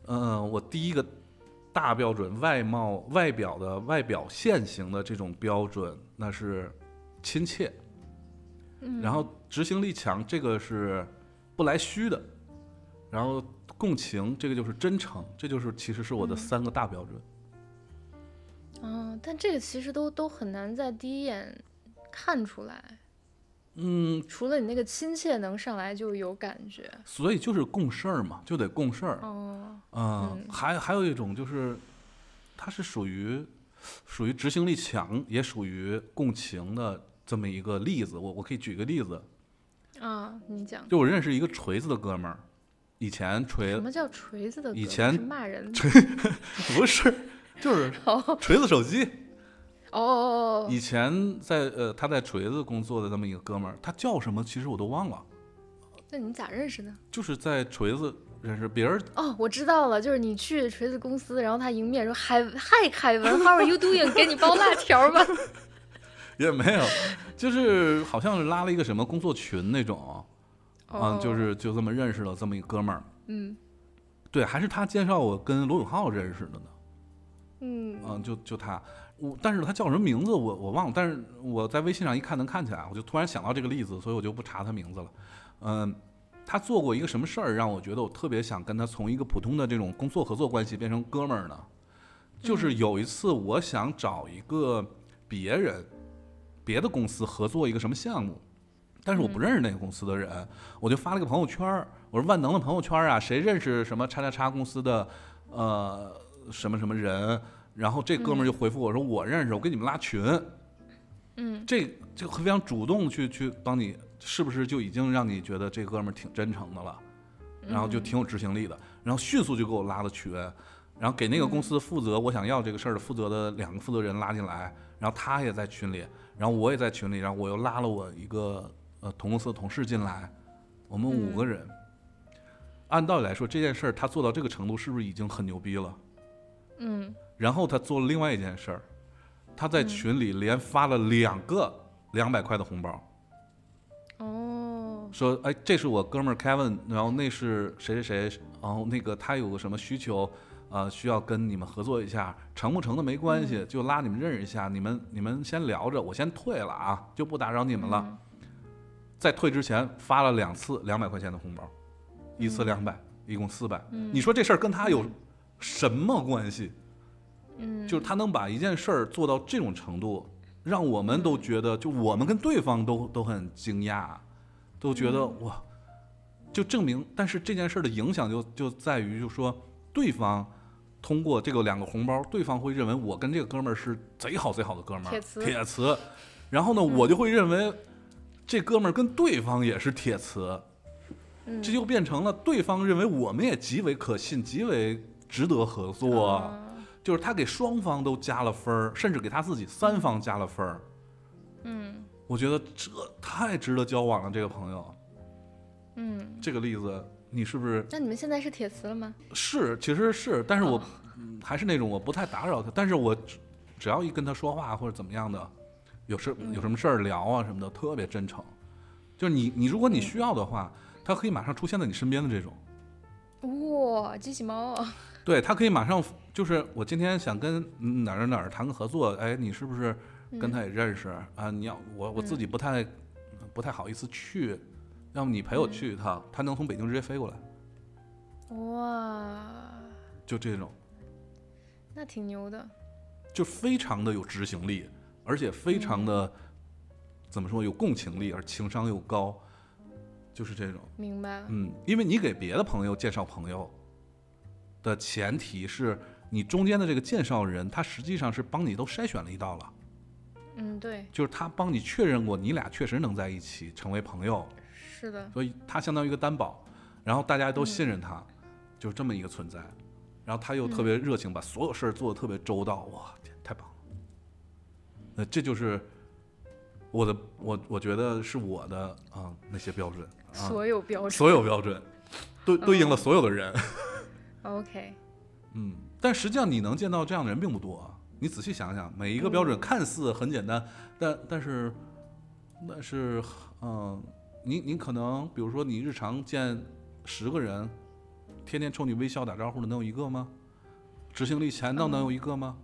S2: 嗯、我第一个大标准外貌、外表的外表现型的这种标准，那是亲切。然后执行力强，这个是不来虚的。然后共情，这个就是真诚，这就是其实是我的三个大标准。
S3: 啊，但这个其实都都很难在第一眼看出来，
S2: 嗯，
S3: 除了你那个亲切能上来就有感觉。
S2: 所以就是共事儿嘛，就得共事儿。
S3: 哦，
S2: 嗯，还还有一种就是，它是属于属于执行力强，也属于共情的这么一个例子。我我可以举个例子，
S3: 啊，你讲
S2: 就我认识一个锤子的哥们儿，以前锤
S3: 什么叫锤子的
S2: 呃
S3: 歌？
S2: 以前
S3: 是骂人的。
S2: 不是就是
S3: [LAUGHS] 哦
S2: 锤子手机，
S3: 哦哦哦
S2: 以前在呃他在锤子工作的这么一个哥们儿，他叫什么其实我都忘了，
S3: 哦，那你们咋认识的？
S2: 就是在锤子认识别人
S3: 哦，我知道了，就是你去锤子公司，然后他迎面说嗨嗨，凯文，How are you doing？给你包辣条吧。
S2: 也没有，就是好像是拉了一个什么工作群那种，啊，
S3: 哦，
S2: 就是就这么认识了这么一个哥们儿。
S3: 嗯
S2: 对，还是他介绍我跟罗永浩认识的呢。
S3: 嗯
S2: 嗯，就就他，我但是他叫什么名字我我忘了，但是我在微信上一看能看起来，我就突然想到这个例子，所以我就不查他名字了。嗯，他做过一个什么事儿让我觉得我特别想跟他从一个普通的这种工作合作关系变成哥们儿呢？就是有一次我想找一个别人别的公司合作一个什么项目，但是我不认识那个公司的人，我就发了个朋友圈儿，我说万能的朋友圈儿啊，谁认识什么叉叉叉公司的呃什么什么人？然后这哥们儿就回复我说我认识，我给你们拉群。
S3: 嗯
S2: 这这个非常主动去去帮你，是不是就已经让你觉得这哥们儿挺真诚的了？然后就挺有执行力的，然后迅速就给我拉了群，然后给那个公司负责我想要这个事儿的负责的两个负责人拉进来，然后他也在群里，然后我也在群里，然后我又拉了我一个呃同公司的同事进来，我们五个人。按道理来说，这件事儿他做到这个程度，是不是已经很牛逼了？
S3: 嗯，
S2: 然后他做了另外一件事儿，他在群里连发了两个两百块的红包，
S3: 哦，
S2: 说：“哎，这是我哥们儿 Kevin，然后那是谁谁谁，然后那个他有个什么需求，呃，需要跟你们合作一下，成不成的没关系，就拉你们认识一下，你们你们先聊着，我先退了啊，就不打扰你们了。在退之前发了两次两百块钱的红包，一次两百、一共四百、你说这事儿跟他有什么关系？
S3: 嗯，
S2: 就是他能把一件事儿做到这种程度，让我们
S3: 嗯
S2: 都觉得，就我们跟对方都都很惊讶，都觉得
S3: 嗯
S2: 哇，就证明。但是这件事儿的影响就就在于，就说对方通过这个两个红包，对方会认为我跟这个哥们儿是贼好贼好的哥们儿，
S3: 铁嗯磁
S2: 铁磁。然后呢，我就会认为这哥们儿跟对方也是铁磁，
S3: 嗯
S2: 这就变成了对方认为我们也极为可信，极为值得合作。
S3: 啊
S2: 就是他给双方都加了分儿，甚至给他自己三方加了分儿。
S3: 嗯
S2: 我觉得这太值得交往了，这个朋友。
S3: 嗯，
S2: 这个例子，你是不是
S3: 那你们现在是铁磁了吗？
S2: 是？其实是，但是我、
S3: 哦
S2: 嗯还是那种我不太打扰他，但是我只只要一跟他说话或者怎么样的，有事
S3: 嗯
S2: 有什么事儿聊啊什么的，特别真诚。就是你你如果
S3: 嗯
S2: 你需要的话，他可以马上出现在你身边的这种。
S3: 哇，机器猫，啊
S2: 对他可以马上就是我今天想跟嗯哪儿哪儿谈个合作，哎，你是不是跟他也认识、啊？你要我我自己不太、不太好意思去，要么你陪我去一趟，他能从北京直接飞过来，
S3: 哇，
S2: 就这种，
S3: 那挺牛的。
S2: 就非常的有执行力，而且非常的、怎么说有共情力，而情商又高，就是这种，
S3: 明白了，
S2: 嗯，因为你给别的朋友介绍朋友，的前提是你中间的这个介绍人，他实际上是帮你都筛选了一道了，
S3: 嗯，对，
S2: 就是他帮你确认过你俩确实能在一起成为朋友，
S3: 是的，
S2: 所以他相当于一个担保，然后大家都信任他，就是这么一个存在。然后他又特别热情，把所有事儿做得特别周到，哇，天太棒了！那这就是我的，我我觉得是我的啊、那些标准啊，
S3: 所有标准。
S2: 所有标准对对应了所有的人，
S3: OK，
S2: 嗯，但实际上你能见到这样的人并不多啊。你仔细想想，每一个标准看似很简单，但但是，但是，嗯、你你可能比如说你日常见十个人，天天冲你微笑打招呼的能有一个吗？执行力强的能有一个吗？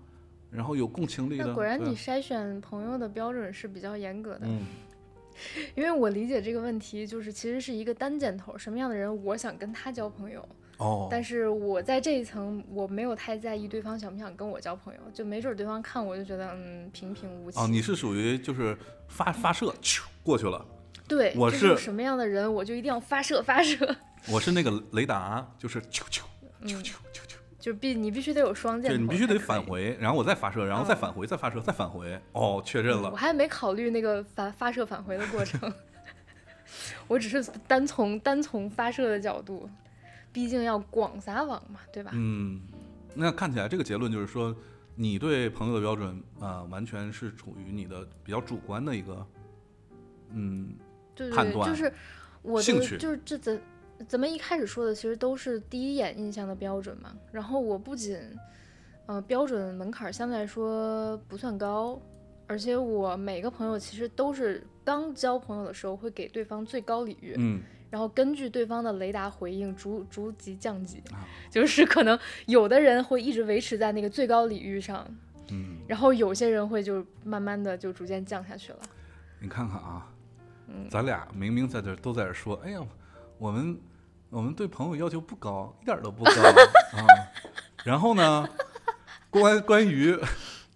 S2: 然后有共情力
S3: 那
S2: 的，
S3: 果然
S2: 对啊
S3: 你筛选朋友的标准是比较严格的，
S2: 嗯
S3: 因为我理解这个问题就是其实是一个单箭头，什么样的人我想跟他交朋友，
S2: 哦，
S3: 但是我在这一层我没有太在意对方想不想跟我交朋友，就没准对方看我就觉得嗯平平无奇。
S2: 哦，你是属于就是发发射咻过去了，
S3: 对，
S2: 我
S3: 就是
S2: 是
S3: 什么样的人我就一定要发射发射，嗯
S2: 我是那个雷达，就是啾啾啾啾啾啾。
S3: 就必你必须得有双箭
S2: 对
S3: 头，
S2: 你必须得返
S3: 反。
S2: 回，然后我再发射，然后再
S3: 嗯
S2: 返回，再发射，再返回。哦，确认
S3: 我
S2: 了。
S3: 还没考虑那个发发射返回的过程， [LAUGHS] 我只是单从单从发射的角度，毕竟要广撒网嘛，对吧？
S2: 嗯，那看起来这个结论就是说，你对朋友的标准啊、完全是处于你的比较主观的一个，嗯，
S3: 对
S2: 判
S3: 对对，
S2: 断
S3: 就是我
S2: 兴
S3: 的
S2: 趣
S3: 就是这咱咱们一开始说的，其实都是第一眼印象的标准嘛。然后我不仅呃标准门槛儿相对来说不算高，而且我每个朋友其实都是刚交朋友的时候会给对方最高礼遇，
S2: 嗯
S3: 然后根据对方的雷达回应逐逐级降级
S2: 啊，
S3: 就是可能有的人会一直维持在那个最高礼遇上，
S2: 嗯，
S3: 然后有些人会就慢慢的就逐渐降下去了。
S2: 你看看啊，咱俩明明在这儿都在这儿说，哎呀，我们我们对朋友要求不高，一点儿都不高啊。然后呢，关关于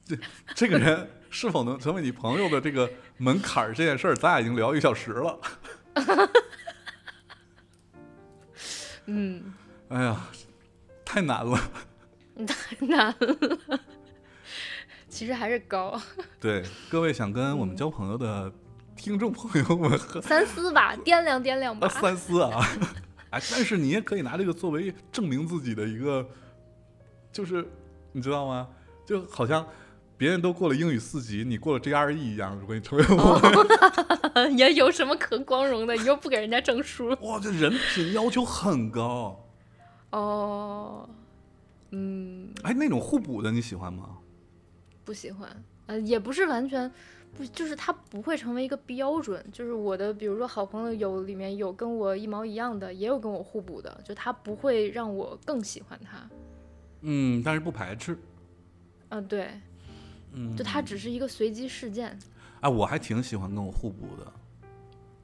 S2: 这这个人是否能成为你朋友的这个门槛儿这件事儿，咱俩已经聊一个小时了。
S3: 嗯，
S2: 哎呀，太难了。
S3: 太难了， [LAUGHS] 其实还是高，
S2: 对各位想跟我们交朋友的听众朋友们和
S3: 三思吧，掂量掂 [LAUGHS] 量吧
S2: 啊，。三思啊！ [LAUGHS] 哎，但是你也可以拿这个作为证明自己的一个，就是你知道吗？就好像别人都过了英语四级，你过了 GRE 一样。如果你成为我，
S3: 也有什么可光荣的？你又不给人家证书。
S2: 哇，这人品要求很高。
S3: 哦，嗯，
S2: 哎，那种互补的你喜欢吗？
S3: 不喜欢，呃，也不是完全不，就是它不会成为一个标准。就是我的，比如说好朋友有里面有跟我一毛一样的，也有跟我互补的，就他不会让我更喜欢他。
S2: 嗯，但是不排斥。
S3: 嗯、对，
S2: 嗯
S3: 就它只是一个随机事件。
S2: 哎，我还挺喜欢跟我互补的，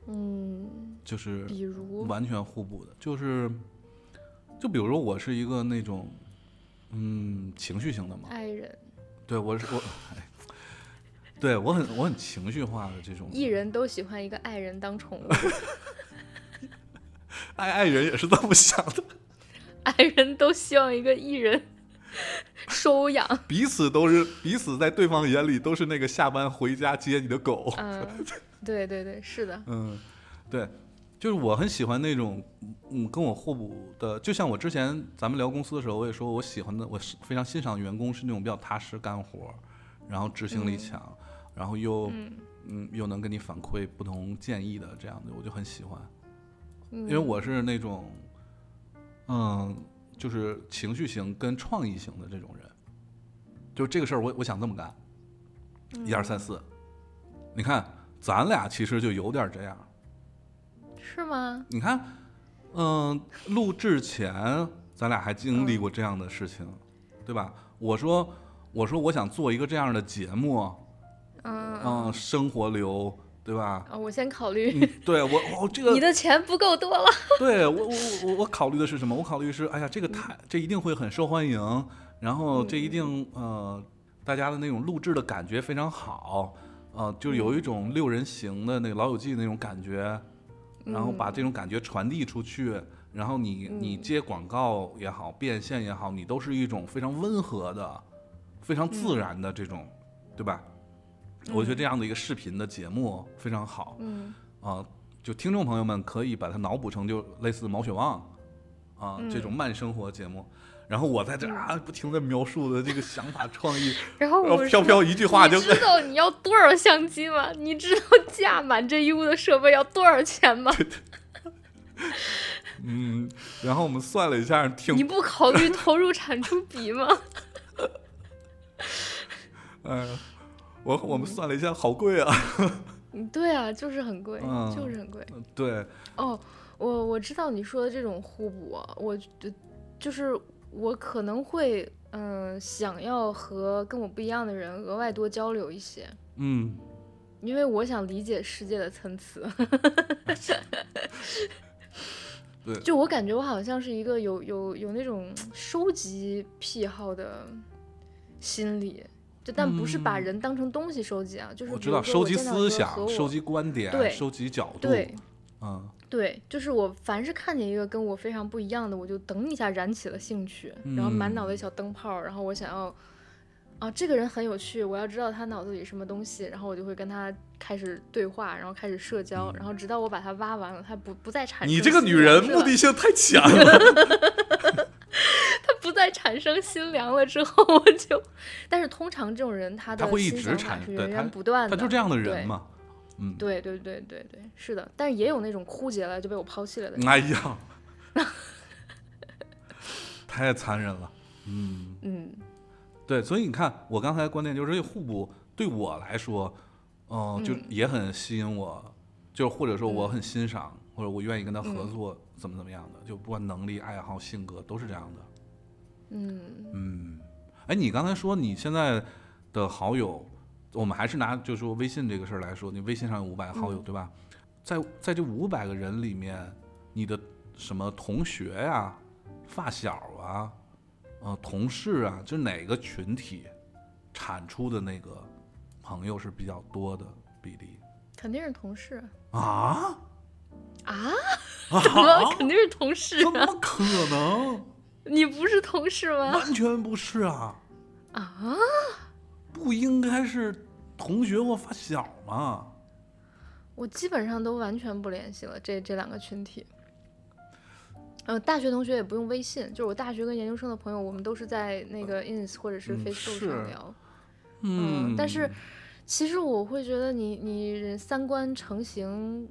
S3: 嗯，
S2: 就是
S3: 比如，
S2: 完全互补的，就是就比如说我是一个那种嗯情绪型的嘛，
S3: 爱人，
S2: 对，我是我，哎对我很我很情绪化的这种
S3: 艺人都喜欢一个爱人当宠物，
S2: 爱爱人也是这么想的，
S3: [LAUGHS] 爱人都希望一个艺人 [LAUGHS] 收养。
S2: 彼此都是彼此在对方眼里都是那个下班回家接你的狗，
S3: 嗯、对对对，是的，
S2: 嗯，对，就是我很喜欢那种嗯跟我互补的，就像我之前咱们聊公司的时候，我也说我喜欢的，我是非常欣赏员工是那种比较踏实干活，然后执
S3: 嗯
S2: 行力强，然后又嗯又能给你反馈不同建议的这样的，我就很喜欢。
S3: 因
S2: 因为我是那种，嗯，就是情绪型跟创意型的这种人，就这个事儿我我想这么干，一二三四，你看咱俩其实就有点这样，
S3: 是吗？
S2: 你看，嗯，录制前咱俩还经历过这样的事情，对吧？我说我说我想做一个这样的节目，
S3: 嗯、
S2: 嗯、生活流，对
S3: [LAUGHS]
S2: 吧？
S3: 啊，我先考虑。
S2: 嗯，对我哦，这个
S3: [LAUGHS] 你的钱不够多了。
S2: 对我我我我考虑的是什么？我考虑是，哎呀，这个太这一定会很受欢迎，然后这一定呃，大家的那种录制的感觉非常好，呃，就有一种六人行的那个《老友记》那种感觉，然后把这种感觉传递出去，然后你你
S3: 嗯
S2: 接广告也好，变现也好，你都是一种非常温和的、非常自然的这种，对吧？我觉得这样的一个视频的节目非常好
S3: 嗯
S2: 啊、就听众朋友们可以把它脑补成就类似毛血旺啊、这
S3: 嗯
S2: 种慢生活节目。然后我在这啊不停的描述的这个想法创意，
S3: 然后
S2: 然后
S3: 我
S2: 飘
S3: 说
S2: 飘一句话就
S3: 你知道你要多少相机吗？你知道架满这一屋的设备要多少钱吗？
S2: 嗯，然后我们算了一下，
S3: 你
S2: 听，
S3: 不考虑投入产出比吗？ [LAUGHS]
S2: 呃，我我们算了一下，好贵啊。
S3: 嗯对啊，就是很贵，
S2: 嗯
S3: 就是很贵。
S2: 对，
S3: 哦，我我知道你说的这种互补啊，我觉得就是我可能会嗯、呃想要和跟我不一样的人额外多交流一些，
S2: 嗯，
S3: 因为我想理解世界的参差。
S2: [LAUGHS] 对
S3: 就我感觉我好像是一个有有有那种收集癖好的心理，就但不是把
S2: 嗯
S3: 人当成东西收集啊，就是
S2: 我
S3: 比
S2: 知
S3: 如
S2: 道，
S3: 说
S2: 收
S3: 我
S2: 集
S3: 见到
S2: 思
S3: 一个和
S2: 想、
S3: 我
S2: 收集观
S3: 对
S2: 点、收集角度，
S3: 对
S2: 嗯
S3: 对，就是我凡是看见一个跟我非常不一样的，我就噔一下燃起了兴趣，然后满脑袋
S2: 嗯
S3: 小灯泡儿，然后我想要，啊，这个人很有趣，我要知道他脑子里什么东西，然后我就会跟他开始对话，然后开始社交，然后直到我把他挖完了，他不不再产生
S2: 你这个
S3: 新
S2: 女人
S3: 粮食
S2: 目
S3: 了
S2: 的性太
S3: [LAUGHS]
S2: 强了。
S3: 他不再产生新粮了之后， [LAUGHS] 我就，但是通常这种人他的
S2: 他会一
S3: 新
S2: 直
S3: 想法
S2: 产
S3: 是
S2: 对
S3: 源
S2: 他
S3: 源不断
S2: 他
S3: 的，
S2: 就这样的人
S3: 对
S2: 嘛，嗯，
S3: 对对对对对，是的，但是也有那种枯竭了就被我抛弃了的人，
S2: 哎呀，太残忍了，嗯，
S3: 嗯
S2: 对，所以你看，我刚才观点就是这个互补对我来说，嗯、就
S3: 嗯
S2: 也很吸引我，就或者说我
S3: 嗯
S2: 很欣赏，或者我愿意跟他合
S3: 嗯
S2: 作，怎么怎么样的，就不管能力、爱好、性格都是这样的。
S3: 嗯。
S2: 嗯，哎，你刚才说你现在的好友，我们还是拿就是说微信这个事儿来说，你微信上有五百
S3: 嗯
S2: 好友、对吧？在在这五百个人里面，你的什么同学呀、发小啊、呃同事啊，就是哪个群体产出的那个朋友是比较多的比例
S3: 肯定是同事
S2: 啊？
S3: 啊？ [LAUGHS] 怎么肯定是同事
S2: 怎
S3: 啊？
S2: 么可
S3: [LAUGHS]
S2: 能？
S3: 你不是同事吗？
S2: 完全不是啊！
S3: 啊？
S2: 不应该是同学或发小吗？
S3: 我基本上都完全不联系了，这这两个群体。呃，大学同学也不用微信，就是我大学跟研究生的朋友，我们都是在那个 ins 或者是
S2: 嗯
S3: Facebook
S2: 是
S3: 上聊。嗯但是其实我会觉得你你人三观成型，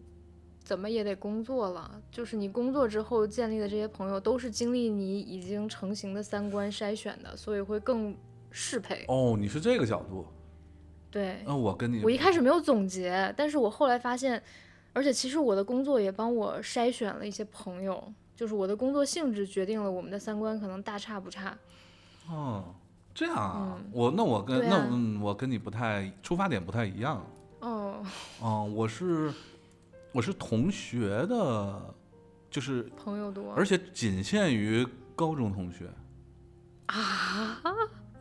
S3: 怎么也得工作了。就是你工作之后建立的这些朋友，都是经历你已经成型的三观筛选的，所以会更适配。
S2: 哦，你是这个角度，
S3: 对，
S2: 那我跟你
S3: 我一开始没有总结，但是我后来发现，而且其实我的工作也帮我筛选了一些朋友，就是我的工作性质决定了我们的三观可能大差不差。
S2: 哦，这样啊，
S3: 嗯
S2: 我那我跟、
S3: 对
S2: 那
S3: 啊
S2: 嗯，我跟你不太出发点不太一样，
S3: 哦，
S2: 嗯，我是我是同学的，就是
S3: 朋友多，
S2: 而且仅限于高中同学，
S3: 啊，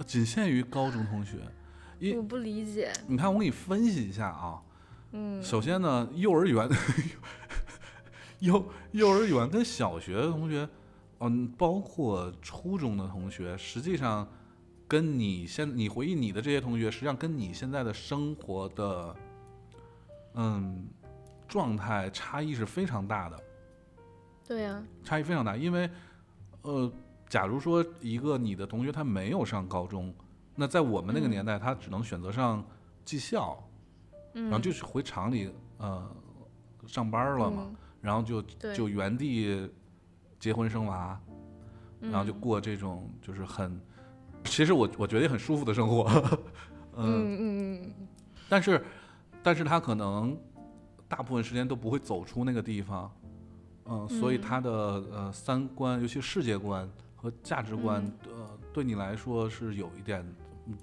S2: 仅限于高中同学。一
S3: 我不理解。
S2: 你看，我给你分析一下啊，
S3: 嗯
S2: 首先呢，幼儿园， [LAUGHS] 幼幼儿园跟小学的同学，嗯，包括初中的同学，实际上跟你现你回忆你的这些同学，实际上跟你现在的生活的，嗯，状态差异是非常大的，
S3: 对呀、
S2: 差异非常大，因为，呃，假如说一个你的同学他没有上高中，那在我们那个
S3: 嗯
S2: 年代，他只能选择上技校。
S3: 嗯，
S2: 然后就是回厂里呃上班了嘛，
S3: 嗯
S2: 然后就
S3: 对
S2: 就原地结婚生娃，
S3: 嗯，
S2: 然后就过这种就是很，其实我我觉得也很舒服的生活， [LAUGHS] 嗯，
S3: 嗯嗯嗯
S2: 但是但是他可能大部分时间都不会走出那个地方，嗯，所以
S3: 嗯
S2: 他的呃三观，尤其世界观和价值观，
S3: 嗯
S2: 呃，对你来说是有一点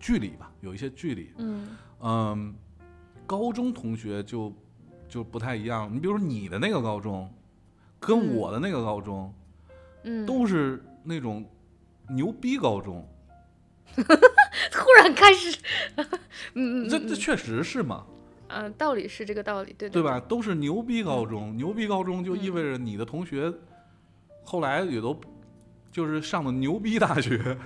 S2: 距离吧，有一些距离，
S3: 嗯
S2: 嗯，高中同学就就不太一样。你比如说你的那个高中，跟
S3: 嗯
S2: 我的那个高中、
S3: 嗯，
S2: 都是那种牛逼高中，
S3: 突然开始，嗯嗯，
S2: 这这确实是嘛，
S3: 嗯、啊道理是这个道理，对
S2: 对
S3: 对嗯
S2: 吧？都是牛逼高中，牛逼高中就意味着你的同学后来也都就是上的牛逼大学。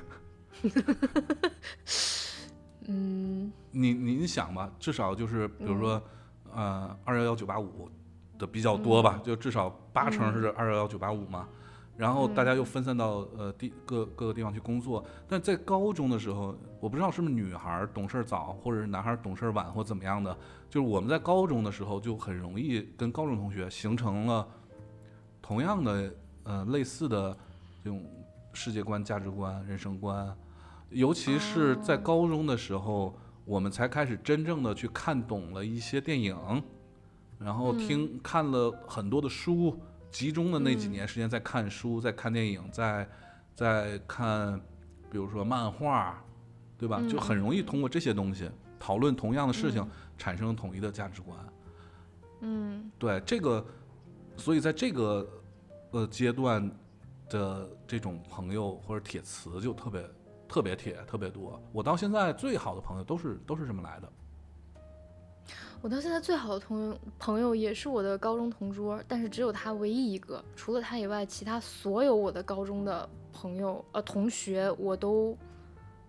S3: 嗯，
S2: 你你你想吧，至少就是比如说，呃，二幺幺九八五的比较多吧，就至少八成是二幺幺九八五嘛。然后大家又分散到呃地各各个地方去工作，但在高中的时候，我不知道是不是女孩儿懂事儿早，或者是男孩儿懂事儿晚，或怎么样的，就是我们在高中的时候就很容易跟高中同学形成了同样的呃类似的这种世界观、价值观、人生观，尤其是在高中的时候，我们才开始真正的去看懂了一些电影，然后听、看了很多的书，集中的那几年时间在看书，在看电影，在在看，比如说漫画，对吧？就很容易通过这些东西讨论同样的事情，产生统一的价值观。嗯，对这个，所以在这个呃阶段的这种朋友或者铁磁就特别特别铁，特别多。我到现在最好的朋友都是都是这么来的。
S3: 我到现在最好的同朋友也是我的高中同桌，但是只有他唯一一个，除了他以外，其他所有我的高中的朋友呃同学我都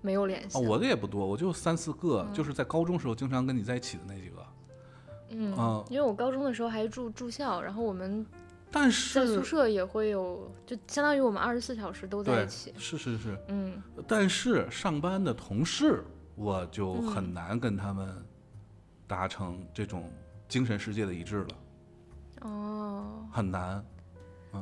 S3: 没有联系
S2: 啊，
S3: 了。
S2: 我的也不多，我就三四个，就是在高中时候经常跟你在一起的那几个。
S3: 嗯，
S2: 啊
S3: 因为我高中的时候还住住校，然后我们
S2: 但
S3: 在宿
S2: 是，
S3: 舍也会有，就相当于我们二十四小时都在
S2: 对
S3: 一，起。
S2: 是是是，
S3: 嗯，
S2: 但是上班的同事，我就
S3: 嗯
S2: 很难跟他们达成这种精神世界的一致了，
S3: 哦，
S2: 很难。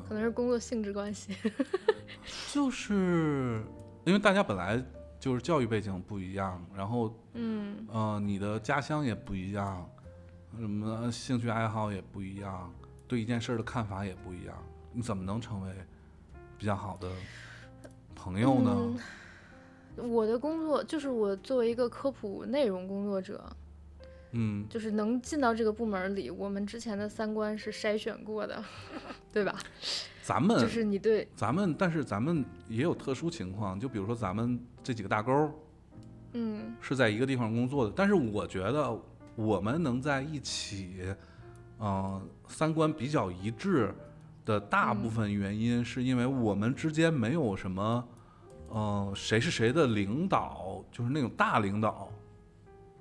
S3: 可能是工作性质关系。 [LAUGHS]
S2: 就是因为大家本来就是教育背景不一样，然后
S3: 嗯
S2: 呃，你的家乡也不一样，什么兴趣爱好也不一样，对一件事儿的看法也不一样，你怎么能成为比较好的朋友呢？
S3: 嗯我的工作就是我作为一个科普内容工作者，
S2: 嗯，
S3: 就是能进到这个部门里，我们之前的三观是筛选过的， [LAUGHS] 对吧？
S2: 咱们、
S3: 就是你对，
S2: 咱们，但是咱们也有特殊情况，就比如说咱们这几个大钩儿
S3: 嗯
S2: 是在一个地方工作的，但是我觉得我们能在一起，嗯、三观比较一致的大部分原因，是因为我们之间没有什么，嗯、谁是谁的领导，就是那种大领导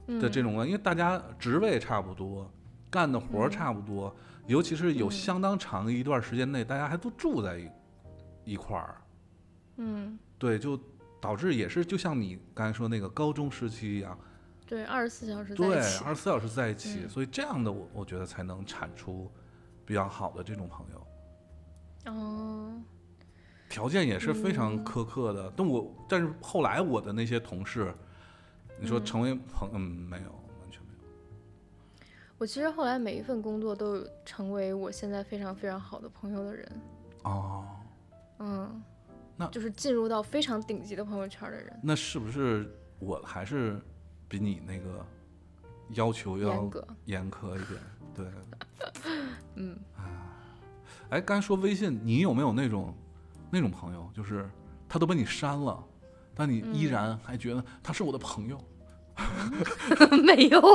S2: 的这种关系，因为大家职位差不多，干的活儿差不多，尤其是有相当长一段时间内，大家还都住在一一块儿，
S3: 嗯，
S2: 对，就导致也是就像你刚才说那个高中时期一样。
S3: 对，二十四小时在
S2: 对
S3: 一起，。
S2: 二十四小时在一起，
S3: 嗯
S2: 所以这样的我我觉得才能产出比较好的这种朋友，
S3: 哦，
S2: 条件也是非
S3: 嗯
S2: 常苛刻的。但我但是后来我的那些同事，你说成为朋嗯没有完全没有，
S3: 我其实后来每一份工作都有成为我现在非常非常好的朋友的人，
S2: 哦，
S3: 嗯，
S2: 那
S3: 就是进入到非常顶级的朋友圈的人，
S2: 那是不是我还是比你那个要求要
S3: 严格。 [LAUGHS]
S2: 严苛一点？对，嗯哎，刚才说微信，你有没有那种那种朋友，就是他都被你删了，但你
S3: 嗯
S2: 依然还觉得他是我的朋友？
S3: 没有， [LAUGHS]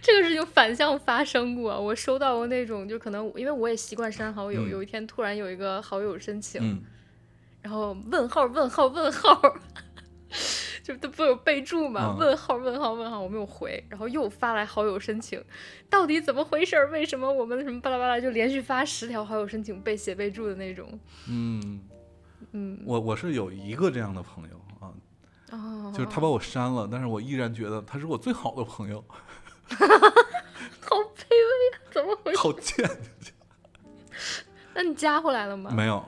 S3: 这个事情反向发生过。我收到过那种，就可能因为我也习惯删好友，
S2: 嗯
S3: 有一天突然有一个好友申请，
S2: 嗯，
S3: 然后问号问号问号， [LAUGHS] 就都不有备注嘛，
S2: 嗯
S3: 问号问号问号，我没有回，然后又发来好友申请，到底怎么回事儿？为什么我们什么巴拉巴拉就连续发十条好友申请被写备注的那种？
S2: 嗯，嗯，我我是有一个这样的朋友啊，
S3: 哦，
S2: 就是他把我删了，但是我依然觉得他是我最好的朋友，
S3: 好卑微啊，怎么回事？
S2: 好贱。
S3: 那你加回来了吗？
S2: 没有，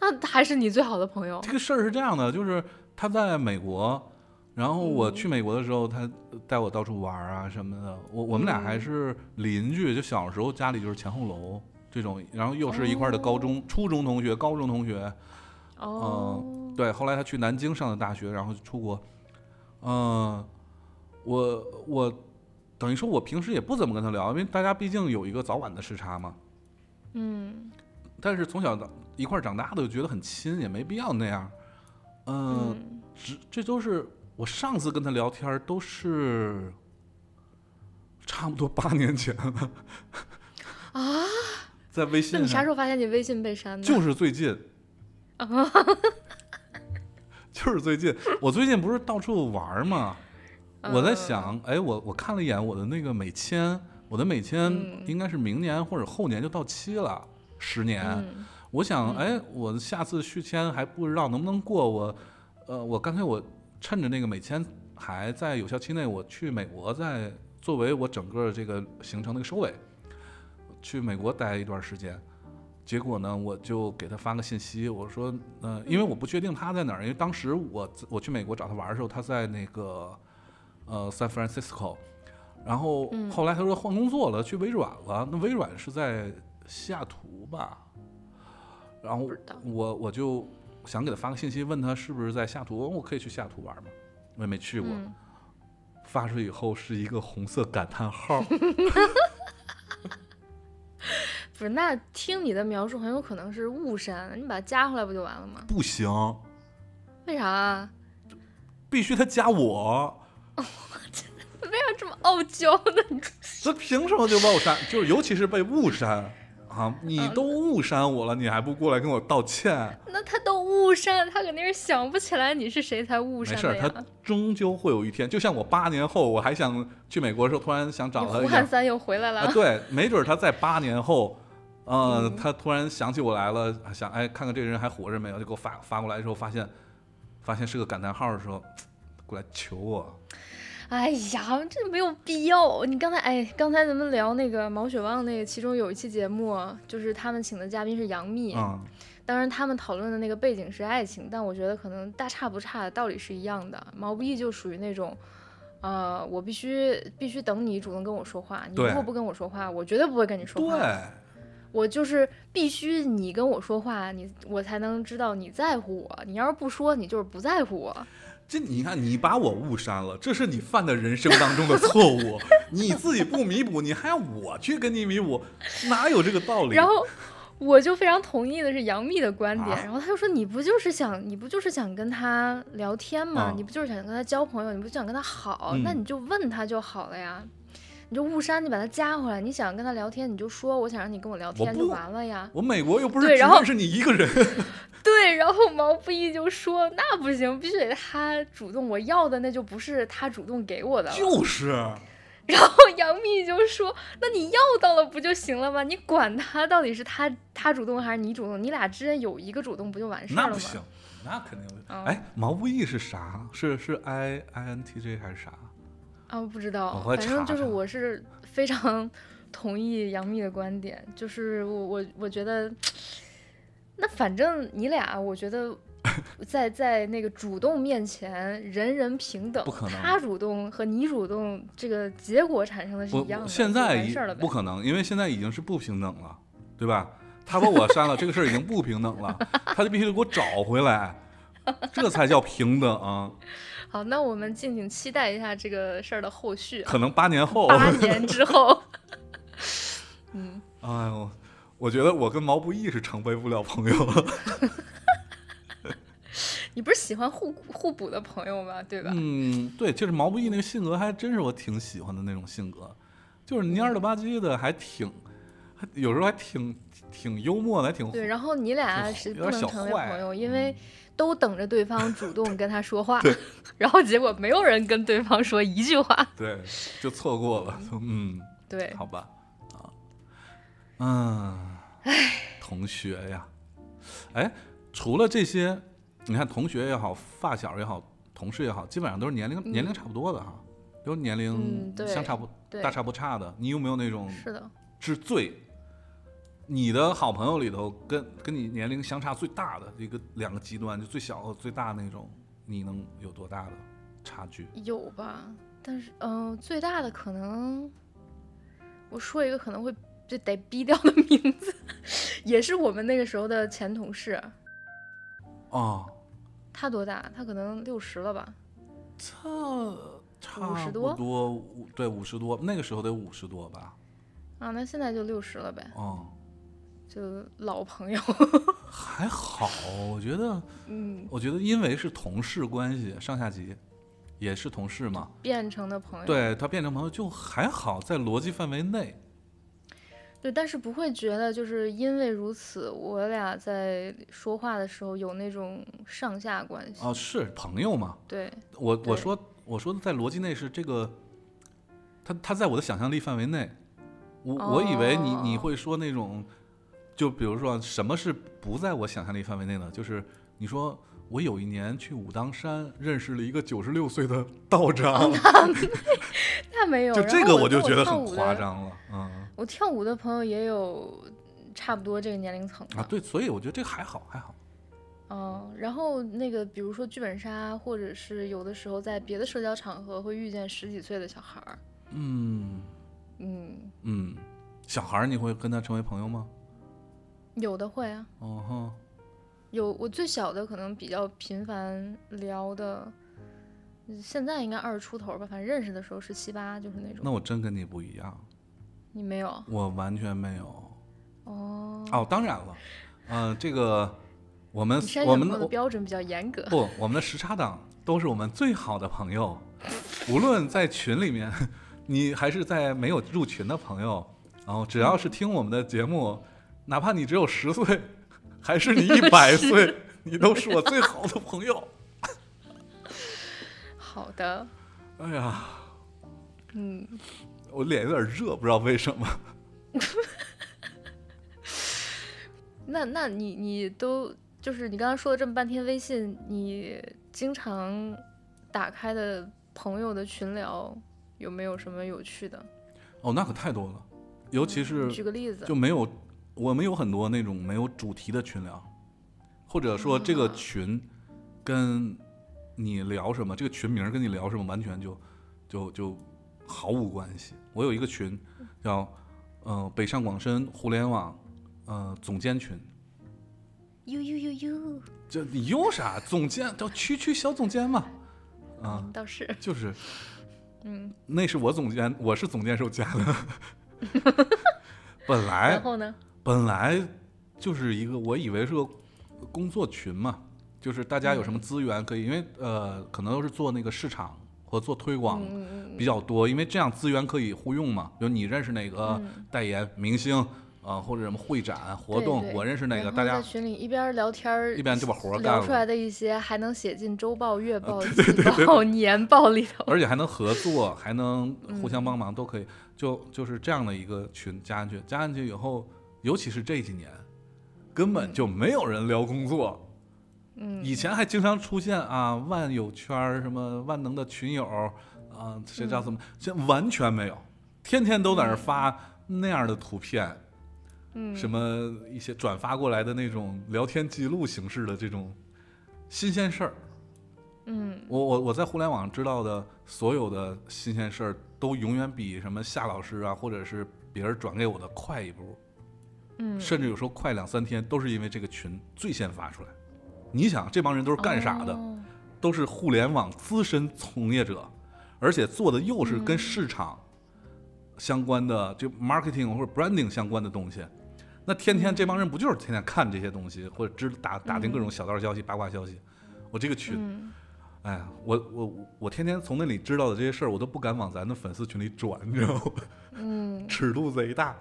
S3: 那还是你最好的朋友。
S2: 这个事儿是这样的，就是他在美国，然后我去美国的时候，他带我到处玩儿啊什么的。我我们俩还是邻居，就小时候家里就是前后楼这种，然后又是一块儿的高中、初中同学、高中同学，
S3: 哦，
S2: 嗯，对，后来他去南京上的大学，然后就出国。嗯、我我等于说，我平时也不怎么跟他聊，因为大家毕竟有一个早晚的时差嘛。
S3: 嗯
S2: 但是从小到一块儿长大的，就觉得很亲，也没必要那样。嗯，
S3: 嗯
S2: 只这都是我上次跟他聊天儿都是差不多八年前了。
S3: 啊，
S2: 在微
S3: 那
S2: 信
S3: 你啥
S2: 上
S3: 时，候发现你微信被删的？
S2: 就是最
S3: [LAUGHS]
S2: 近，
S3: 啊，
S2: 就是最近，我最近不是到处玩儿嘛，我在
S3: 嗯
S2: 想，哎，我我看了一眼我的那个美签，我的美签
S3: 嗯
S2: 应该是明年或者后年就到期了，十年。
S3: 嗯
S2: 我想，哎，我下次续签还不知道能不能过，我，呃，我干脆我趁着那个美签还在有效期内，我去美国再作为我整个这个行程的一个收尾，去美国待一段时间。结果呢，我就给他发个信息，我说，嗯、因为我不确定他在哪儿，因为当时我我去美国找他玩的时候，他在那个
S3: 嗯
S2: 呃 San Francisco，然后后来他说换工作了，去微软了，那微软是在西雅图吧？然后
S3: 不知道
S2: 我我就想给他发个信息，问他是不是在西雅图，我可以去西雅图玩吗？我也没去过。
S3: 嗯
S2: 发出去以后是一个红色感叹号， [LAUGHS]
S3: 不是，那听你的描述，很有可能是误删，你把它加回来不就完了吗？
S2: 不行，
S3: 为啥啊？
S2: 必须他加我。
S3: 为啥这么傲娇呢？你
S2: 这凭什么就把我删？就是尤其是被误删啊！你都误删我了，你还不过来跟我道歉？
S3: [LAUGHS] 那他都误删，他肯定是想不起来你是谁才误
S2: 没
S3: 删
S2: 事儿，
S3: 的
S2: 他
S3: 呀。
S2: 终究会有一天，就像我八年后，我还想去美国的时候，突然想
S3: 你
S2: 找他
S3: 胡
S2: 一
S3: 汉
S2: 样。
S3: 三又回来了，
S2: 啊，对，没准儿他在八年后，呃，
S3: 嗯
S2: 他突然想起我来了，想哎看看这个人还活着没有，就给我发发过来的时候，发现发现是个感叹号的时候，过来求我。
S3: [LAUGHS] 哎呀，这没有必要。你刚才哎，刚才咱们聊那个毛血旺那个，其中有一期节目，就是他们请的嘉宾是杨幂，
S2: 嗯，
S3: 当然他们讨论的那个背景是爱情，但我觉得可能大差不差，道理是一样的。毛不易就属于那种。呃，我必须必须等你主动跟我说话，你如
S2: 对
S3: 果不跟我说话，我绝对不会跟你说话。
S2: 对，
S3: 我就是必须你跟我说话，你我才能知道你在乎我。你要是不说，你就是不在乎我。
S2: 这你看，你把我误删了，这是你犯的人生当中的错
S3: [LAUGHS]
S2: 误，你自己不弥补，你还要我去跟你弥补，哪有这个道理？
S3: 然后我就非常同意的是杨幂的观点，
S2: 啊
S3: 然后他就说你不就是想你不就是想跟他聊天吗？
S2: 啊
S3: 你不就是想跟他交朋友？你不就想跟他好？
S2: 嗯
S3: 那你就问他就好了呀。你就误删，你把他加回来。你想跟他聊天，你就说我想让你跟我聊天
S2: 不
S3: 就完了呀。
S2: 我美国又不是只
S3: 对然后
S2: 认识你一个人，
S3: 对，然后毛不易就说那不行，必须得他主动。我要的那就不是他主动给我的了。
S2: 就是
S3: 然后杨幂就说：“那你要到了不就行了吗？你管他到底是他他主动还是你主动，你俩之间有一个主动不就完事
S2: 那
S3: 儿了
S2: 不
S3: 吗？”
S2: 行，那肯定不行。
S3: 啊
S2: 哎，毛不易是啥？是是 I I N T J 还是啥？
S3: 啊，我不知
S2: 我
S3: 道，
S2: 会
S3: 反正
S2: 查
S3: 就是
S2: 查
S3: 我是非常 [LAUGHS] 同意杨幂的观点，就是我我我觉得，那反正你俩，我觉
S2: [LAUGHS]
S3: 得在在那个主动面前，人人平等，
S2: 不可能
S3: 他主动和你主动，这个结果产生的是
S2: 不
S3: 一样的，
S2: 现
S3: 就
S2: 在
S3: 完
S2: 已
S3: 事儿了呗
S2: 不可能，因为现在已经是不平等了，对吧？他把我删了，这个事儿已经不平等了，他就必须得给我找回来，这才叫平等啊！
S3: 好，那我们敬请期待一下这个事儿的后
S2: [LAUGHS]
S3: 续啊。
S2: 可能八年后，
S3: 八年之后，嗯，
S2: 哎呦，我觉得我跟毛不易是成为不了朋友
S3: [LAUGHS]
S2: 了。
S3: 你不是喜欢互互补的朋友吗？对吧？
S2: 嗯，对，就是毛不易那个性格，还真是我挺喜欢的那种性格，就是蔫儿了吧唧的，还挺，还有时候还挺挺幽默的，还挺
S3: 对，然后你俩
S2: 有
S3: 是
S2: 有
S3: 不
S2: 点
S3: 能
S2: 小
S3: 成为
S2: 坏啊嗯
S3: 朋友，因为都等着对方主动跟他说话，然后结果没有人跟对方说一句话。
S2: 对，就错过了。嗯，
S3: 对，
S2: 好吧，啊，嗯，同学呀，哎，除了这些，你看同学也好，发小也好，同事也好，基本上都是年龄、年龄差不多的哈，都是年龄
S3: 嗯对
S2: 相差不、
S3: 对
S2: 大差不差的。你有没有那种
S3: 是的，
S2: 是最你的好朋友里头跟跟你年龄相差最大的一个两个极端，就最小和最大那种，你能有多大的差距？
S3: 有吧？但是，嗯、最大的可能，我说一个可能会就得逼掉的名字，也是我们那个时候的前同事，
S2: 啊，
S3: 他多大？他可能六十了吧？
S2: 这呃差
S3: 50
S2: 不
S3: 多
S2: 多五对五十多，那个时候得五十多吧？
S3: 啊，那现在就六十了呗，
S2: 嗯，
S3: 就老朋友。
S2: 还好，我觉得，
S3: 嗯，
S2: 我觉得因为是同事关系，上下级也是同事嘛，
S3: 变成的朋友。
S2: 对他变成朋友就还好，在逻辑范围内。
S3: 对，但是不会觉得就是因为如此，我俩在说话的时候有那种上下关系。
S2: 哦，是朋友嘛？
S3: 对，
S2: 我我
S3: 对
S2: 说我说的在逻辑内是这个，他他在我的想象力范围内，我、我以为你你
S3: 哦
S2: 会说那种，就比如说啊什么是不在我想象力范围内呢？就是你说我有一年去武当山认识了一个九十六岁的道长，
S3: 哦那没有。
S2: 就
S3: 然
S2: 这个
S3: 后我
S2: 就
S3: 跟我
S2: 觉得
S3: 跳
S2: 很
S3: 舞的
S2: 夸。张了，嗯
S3: 我跳舞的朋友也有差不多这个年龄层的。
S2: 啊对，所以我觉得这个还好还好，
S3: 嗯，然后那个比如说剧本杀，或者是有的时候在别的社交场合会遇见十几岁的小孩儿。
S2: 嗯
S3: 嗯，
S2: 嗯，小孩儿你会跟他成为朋友吗？
S3: 有的会啊，
S2: 哦哼，
S3: 有我最小的可能比较频繁聊的，现在应该二十出头吧，反正认识的时候十七八，就是那种。
S2: 那我真跟你不一样，
S3: 你没有
S2: 我完全没有。
S3: 哦？
S2: 哦，当然了，嗯、这个我们
S3: 你筛
S2: 我
S3: 选
S2: 们
S3: 过的
S2: 的
S3: 标准比较严格。 [LAUGHS]
S2: 不，我们的时差党都是我们最好的朋友，无论在群里面，你还是在没有入群的朋友，然后只要是听我们的节目，哪怕你只有十岁，还是你一百岁，你都是我最好的朋友。
S3: 好的，
S2: 哎呀，
S3: 嗯，
S2: 我脸有点热，不知道为什么。
S3: 那那你你都就是你刚刚说了这么半天微信，你经常打开的朋友的群聊有没有什么有趣的？
S2: 哦，那可太多了，尤其是
S3: 举个例子
S2: 就，没有，我们有很多那种没有主题的群聊，或者说这个群跟你聊什么，这个群名跟你聊什么，完全就就就毫无关系。我有一个群叫呃北上广深互联网呃总监群，
S3: 呦呦呦呦，
S2: 这你用啥总监叫区区小总监嘛，啊、
S3: 倒是
S2: 就是
S3: 嗯，
S2: 那是我总监，我是总监时候加的， [LAUGHS] 本来
S3: 然后呢？
S2: 本来就是一个，我以为是个工作群嘛，就是大家有什么资源可以，因为呃，可能都是做那个市场和做推广
S3: 嗯嗯
S2: 比较多，因为这样资源可以互用嘛。比如你认识哪个
S3: 嗯
S2: 代言明星啊、呃或者什么会展活
S3: 对
S2: 动，
S3: 对
S2: 我认识哪
S3: 然
S2: 个，
S3: 后
S2: 大家
S3: 在群里一边聊天儿，
S2: 一边就把活儿干
S3: 聊出来
S2: 了，啊
S3: 的一些还能写进周报、月报、季报、年报里
S2: [LAUGHS]
S3: 头。
S2: 而且还能合作，还能互相帮忙，都可以。就就是这样的一个群加进去，加进去以后，尤其是这几年，根本就没有人聊工作。
S3: 嗯，
S2: 以前还经常出现啊，万有圈儿什么万能的群友儿啊，谁知
S3: 嗯
S2: 道怎么？现在完全没有，天天都在那儿发那样的图片，
S3: 嗯
S2: 什么一些转发过来的那种聊天记录形式的这种新鲜事儿。
S3: 嗯，
S2: 我我我在互联网知道的所有的新鲜事儿，都永远比什么夏老师啊，或者是别人转给我的快一步，
S3: 嗯
S2: 甚至有时候快两三天，都是因为这个群最先发出来。你想，这帮人都是干啥的？
S3: 哦
S2: 都是互联网资深从业者，而且做的又是
S3: 嗯
S2: 跟市场相关的，就 marketing 或者 branding 相关的东西。那天
S3: 嗯
S2: 天这帮人不就是天天看这些东西，或者知打打听各种小道消息、八卦消息？我这个群，
S3: 嗯，
S2: 哎呀，我我我我天天从那里知道的这些事儿，我都不敢往咱的粉丝群里转，你知道吗？ [LAUGHS]
S3: 嗯，
S2: 尺度贼大。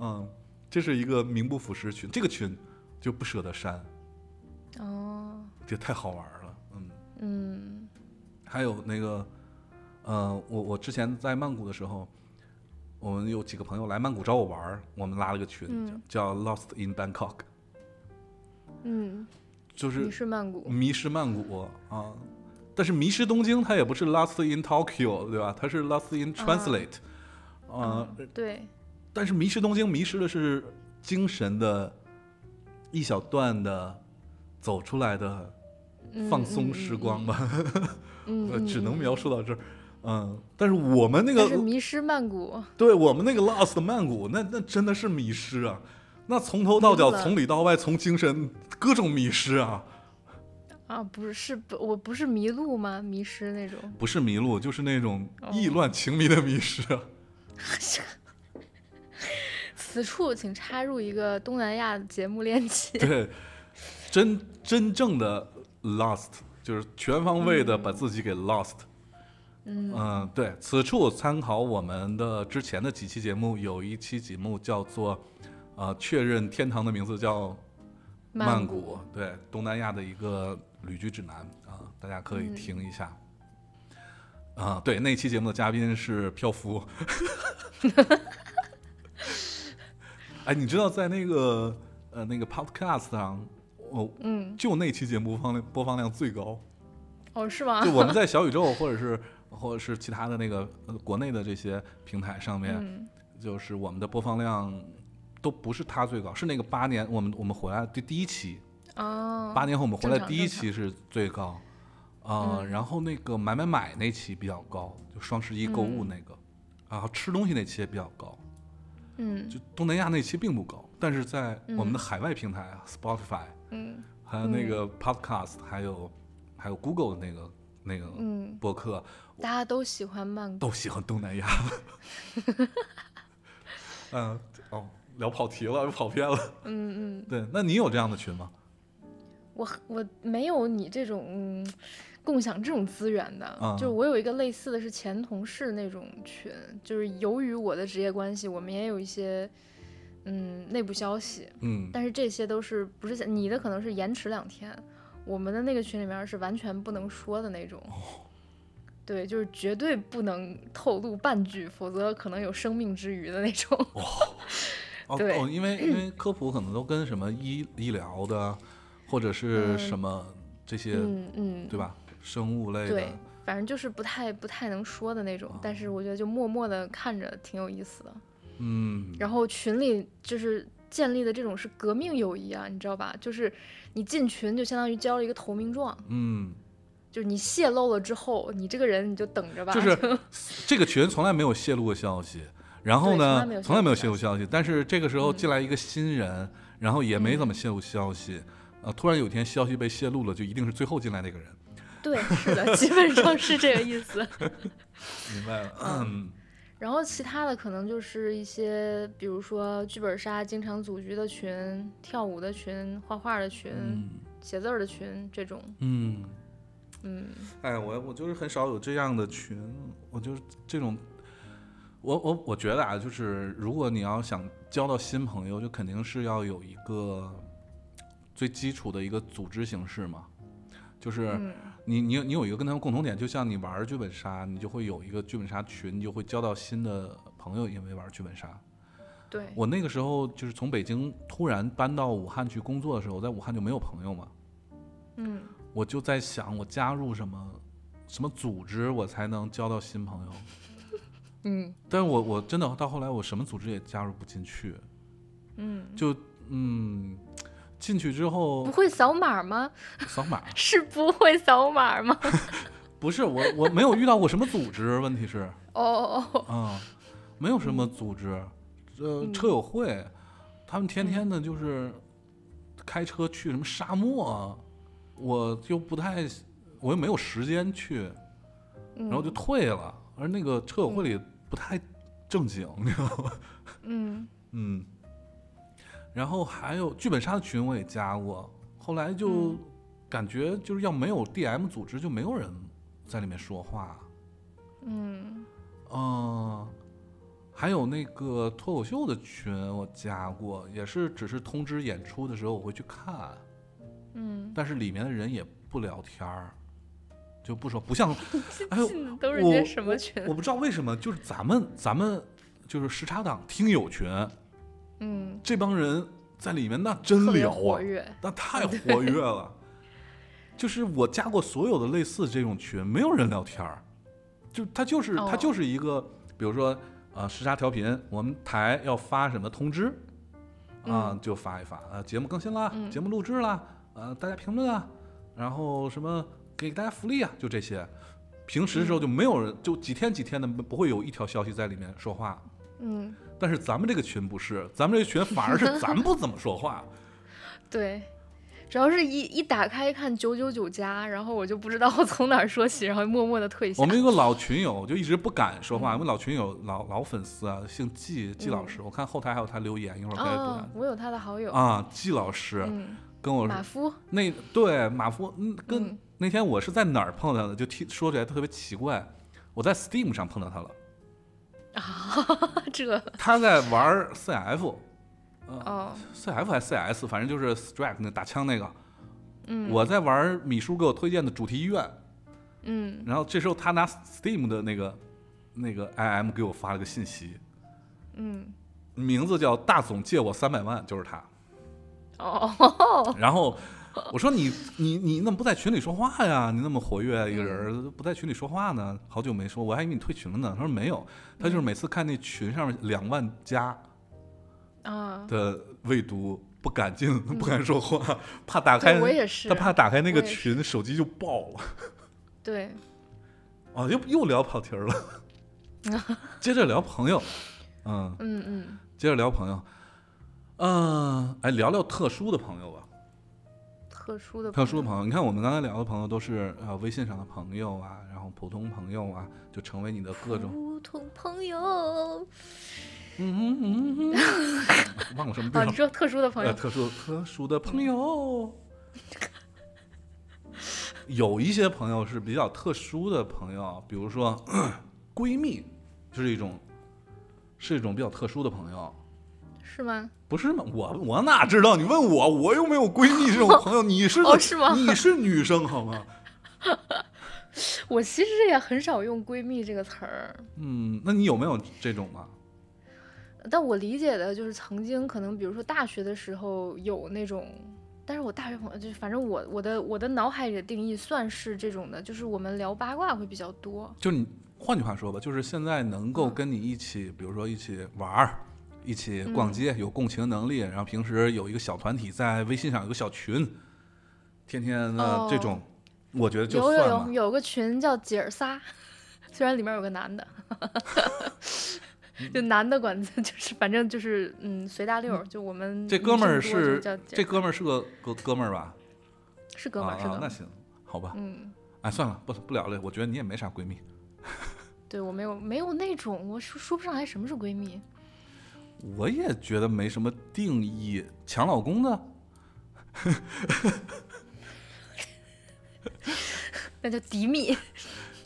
S2: 嗯，这是一个名不副实群，这个群就不舍得删，
S3: 哦，
S2: 这太好玩了。嗯。
S3: 嗯，
S2: 还有那个，呃，我我之前在曼谷的时候，我们有几个朋友来曼谷找我玩儿，我们拉了个群，
S3: 嗯
S2: 叫 Lost in Bangkok，
S3: 嗯，
S2: 就
S3: 你
S2: 是
S3: 是曼谷，
S2: 迷失曼谷啊。但是迷失东京，它也不是 Lost in Tokyo，对吧？它是 Lost in Translate，啊、呃，
S3: 对，
S2: 但是迷失东京迷失的是精神的一小段的走出来的
S3: 嗯
S2: 放松时光吧。
S3: 嗯，
S2: 呃，
S3: 嗯
S2: 只
S3: 嗯
S2: 能描述到这儿。嗯，但是我们那
S3: 但是
S2: 个，
S3: 迷失曼谷，
S2: 对我们那个 Lost 曼谷，那那真的是迷失啊！那从头到脚
S3: 迷，了
S2: 从里到外，从精神各种迷失啊！
S3: 啊，不是，是不，我不是迷路吗？迷失那种，
S2: 不是迷路，就是那种
S3: 哦
S2: 意乱情迷的迷失啊！
S3: 此处请插入一个东南亚节目链
S2: [LAUGHS]
S3: 接。
S2: 对，真真正的 Lost 就是全方位的把自己给 Lost。
S3: 嗯
S2: 嗯，对，此处参考我们的之前的几期节目，有一期节目叫做，呃，确认天堂的名字叫
S3: 曼
S2: 谷，对，东南亚的一个旅居指南啊、大家
S3: 嗯
S2: 可以听一下。啊、对，那期节目的嘉宾是漂夫。 [LAUGHS] 哎，你知道在那个呃那个 Podcast 上，我
S3: 嗯，
S2: 就那期节目播放量播放量最高。
S3: 哦，是吗
S2: 就？我们在小宇宙或者是或者是其他的那个、呃国内的这些平台上面，
S3: 嗯
S2: 就是我们的播放量都不是它最高，是那个八年我们我们回来第第一期，
S3: 哦，
S2: 八年后我们回来
S3: 正常
S2: 第一期是最高，啊、
S3: 嗯
S2: 然后那个买买买那期比较高，就双十一购物那个，然后吃东西那期也比较高，
S3: 嗯
S2: 就东南亚那期并不高，但是在我们的海外平台、啊 Spotify
S3: 嗯
S2: 还有那个 Podcast，、还有还有 Google 的那个那个
S3: 嗯，
S2: 播客，
S3: 大家都喜欢曼谷，
S2: 都喜欢东
S3: [LAUGHS]
S2: 南亚。嗯，哦，聊跑题了，又跑偏了。
S3: 嗯嗯，
S2: 对，那你有这样的群吗？
S3: 我很我没有你这种嗯共享这种资源的，
S2: 嗯
S3: 就是我有一个类似的是前同事那种群，就是由于我的职业关系，我们也有一些嗯内部消息，
S2: 嗯，
S3: 但是这些都是不是你的可能是延迟两天，我们的那个群里面是完全不能说的那种。对，就是绝对不能透露半句，否则可能有生命之余的那种。
S2: 哦
S3: 对
S2: 哦，
S3: [CLEARS THROAT]
S2: 因为因为科普可能都跟什么医医疗的，啊或者是什么这些，
S3: [LAUGHS] 嗯嗯，
S2: 对吧？生物类
S3: 对
S2: 的，，哦
S3: 反正就是不太不太能说的那种，但是我觉得就默默的看着挺有意思的。
S2: 嗯，
S3: 然后群里就是建立的这种是革命友谊啊，你知道吧？就是你进群就相当于交了一个投名状，
S2: 嗯，
S3: 就是你泄露了之后，你这个人你就等着吧。
S2: 就是这个群从来没有泄露过消息，然后
S3: 对从来
S2: 呢
S3: 没有，
S2: 从来没有泄
S3: 泄
S2: 露
S3: 露
S2: 消息，但是这个时候
S3: 嗯
S2: 进来一个新人，然后也没怎么泄露消息，呃，突然有一天消息被泄露了，就一定是最后进来那个人。
S3: 对，是的，基本上是这个意思。 [LAUGHS]
S2: 明白了，嗯
S3: 嗯然后其他的可能就是一些，比如说剧本杀经常组局的群、跳舞的群、画画的群、
S2: 嗯
S3: 写字儿的群这种。
S2: 嗯，
S3: 嗯
S2: 哎，我我就是很少有这样的群，我就是这种，我我我觉得啊，就是如果你要想交到新朋友，就肯定是要有一个最基础的一个组织形式嘛，就是。
S3: 嗯
S2: 你你有你有一个跟他们共同点，就像你玩剧本杀，你就会有一个剧本杀群，你就会交到新的朋友，因为玩剧本杀。
S3: 对，
S2: 我那个时候就是从北京突然搬到武汉去工作的时候，我在武汉就没有朋友嘛，
S3: 嗯
S2: 我就在想我加入什么什么组织，我才能交到新朋友。
S3: 嗯
S2: 但是我我真的到后来我什么组织也加入不进去，
S3: 嗯，
S2: 就嗯，进去之后
S3: 不会扫码吗？
S2: 扫码，
S3: [LAUGHS] 是不会扫码吗？
S2: 不是我我没有遇到过什么组织，问题是。
S3: [LAUGHS] 哦哦哦，
S2: 啊，没有什么组织，呃，
S3: 嗯
S2: 车友会，他们天天的就是开车去什么沙漠啊，我又不太，我又没有时间去，
S3: 然
S2: 然后就退了。而那个车友会里不太正经，你知道吗？ [LAUGHS]
S3: 嗯
S2: 嗯。然后还有剧本杀的群我也加过，后来就
S3: 嗯
S2: 感觉就是要没有 DM 组织就没有人在里面说话。
S3: 嗯
S2: 嗯，还有那个脱口秀的群，我加过，也是只是通知演出的时候我会去看，
S3: 嗯，
S2: 但是里面的人也不聊天儿，就不说，不
S3: [LAUGHS]
S2: 像，哎呦，
S3: 进的都是
S2: 我
S3: 些什么群？
S2: 我不知道为什么，就是咱们咱们就是时差党听友群，
S3: 嗯，
S2: 这帮人在里面那真
S3: 特别
S2: 聊
S3: 活
S2: 啊，
S3: 跃。
S2: 那太活跃了。 [LAUGHS] 就是我加过所有的类似这种群，没有人聊天儿，就它就是、它
S3: 哦
S2: 就是一个，比如说呃时差调频，我们台要发什么通知，啊、
S3: 嗯
S2: 就发一发啊，节目更新啦，
S3: 嗯
S2: 节目录制啦，啊大家评论啊，然后什么给大家福利啊，就这些。平时的
S3: 嗯
S2: 时候就没有人，就几天几天的不会有一条消息在里面说话，
S3: 嗯，
S2: 但是咱们这个群不是，咱们这个群反而是咱不怎么说话。
S3: 对，主要是一一打开看九九九加，然后我就不知道从哪儿说起，然后默默的退下
S2: [LAUGHS] 我。们有个老群友就一直不敢说
S3: 嗯
S2: 话，因为老群友老老粉丝啊，姓季季老师，我看后台还有他留言，一会儿该读
S3: 哦，我有他的好友
S2: 他。啊，季老师
S3: 嗯，
S2: 跟我
S3: 马
S2: 说
S3: 夫。
S2: 那对马夫，嗯，跟
S3: 嗯
S2: 那天我是在哪儿碰到的，就听说起来特别奇怪。我在 Steam 上碰到他了，
S3: 啊，这
S2: 他在玩 CF，
S3: 哦，
S2: CF 还是 CS，反正就是 Strike 那打枪那个。
S3: 嗯
S2: 我在玩米叔给我推荐的主题医院，
S3: 嗯
S2: 然后这时候他拿 Steam 的那个那个 IM 给我发了个信息，
S3: 嗯，
S2: 名字叫大总借我三百万，就是他。
S3: 哦，
S2: 然后我说你你你怎么不在群里说话呀？你那么活跃一个人
S3: 嗯
S2: 儿，不在群里说话呢？好久没说，我还以为你退群了呢。他说没有，
S3: 嗯
S2: 他就是每次看那群上面两万加 [LAUGHS]
S3: 啊，
S2: 的未读。不敢进，不敢说话， [LAUGHS] 怕打开，
S3: 嗯对我也是
S2: 他怕打开那个
S3: 我也是
S2: 群，手机就爆了。
S3: 对，
S2: 哦，又又聊跑题
S3: [LAUGHS]
S2: 儿了，接着聊朋友，嗯，
S3: 嗯嗯，
S2: 接着聊朋友，嗯、哎，聊聊特殊的朋友吧，
S3: 特殊的
S2: 特殊的
S3: 友
S2: 朋友，你看我们刚才聊的朋友都是呃微信上的朋友啊，然后普通朋友啊，就成为你的各种，
S3: 普通朋友，
S2: 嗯嗯嗯，
S3: [LAUGHS]
S2: 忘了什么地
S3: 哦，
S2: 方
S3: 你，说特殊的朋
S2: 呃，
S3: 友，
S2: 特殊特殊的朋友，有一些朋友是比较特殊的朋友，比如说闺蜜，就是一种是一种比较特殊的朋友，
S3: 是吗？
S2: 不是吗？我我哪知道？你问我，我又没有闺蜜这种朋友。你是个、
S3: 哦是吗
S2: 你是女生好吗？
S3: 我其实也很少用“闺蜜”这个词儿，
S2: 嗯，那你有没有这种吗？
S3: 但我理解的就是曾经可能，比如说大学的时候有那种，但是我大学朋友就是，反正我我的我的脑海里的定义算是这种的，就是我们聊八卦会比较多。
S2: 就你，换句话说吧，就是现在能够跟你一起，比如说一起玩儿，一起逛街，有共情能力，然后平时有一个小团体，在微信上有个小群，天天的、
S3: 哦
S2: 这种，我觉得就
S3: 有
S2: 算
S3: 有
S2: 了
S3: 有，。有个群叫姐儿仨， [LAUGHS] 虽然里面有个男的，
S2: [LAUGHS]
S3: 就男的管 [LAUGHS] 就是反正就是嗯随大溜儿，就我们
S2: 这哥们儿
S3: 女生多就是叫姐
S2: 这哥们儿是个哥哥们儿吧？
S3: 是哥们儿
S2: 啊
S3: 是
S2: 啊
S3: 哥们
S2: 那
S3: 儿，
S2: 行，好吧。
S3: 嗯，
S2: 哎，算了，不不聊了。我觉得你也没啥闺蜜。
S3: 对我没有没有那种，我说说不上来什么是闺蜜，
S2: 我也觉得没什么定义，抢老公的
S3: 那叫敌蜜，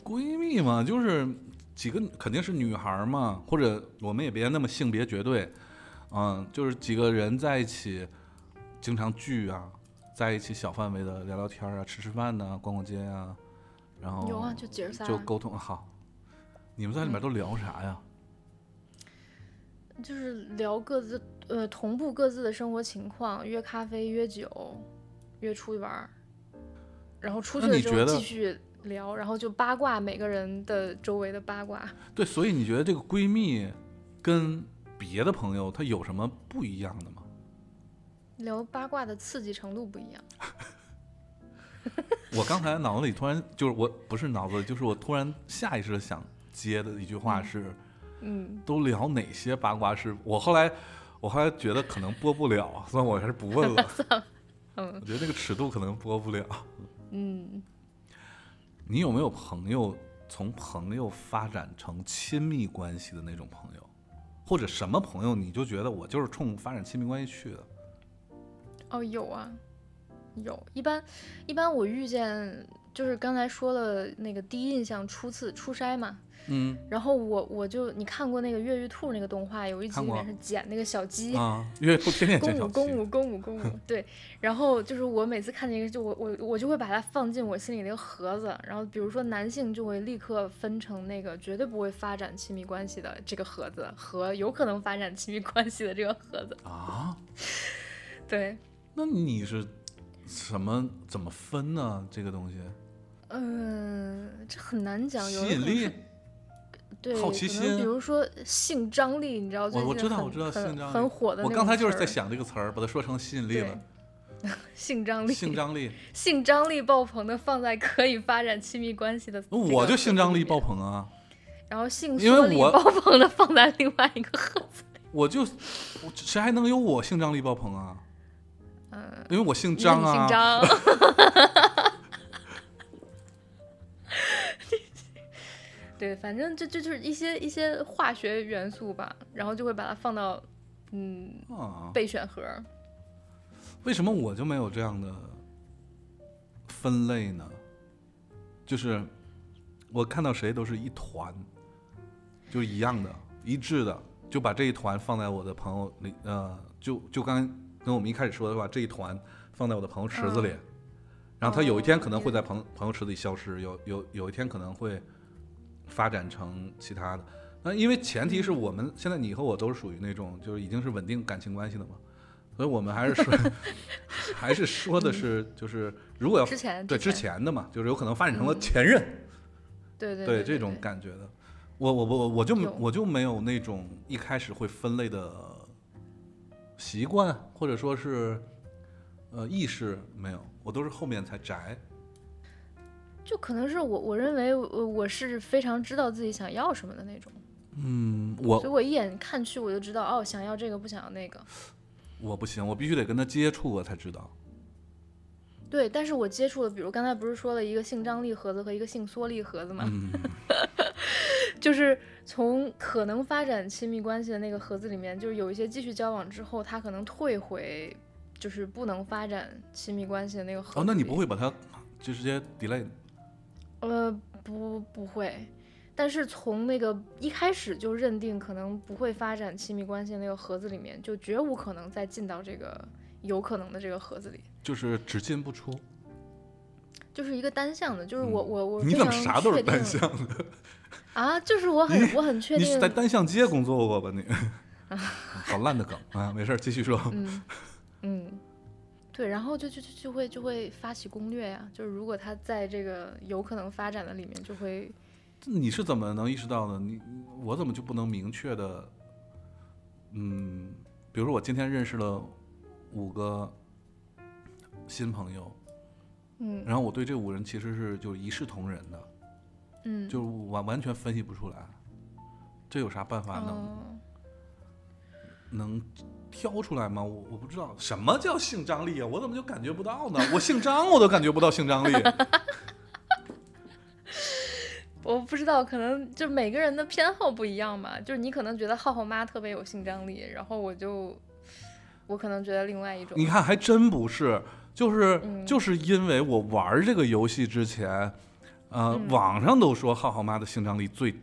S2: 闺蜜嘛，就是几个肯定是女孩儿嘛，或者我们也别那么性别绝对，嗯，就是几个人在一起，经常聚啊，在一起小范围的聊聊天儿啊，吃吃饭呐、逛逛街啊，然后
S3: [LAUGHS] 有啊，就嗯姐儿仨。
S2: 就沟通好。你们在里面都聊啥呀？
S3: 就是聊各自呃同步各自的生活情况，约咖啡、约酒、约出去玩儿，然后出去
S2: 那
S3: 了
S2: 你
S3: 之
S2: 觉
S3: 后
S2: 得
S3: 继续聊，然后就八卦每个人的周围的八卦。
S2: 对，所以你觉得这个闺蜜跟别的朋友她有什么不一样的吗？
S3: 聊八卦的刺激程度不一样，
S2: 我刚才脑子里突然就是我不是脑子里，就是我突然下意识的想接的一句话是：
S3: 嗯，
S2: 都聊哪些八卦事？我后来我后来觉得可能播不了， [LAUGHS] 所以我还是不问
S3: [LAUGHS]
S2: 了。
S3: 嗯
S2: 我觉得那个尺度可能播不了。
S3: 嗯，
S2: 你有没有朋友从朋友发展成亲密关系的那种朋友，或者什么朋友你就觉得我就是冲发展亲密关系去的？
S3: 哦，有啊，有。一般一般我遇见就是刚才说了那个第一印象初次初筛嘛，
S2: 嗯
S3: 然后我我就你看过那个越狱兔那个动画，有一集
S2: 看
S3: 里
S2: 过
S3: 面是捡那个小鸡，
S2: 啊， [LAUGHS] 因为不天天
S3: 公
S2: 见小
S3: 母公
S2: 七
S3: 母公母
S2: [LAUGHS]
S3: 公母，对。然后就是我每次看见一个，就我我我就会把它放进我心里那个盒子。然后比如说男性就会立刻分成那个绝对不会发展亲密关系的这个盒子和有可能发展亲密关系的这个盒子。
S2: 啊。
S3: 对，
S2: 那你是什么怎么分呢？这个东西
S3: 嗯、这很难讲。有
S2: 吸
S3: 人可
S2: 引
S3: 能
S2: 力
S3: 是，对，
S2: 好奇
S3: 可能
S2: 心
S3: 比如说性张力，你知道最
S2: 我我
S3: 近
S2: 知道
S3: 很
S2: 我知道
S3: 很
S2: 性张力
S3: 很火的那
S2: 我
S3: 个
S2: 刚才就是在
S3: 词儿
S2: 想这个词儿，把它说成吸引力了，
S3: [LAUGHS] 性张力，
S2: 性张力，
S3: 性张力爆棚的放在可以发展亲密关系的 [LAUGHS] 这个盒子里面，
S2: 我就性张力爆棚啊，
S3: 然后性
S2: 因为
S3: 缩力
S2: 我
S3: 爆棚的放在另外一个盒子。
S2: 我就我谁还能有我性张力爆棚啊？
S3: 嗯，
S2: 因为我姓
S3: 你
S2: 张
S3: 很
S2: 啊
S3: 姓，张。 [LAUGHS] 对，反正这这就是一些一些化学元素吧，然后就会把它放到嗯
S2: 啊，
S3: 备选盒。
S2: 为什么我就没有这样的分类呢？就是我看到谁都是一团，就是一样的、一致的，就把这一团放在我的朋友里，呃，就就刚跟我们一开始说的话，这一团放在我的朋友池子里，然后他有一天可能会在朋朋友池子里消失，有有有一天可能会发展成其他的。那呃因为前提是我们现在你和我都是属于那种就是已经是稳定感情关系的嘛，所以我们还是说 [LAUGHS] 还是说的是就是如果要
S3: 嗯之前
S2: 哦
S3: 嗯
S2: 对之前的嘛，就是有可能发展成了前任，
S3: 对对
S2: 对这种感觉的。我我我我就
S3: 有
S2: 我就没有那种一开始会分类的习惯，或者说是呃意识没有，我都是后面才宅。
S3: 就可能是我我认为我我是非常知道自己想要什么的那种，
S2: 嗯，我
S3: 所以我一眼看去我就知道哦，想要这个不想要那个。
S2: 我不行，我必须得跟他接触，我才知道。
S3: 对，但是我接触了，比如刚才不是说了一个性张力盒子和一个性缩力盒子嘛，
S2: 嗯，
S3: 就是从可能发展亲密关系的那个盒子里面，就是有一些继续交往之后，他可能退回，就是不能发展亲密关系的那个盒子。
S2: 哦，那你不？会把它就直接 delay？
S3: 呃，不，不会。但是从那个一开始就认定可能不会发展亲密关系的那个盒子里面，就绝无可能再进到这个有可能的这个盒子里，
S2: 就是只进不出。
S3: 就是一个单向的。就是我、我我
S2: 嗯你
S3: 非
S2: 怎么
S3: 常
S2: 啥都是
S3: 确定
S2: 单向的？
S3: 啊？就是我很我很确
S2: 你
S3: 定啊
S2: 是在单向街工作过吧？你 [LAUGHS] 好烂的梗啊！没事儿，继续说。
S3: 嗯，嗯，对，然后就就就就会就会发起攻略呀、就是如果他在这个有可能发展的里面，就会
S2: 你是怎么能意识到的？你我怎么就不能明确的？嗯，比如说我今天认识了五个新朋友，
S3: 嗯
S2: 然后我对这五人其实是就一视同仁的，
S3: 嗯，
S2: 就是完完全分析不出来。这有啥办法能、
S3: 哦
S2: 能挑出来吗？我我不知道什么叫性张力啊，我怎么就感觉不到呢？我姓张我都感觉不到性张力。
S3: 我不知道，可能就每个人的偏好不一样吧。就是你可能觉得浩浩妈特别有性张力，然后我就我可能觉得另外一种。
S2: 你看，还真不是，就是、
S3: 嗯
S2: 就是因为我玩儿这个游戏之前，呃，
S3: 嗯
S2: 网上都说浩浩妈的性张力最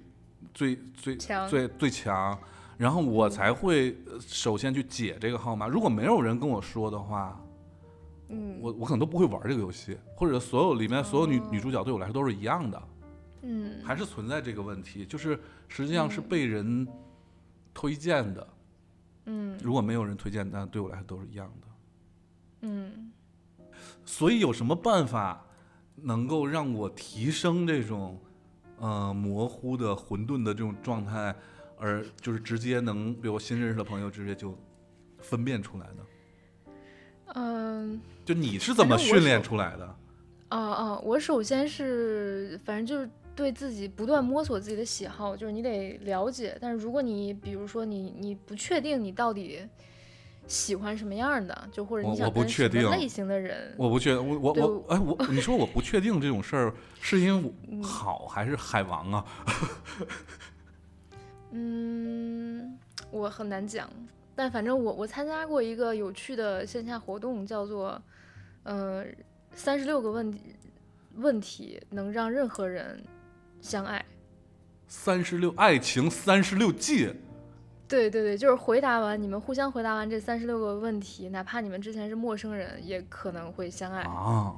S2: 最最
S3: 强嗯
S2: 最最强，然后我才会呃首先去解这个号码。如果没有人跟我说的话，
S3: 嗯
S2: 我我可能都不会玩这个游戏，或者所有里面所有女、
S3: 哦
S2: 女主角对我来说都是一样的，
S3: 嗯
S2: 还是存在这个问题，就是实际上是被人推荐的。
S3: 嗯
S2: 如果没有人推荐，那对我来说都是一样的。
S3: 嗯，
S2: 所以有什么办法能够让我提升这种呃模糊的、混沌的这种状态，而就是直接能，比如新认识的朋友直接就分辨出来呢？
S3: 嗯。
S2: 就你是怎么训练出来的？
S3: 啊啊！我首先是，反正就是对自己不断摸索自己的喜好，就是你得了解。但是如果你比如说你你不确定你到底喜欢什么样的，就或者
S2: 我
S3: 你
S2: 我
S3: 想
S2: 不
S3: 跟
S2: 确
S3: 什
S2: 定
S3: 么类型的人，
S2: 我不确，我我
S3: 对
S2: 我，哎，我你说我不确定这种事儿，是因为我好还是海王啊？
S3: 嗯，我很难讲。但反正我我参加过一个有趣的线下活动，叫做呃三十六个问题问题能让任何人相爱。
S2: 三十六爱情三十六计，
S3: 对对对，就是回答完，你们互相回答完这三十六个问题，哪怕你们之前是陌生人，也可能会相爱。
S2: 啊，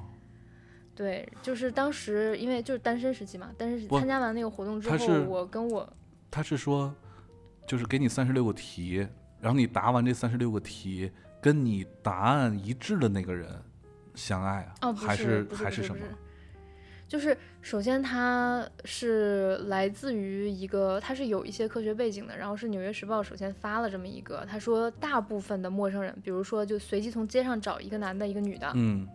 S3: 对，就是当时因为就是单身时期嘛，但是
S2: 不
S3: 参加完那个活动之
S2: 他
S3: 后
S2: 是，
S3: 我跟我
S2: 他是说，就是给你三十六个题，然后你答完这三十六个题，跟你答案一致的那个人相爱啊，
S3: 哦，不
S2: 还
S3: 是不是
S2: 还
S3: 不是
S2: 什
S3: 不
S2: 么
S3: 是？就是首先他是来自于一个，他是有一些科学背景的，然后是《纽约时报》首先发了这么一个，他说大部分的陌生人，比如说就随机从街上找一个男的，一个女的，
S2: 嗯，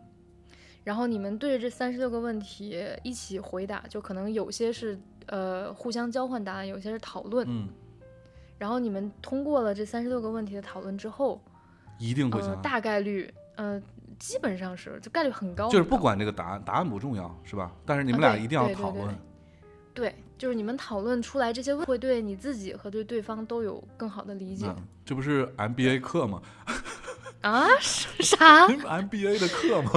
S3: 然后你们对着这三十六个问题一起回答，就可能有些是呃互相交换答案，有些是讨论。
S2: 嗯，
S3: 然后你们通过了这三十六个问题的讨论之后，
S2: 一定会相
S3: 呃，
S2: 爱，
S3: 大概率，呃，基本上是就概率很高，
S2: 就是
S3: 很
S2: 不
S3: 高
S2: 管这个答案，答案不重要是吧？但是你们
S3: 啊
S2: 俩
S3: 对
S2: 一定要
S3: 对对
S2: 讨
S3: 对
S2: 论，
S3: 对，就是你们讨论出来这些问，会对你自己和对对方都有更好的理解、
S2: 嗯，这不是 MBA 课吗？ [LAUGHS]
S3: 啊？是啥
S2: 这？不是 MBA 的课吗？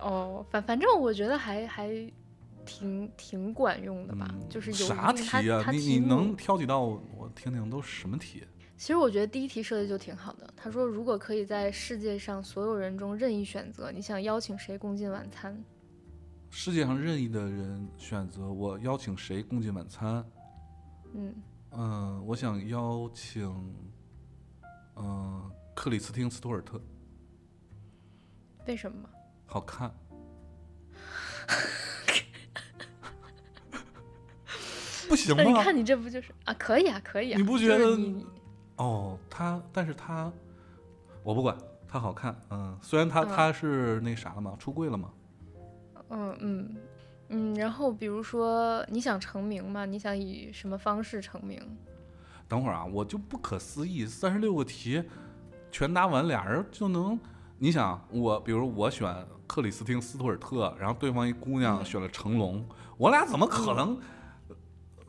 S3: 哦，反反正我觉得还还挺挺管用的吧，
S2: 嗯
S3: 就是有
S2: 啥
S3: 一定它
S2: 题啊？
S3: 它
S2: 你
S3: 题
S2: 你
S3: 目
S2: 能挑几道我我听听都是什么题？
S3: 其实我觉得第一题设计就挺好的。他说，如果可以在世界上所有人中任意选择，你想邀请谁共进晚餐？
S2: 世界上任意的人选择我邀请谁共进晚餐？
S3: 嗯，
S2: 嗯，我想邀请，嗯、克里斯汀·斯图尔特，
S3: 为什么？
S2: 好看。 [LAUGHS] 不行
S3: 那你
S2: 吗？
S3: 看你这不就是啊？可以啊，可以啊。
S2: 你不
S3: 就
S2: 觉
S3: 是
S2: 得
S3: 你你
S2: 哦，他，但是他，我不管，他好看。嗯，虽然他、
S3: 嗯
S2: 他是那啥了嘛，出柜了嘛，
S3: 嗯嗯嗯，然后比如说你想成名吗？你想以什么方式成名？
S2: 等会儿啊，我就不可思议，三十六个题全答完，俩人就能。你想我，比如我选克里斯汀·斯图尔特，然后对方一姑娘
S3: 嗯
S2: 选了成龙，我俩怎么可能，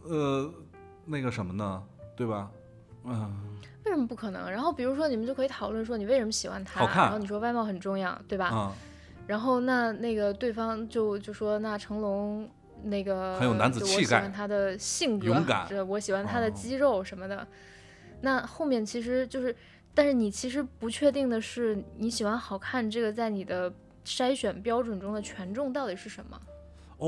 S2: 呃，那个什么呢？对吧？嗯、
S3: 为什么不可能？然后比如说你们就可以讨论说你为什么喜欢他，
S2: 好看
S3: 然后你说外貌很重要，对吧？
S2: 啊，
S3: 然后那那个对方就就说那成龙那个
S2: 很有男子
S3: 就
S2: 气概
S3: 我喜欢他的性格，
S2: 勇敢
S3: 这我喜欢他
S2: 哦
S3: 的肌肉什么的。那后面其实就是，但是你其实不确定的是，你喜欢好看这个在你的筛选标准中的权重到底是什么，
S2: 哦，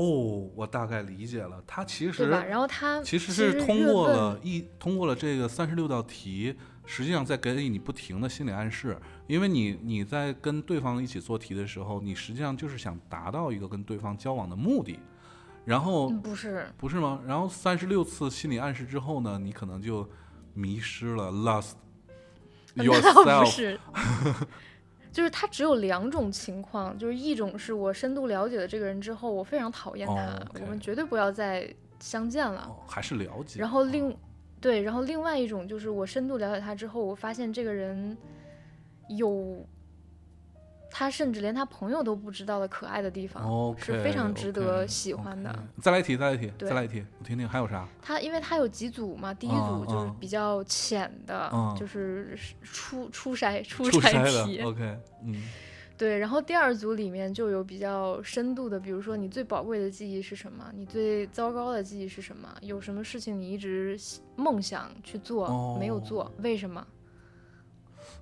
S2: 我大概理解了，他其
S3: 对
S2: 实
S3: 吧？然后他
S2: 其实
S3: 越
S2: 是通过
S3: 问
S2: 了一通过了这个三十六道题，实际上在给你不停的心理暗示，因为你你在跟对方一起做题的时候，你实际上就是想达到一个跟对方交往的目的，然后
S3: 嗯不是，
S2: 不是吗？然后三十六次心理暗示之后呢，你可能就迷失了，lost
S3: [LAUGHS] 那倒不
S2: yourself。
S3: 是， [LAUGHS] 就是他只有两种情况，就是一种是我深度了解了这个人之后，我非常讨厌他，
S2: 哦，OK
S3: 我们绝对不要再相见了。
S2: 哦还是了解。
S3: 然后另对，然后另外一种就是我深度了解他之后，我发现这个人有他甚至连他朋友都不知道的可爱的地方
S2: OK，
S3: 是非常值得喜欢的。
S2: 再来一题，再来一题，
S3: 对
S2: 再来一题，我听听还有啥？
S3: 他因为他有几组嘛，第一
S2: 嗯
S3: 组就是
S2: 嗯
S3: 比较浅的，
S2: 嗯
S3: 就是初初筛初
S2: 出
S3: 筛题，
S2: 的，OK，嗯，
S3: 对，然后第二组里面就有比较深度的，比如说你最宝贵的记忆是什么，你最糟糕的记忆是什么，有什么事情你一直希梦想去做、没有
S2: 哦
S3: 做，为什么？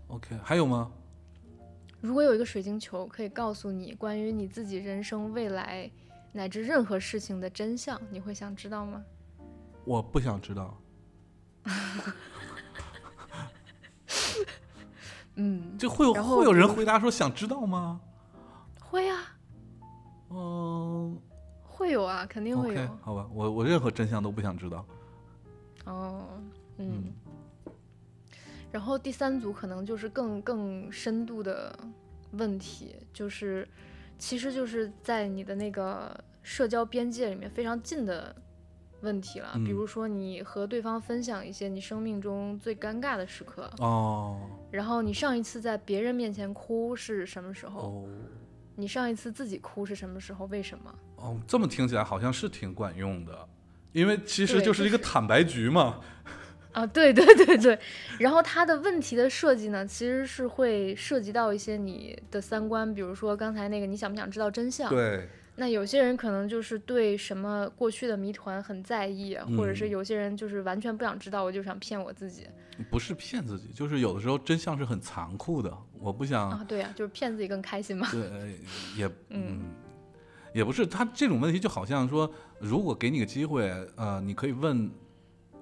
S2: OK，还有吗？
S3: 如果有一个水晶球可以告诉你关于你自己人生未来乃至任何事情的真相，你会想知道吗？
S2: 我不想知道。
S3: 嗯，
S2: 就会有
S3: 然后
S2: 会有
S3: 比
S2: 人
S3: 如
S2: 回答说想知道吗？
S3: 会啊，
S2: 嗯、
S3: 会有啊，肯定
S2: o
S3: 会
S2: k
S3: 有。
S2: 好吧，我我任何真相都不想知道。
S3: 哦，嗯。然后第三组可能就是更更深度的问题，就是其实就是在你的那个社交边界里面非常近的问题了，
S2: 嗯
S3: 比如说你和对方分享一些你生命中最尴尬的时刻，
S2: 哦
S3: 然后你上一次在别人面前哭是什么时候？
S2: 哦
S3: 你上一次自己哭是什么时候？为什么？
S2: 哦，这么听起来好像是挺管用的，因为其实
S3: 对
S2: 就是一个
S3: 就是
S2: 坦白局嘛。
S3: 啊，对 [LAUGHS] 对对对，然后它的问题的设计呢，其实是会涉及到一些你的三观，比如说刚才那个你想不想知道真相？
S2: 对，
S3: 那有些人可能就是对什么过去的谜团很在意，或者是
S2: 嗯
S3: 有些人就是完全不想知道，我就想骗我自己
S2: 不是骗自己，就是有的时候真相是很残酷的。我不想、
S3: 啊，对呀、就是骗自己更开心嘛。
S2: 对，呃也嗯，也不是他这种问题，就好像说，如果给你个机会，呃，你可以问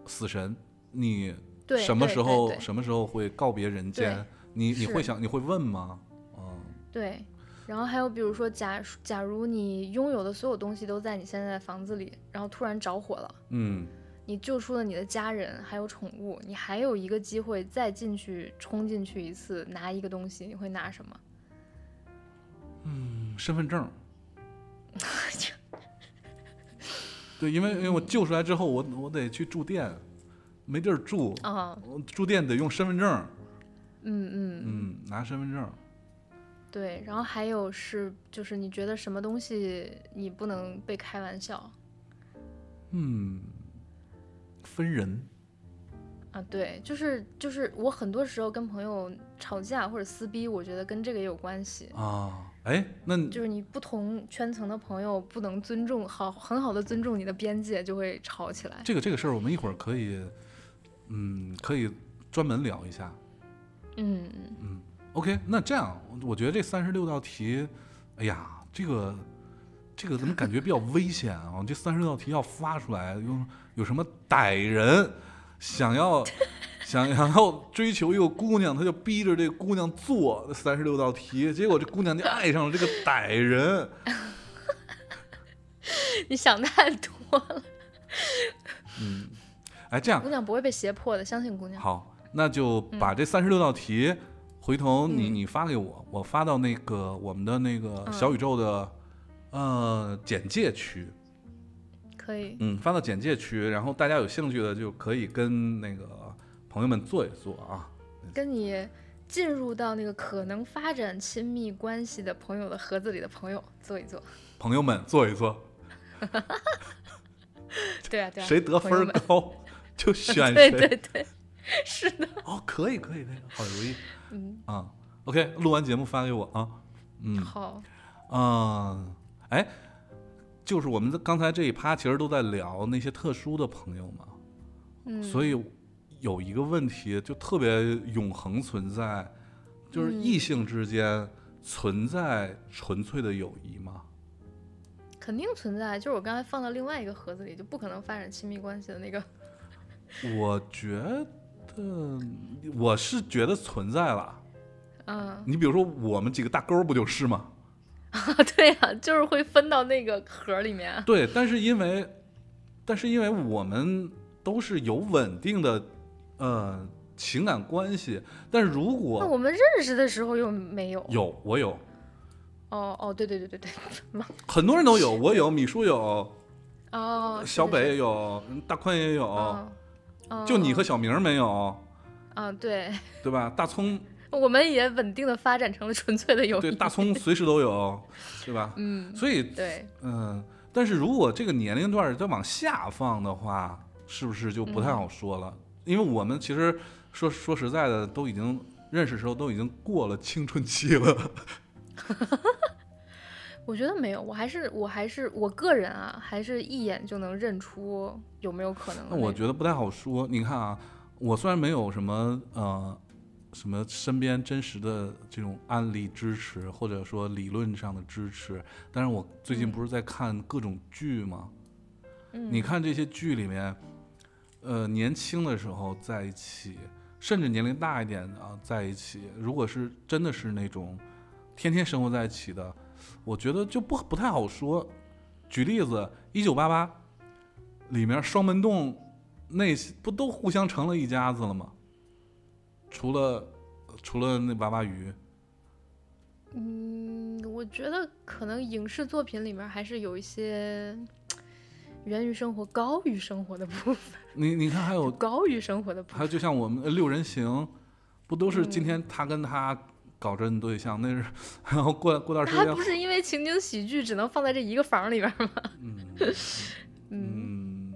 S2: 死神，你
S3: 对
S2: 什么
S3: 对
S2: 时
S3: 对
S2: 候
S3: 对
S2: 什么时候会告别人间
S3: 对？
S2: 你你
S3: 是
S2: 会想你会问吗？嗯，
S3: 对，然后还有比如说假，假如你拥有的所有东西都在你现在的房子里，然后突然着火了，
S2: 嗯，
S3: 你救出了你的家人，还有宠物，你还有一个机会再进去冲进去一次，拿一个东西，你会拿什么？
S2: 身份
S3: [LAUGHS]
S2: 证。对，因为因为我救出来之后，我我得去住店，没地儿住，
S3: 啊，
S2: 我住店得用身份证，
S3: 嗯嗯，
S2: 嗯，拿身份证。
S3: 对。然后还有是，就是你觉得什么东西你不能被开玩笑
S2: 嗯，分人。
S3: 啊？对，就是就是我很多时候跟朋友吵架或者撕逼，我觉得跟这个也有关系。
S2: 啊，哎，那你
S3: 就是你不同圈层的朋友不能尊重好很好的尊重你的边界，就会吵起来。
S2: 这个这个事儿，我们一会儿可以，嗯，可以专门聊一下。
S3: 嗯嗯，
S2: 嗯，OK，那这样，我觉得这三十六道题，哎呀，这个这个怎么感觉比较危险啊？这三十道题要发出来，有有什么歹人想
S3: [LAUGHS]
S2: 要想想要追求一个姑娘，他就逼着这姑娘做三十六道题，结果这姑娘就爱上了这个歹人。
S3: [LAUGHS] 你想太多了，
S2: 嗯，哎，这样
S3: 姑娘不会被胁迫的，相信姑娘。嗯
S2: 好，那就把这三十六道题，回头你你发给我，我发到那个我们的那
S3: 嗯
S2: 个小宇宙的、呃简介区，
S3: 可以，
S2: 嗯，发到简介区，然后大家有兴趣的就可以跟那个朋友们做一做啊。
S3: 跟你进入到那个可能发展亲密关系的朋友的盒子里的朋友做一做。
S2: 朋友们做一做，
S3: 对啊，对啊，
S2: 谁得
S3: 朋友
S2: 分
S3: 们？
S2: 高 [LAUGHS] 就选
S3: [LAUGHS] 对
S2: 谁。
S3: 对对，是的。
S2: 哦，可以可以可以，好主意
S3: 嗯，
S2: 啊。OK，录完节目发给我啊。嗯，
S3: 好，
S2: 嗯，哎，就是我们刚才这一趴其实都在聊那些特殊的朋友嘛，
S3: 嗯，
S2: 所以有一个问题就特别永恒存在，就是
S3: 嗯
S2: 异性之间存在纯粹的友谊吗？
S3: 肯定存在，就是我刚才放到另外一个盒子里，就不可能发展亲密关系的那个。
S2: 我觉得我是觉得存在了。
S3: 嗯， [LAUGHS]
S2: 你比如说我们几个大勾儿不就是吗？
S3: 对呀、就是会分到那个盒里面。
S2: 对，但是因为，但是因为我们都是有稳定的，呃，情感关系。但是如
S3: 那
S2: 果
S3: 我们认识的时候又没有。
S2: 有我有，
S3: 哦哦，对对对对对，妈
S2: 很多人都有，我有，米叔有，
S3: 哦，是
S2: 小
S3: 是
S2: 北
S3: 是
S2: 也有，大宽也有，
S3: 哦，哦
S2: 就你和小明儿没有，
S3: 啊，对， [LAUGHS]
S2: 对吧？大葱
S3: 我们也稳定的发展成了纯粹的友
S2: 对
S3: 谊。
S2: 大葱随时都 [LAUGHS] 有，对吧？
S3: 嗯，
S2: 所以
S3: 对，
S2: 嗯，但是如果这个年龄段儿再往下放的话，是不是就不太好说了？因为我们其实说说实在的，都已经认识时候都已经过了青春期了。
S3: 我觉得没有，我还是我还是我个人啊，还是一眼就能认出有没有可能的
S2: 那
S3: 种。
S2: 我觉得不太好说。你看啊，我虽然没有什么呃什么身边真实的这种案例支持，或者说理论上的支持，但是我最近
S3: 嗯
S2: 不是在看各种剧吗？
S3: 嗯，
S2: 你看这些剧里面，呃，年轻的时候在一起，甚至年龄大一点的啊在一起，如果是真的是那种天天生活在一起的，我觉得就不不太好说。举例子，《一九八八》里面双门洞那些不都互相成了一家子了吗？除了除了那娃娃鱼，
S3: 嗯，我觉得可能影视作品里面还是有一些源于生活、高于生活的部分，
S2: 你你看还有
S3: 高于生活的部
S2: 还有
S3: 分。
S2: 就像我们呃六人行，不都是今天他跟他搞真对象，那是然后过过段时
S3: 它
S2: 间
S3: 还不，是因为情景喜剧只能放在这一个房里边吗？
S2: 嗯
S3: 嗯，
S2: 嗯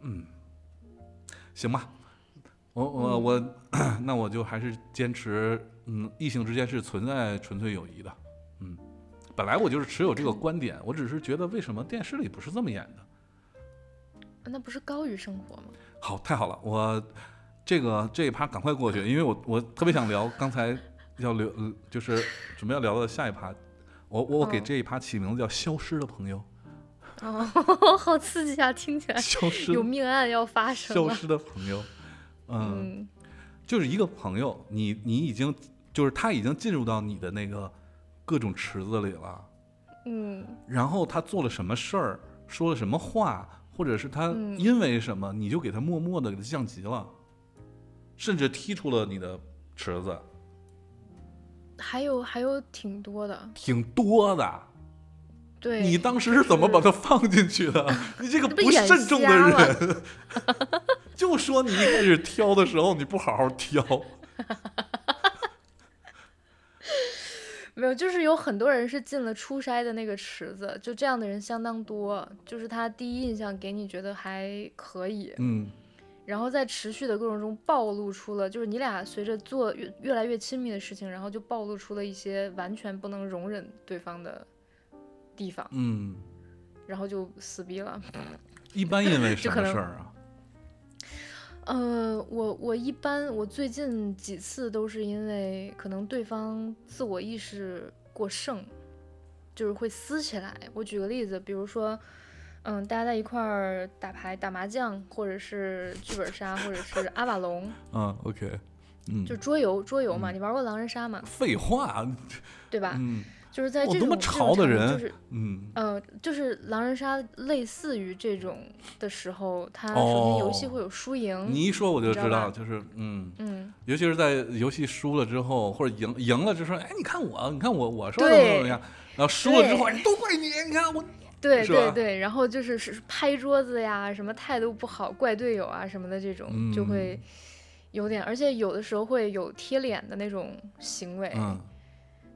S2: 嗯，行吧，我
S3: 嗯
S2: 我我，那我就还是坚持，嗯，异性之间是存在纯粹友谊的，嗯，本来我就是持有这个观点，我只是觉得为什么电视里不是这么演的。
S3: 那不是高于生活吗？
S2: 好，太好了，我这个这一趴赶快过去，因为我我特别想聊刚才要聊，呃就是准备要聊的下一趴。我我我给
S3: 嗯
S2: 这一趴起名字叫“消失的朋友
S3: 哦， [LAUGHS] 好刺激啊！听起”，来
S2: 消失
S3: 有命案要发生
S2: 消
S3: 了。
S2: 失的朋友，嗯，
S3: 嗯
S2: 就是一个朋友，你你已经就是他已经进入到你的那个各种池子里了，
S3: 嗯
S2: 然后他做了什么事儿，说了什么话，或者是他
S3: 嗯
S2: 因为什么，你就给他默默的给他降级了，甚至踢出了你的池子。
S3: 还有还有挺多的。
S2: 挺多的。
S3: 对，
S2: 你当时是怎么把它放进去的？你这个
S3: 被
S2: 不
S3: 眼
S2: 慎重的
S3: 瞎 [LAUGHS]
S2: 人，就说你一开始挑的时候你不好好挑，
S3: 没有，就是有很多人是进了初筛的那个池子，就这样的人相当多。就是他第一印象给你觉得还可以，
S2: 嗯，
S3: 然后在持续的过程中暴露出了，就是你俩随着做越越来越亲密的事情，然后就暴露出了一些完全不能容忍对方的地方，
S2: 嗯，
S3: 然后就撕逼了。
S2: 一般因
S3: [LAUGHS]
S2: 为什
S3: 可
S2: 么
S3: 能
S2: 事儿啊？
S3: 呃，我我一般我最近几次都是因为可能对方自我意识过剩，就是会撕起来。我举个例子，比如说，嗯，大家在一块儿打牌、打麻将，或者是剧本杀，或者是阿瓦隆，
S2: 嗯，OK，嗯，
S3: 就桌游桌游嘛，你玩过狼人杀嘛，
S2: 废话，
S3: 啊对吧？
S2: 嗯
S3: 就是在
S2: 我
S3: 这
S2: 多
S3: 种
S2: 么
S3: 这种
S2: 潮的
S3: 场景
S2: 人
S3: 就是
S2: 嗯，
S3: 呃，就是狼人杀类似于这种的时候，它首先游戏
S2: 哦
S3: 会有输赢，
S2: 你一说我就
S3: 你知
S2: 知
S3: 道吧
S2: 道，就是嗯，
S3: 嗯，
S2: 尤其是在游戏输了之后，或者赢赢了之后，哎，你看我，你看我，我说怎么
S3: 对
S2: 怎么样，然后输了之后，哎都怪你，你看我，
S3: 对
S2: 是
S3: 对
S2: 吧
S3: 对，然后就是是拍桌子呀，什么态度不好，怪队友啊什么的这种，就
S2: 嗯
S3: 会有点，而且有的时候会有贴脸的那种行为，
S2: 嗯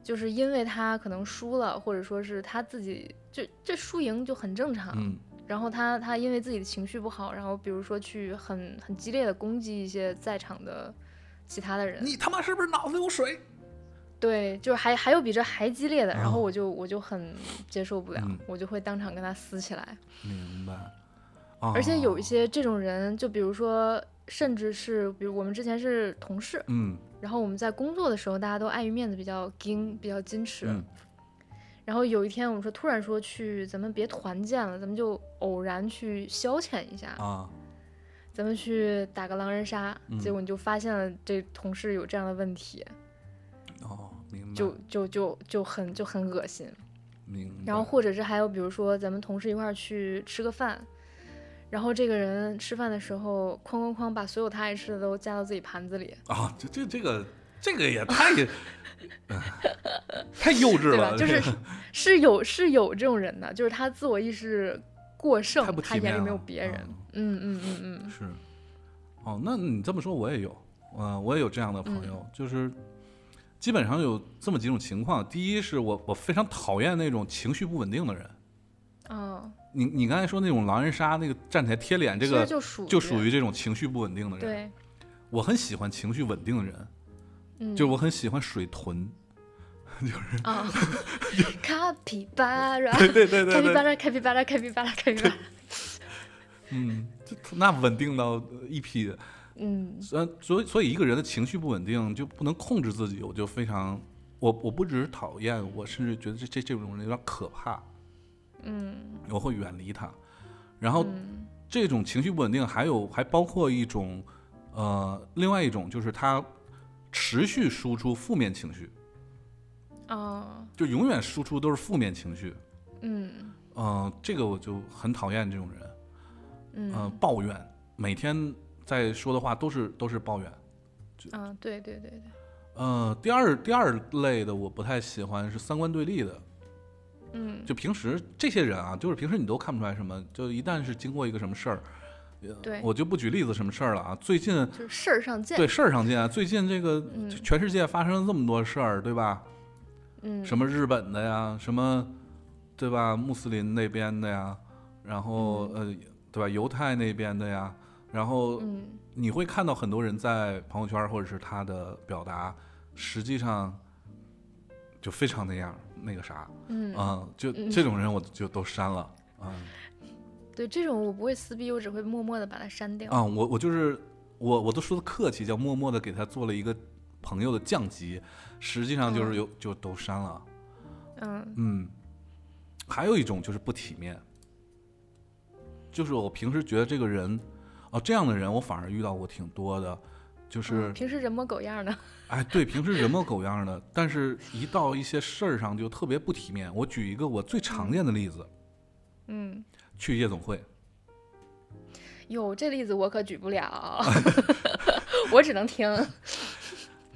S3: 就是因为他可能输了，或者说是他自己就这输赢就很正常，
S2: 嗯
S3: 然后他他因为自己的情绪不好，然后比如说去很很激烈的攻击一些在场的其他的人，
S2: 嗯你他妈是不是脑子有水？
S3: 对，就是还还有比这还激烈的，然后
S2: 哦
S3: 我就我就很接受不了，
S2: 嗯
S3: 我就会当场跟他撕起来。
S2: 明白。啊
S3: 而且有一，些这种人，就比如说，甚至是比如我们之前是同事，
S2: 嗯
S3: 然后我们在工作的时候，大家都碍于面子比较矜，比较矜持。
S2: 嗯
S3: 然后有一天我们说突然说去，咱们别团建了，咱们就偶然去消遣一下，
S2: 啊，
S3: 咱们去打个狼人杀。
S2: 嗯
S3: 结果你就发现了这同事有这样的问题，
S2: 哦，明白，
S3: 就就就就很就很恶心。
S2: 明白。
S3: 然后或者是还有比如说咱们同事一块儿去吃个饭，然后这个人吃饭的时候哐哐哐把所有他爱吃的都夹到自己盘子里，
S2: 啊，这这这个这个也
S3: [LAUGHS]
S2: 太，哎太幼稚
S3: 对
S2: 了，
S3: 吧？就
S2: 这 [LAUGHS]
S3: 是
S2: 个
S3: 是有是有这种人的，就是他自我意识过剩
S2: 太，不
S3: 他
S2: 体面
S3: 眼里
S2: 了，
S3: 没有别人。嗯嗯嗯嗯，
S2: 是，哦，那你这么说我也有，嗯、我也有这样的朋
S3: 嗯
S2: 友，就是基本上有这么几种情况。第一是我我非常讨厌那种情绪不稳定的人。
S3: 哦，
S2: 你你刚才说那种狼人杀那个站起来贴脸，这
S3: 其实
S2: 个
S3: 就属
S2: 就属于这种情绪不稳定的人。
S3: 对，
S2: 我很喜欢情绪稳定的人，
S3: 嗯，
S2: 就是我很喜欢水
S3: [LAUGHS]
S2: 豚。 [LAUGHS]
S3: 啊，卡 [LAUGHS] 皮巴拉，
S2: 对对对对
S3: 卡皮巴
S2: 对，
S3: 拉，卡皮巴拉，卡皮巴拉，卡皮巴拉，
S2: 嗯，这那稳定到一批的。
S3: 嗯
S2: 呃，所以所以一个人的情绪不稳定就不能控制自己，我就非常，我我不只是讨厌，我甚至觉得这这这种人有点可怕，
S3: 嗯
S2: 我会远离他。然后
S3: 嗯
S2: 这种情绪不稳定还有还包括一种，呃，另外一种就是他持续输出负面情绪，
S3: 哦
S2: 就永远输出都是负面情绪。
S3: 嗯
S2: 嗯、这个我就很讨厌这种人，
S3: 嗯
S2: 嗯、抱怨，每天在说的话都是都是抱怨。
S3: 啊，对对对对，
S2: 呃，第二第二类的我不太喜欢是三观对立的，
S3: 嗯，
S2: 就平时这些人啊，就是平时你都看不出来什么，就一旦是经过一个什么事儿，
S3: 对，
S2: 我就不举例子什么事儿了啊。最近
S3: 就是事儿上见，
S2: 对事儿上见啊，最近这个
S3: 嗯
S2: 全世界发生了这么多事儿，对吧？
S3: 嗯，
S2: 什么日本的呀，什么对吧？穆斯林那边的呀，然后呃，对吧？犹太那边的呀，然后
S3: 嗯
S2: 你会看到很多人在朋友圈或者是他的表达，实际上就非常那样那个啥，
S3: 嗯
S2: 嗯，就
S3: 嗯
S2: 这种人我就都删了，嗯
S3: 对这种我不会撕逼，我只会默默的把它删掉。
S2: 啊，我我就是我我都说的客气，叫默默的给他做了一个朋友的降级，实际上就是有就都删了，
S3: 嗯
S2: 嗯，还有一种就是不体面，就是我平时觉得这个人，哦，这样的人我反而遇到过挺多的，就是。
S3: 平时人模狗样的。
S2: 哎，对，平时人模狗样儿的，但是一到一些事儿上就特别不体面。我举一个我最常见的例子，
S3: 嗯，
S2: 去夜总会，
S3: 有这例子我可举
S2: [LAUGHS]
S3: 不了，我只能听。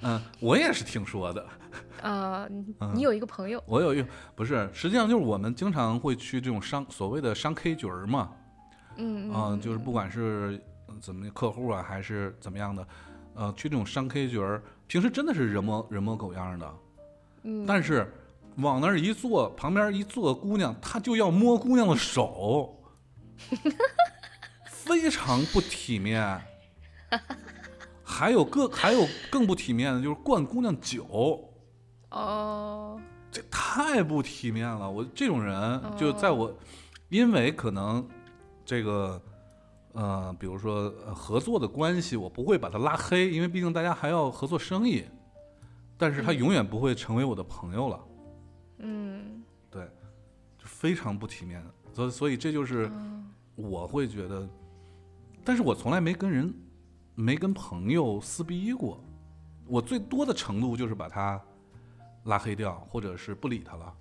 S2: 嗯，我也是听说的。
S3: 啊，你你有一个朋友，
S2: 我有一不是，实际上就是我们经常会去这种商所谓的商 K 局儿嘛，
S3: 嗯
S2: 啊、就是不管是呃怎么客户啊，还是怎么样的，呃，去这种商 K 局儿，平时真的是人模人模狗样儿的，
S3: 嗯
S2: 但是往那儿一坐，旁边一坐姑娘，她就要摸
S3: [LAUGHS]
S2: 姑娘的手，非常不体面。 [LAUGHS] 还有更还有更不体面的就是灌姑娘酒，
S3: 哦，
S2: 这太不体面了。我这种人就在我，因为可能这个呃，比如说呃合作的关系，我不会把他拉黑，因为毕竟大家还要合作生意。但是他永远不会成为我的朋友了，
S3: 嗯，
S2: 对，就非常不体面。所以所以这就是
S3: 嗯
S2: 我会觉得，但是我从来没跟人没跟朋友撕逼过，我最多的程度就是把他拉黑掉，或者是不理他了。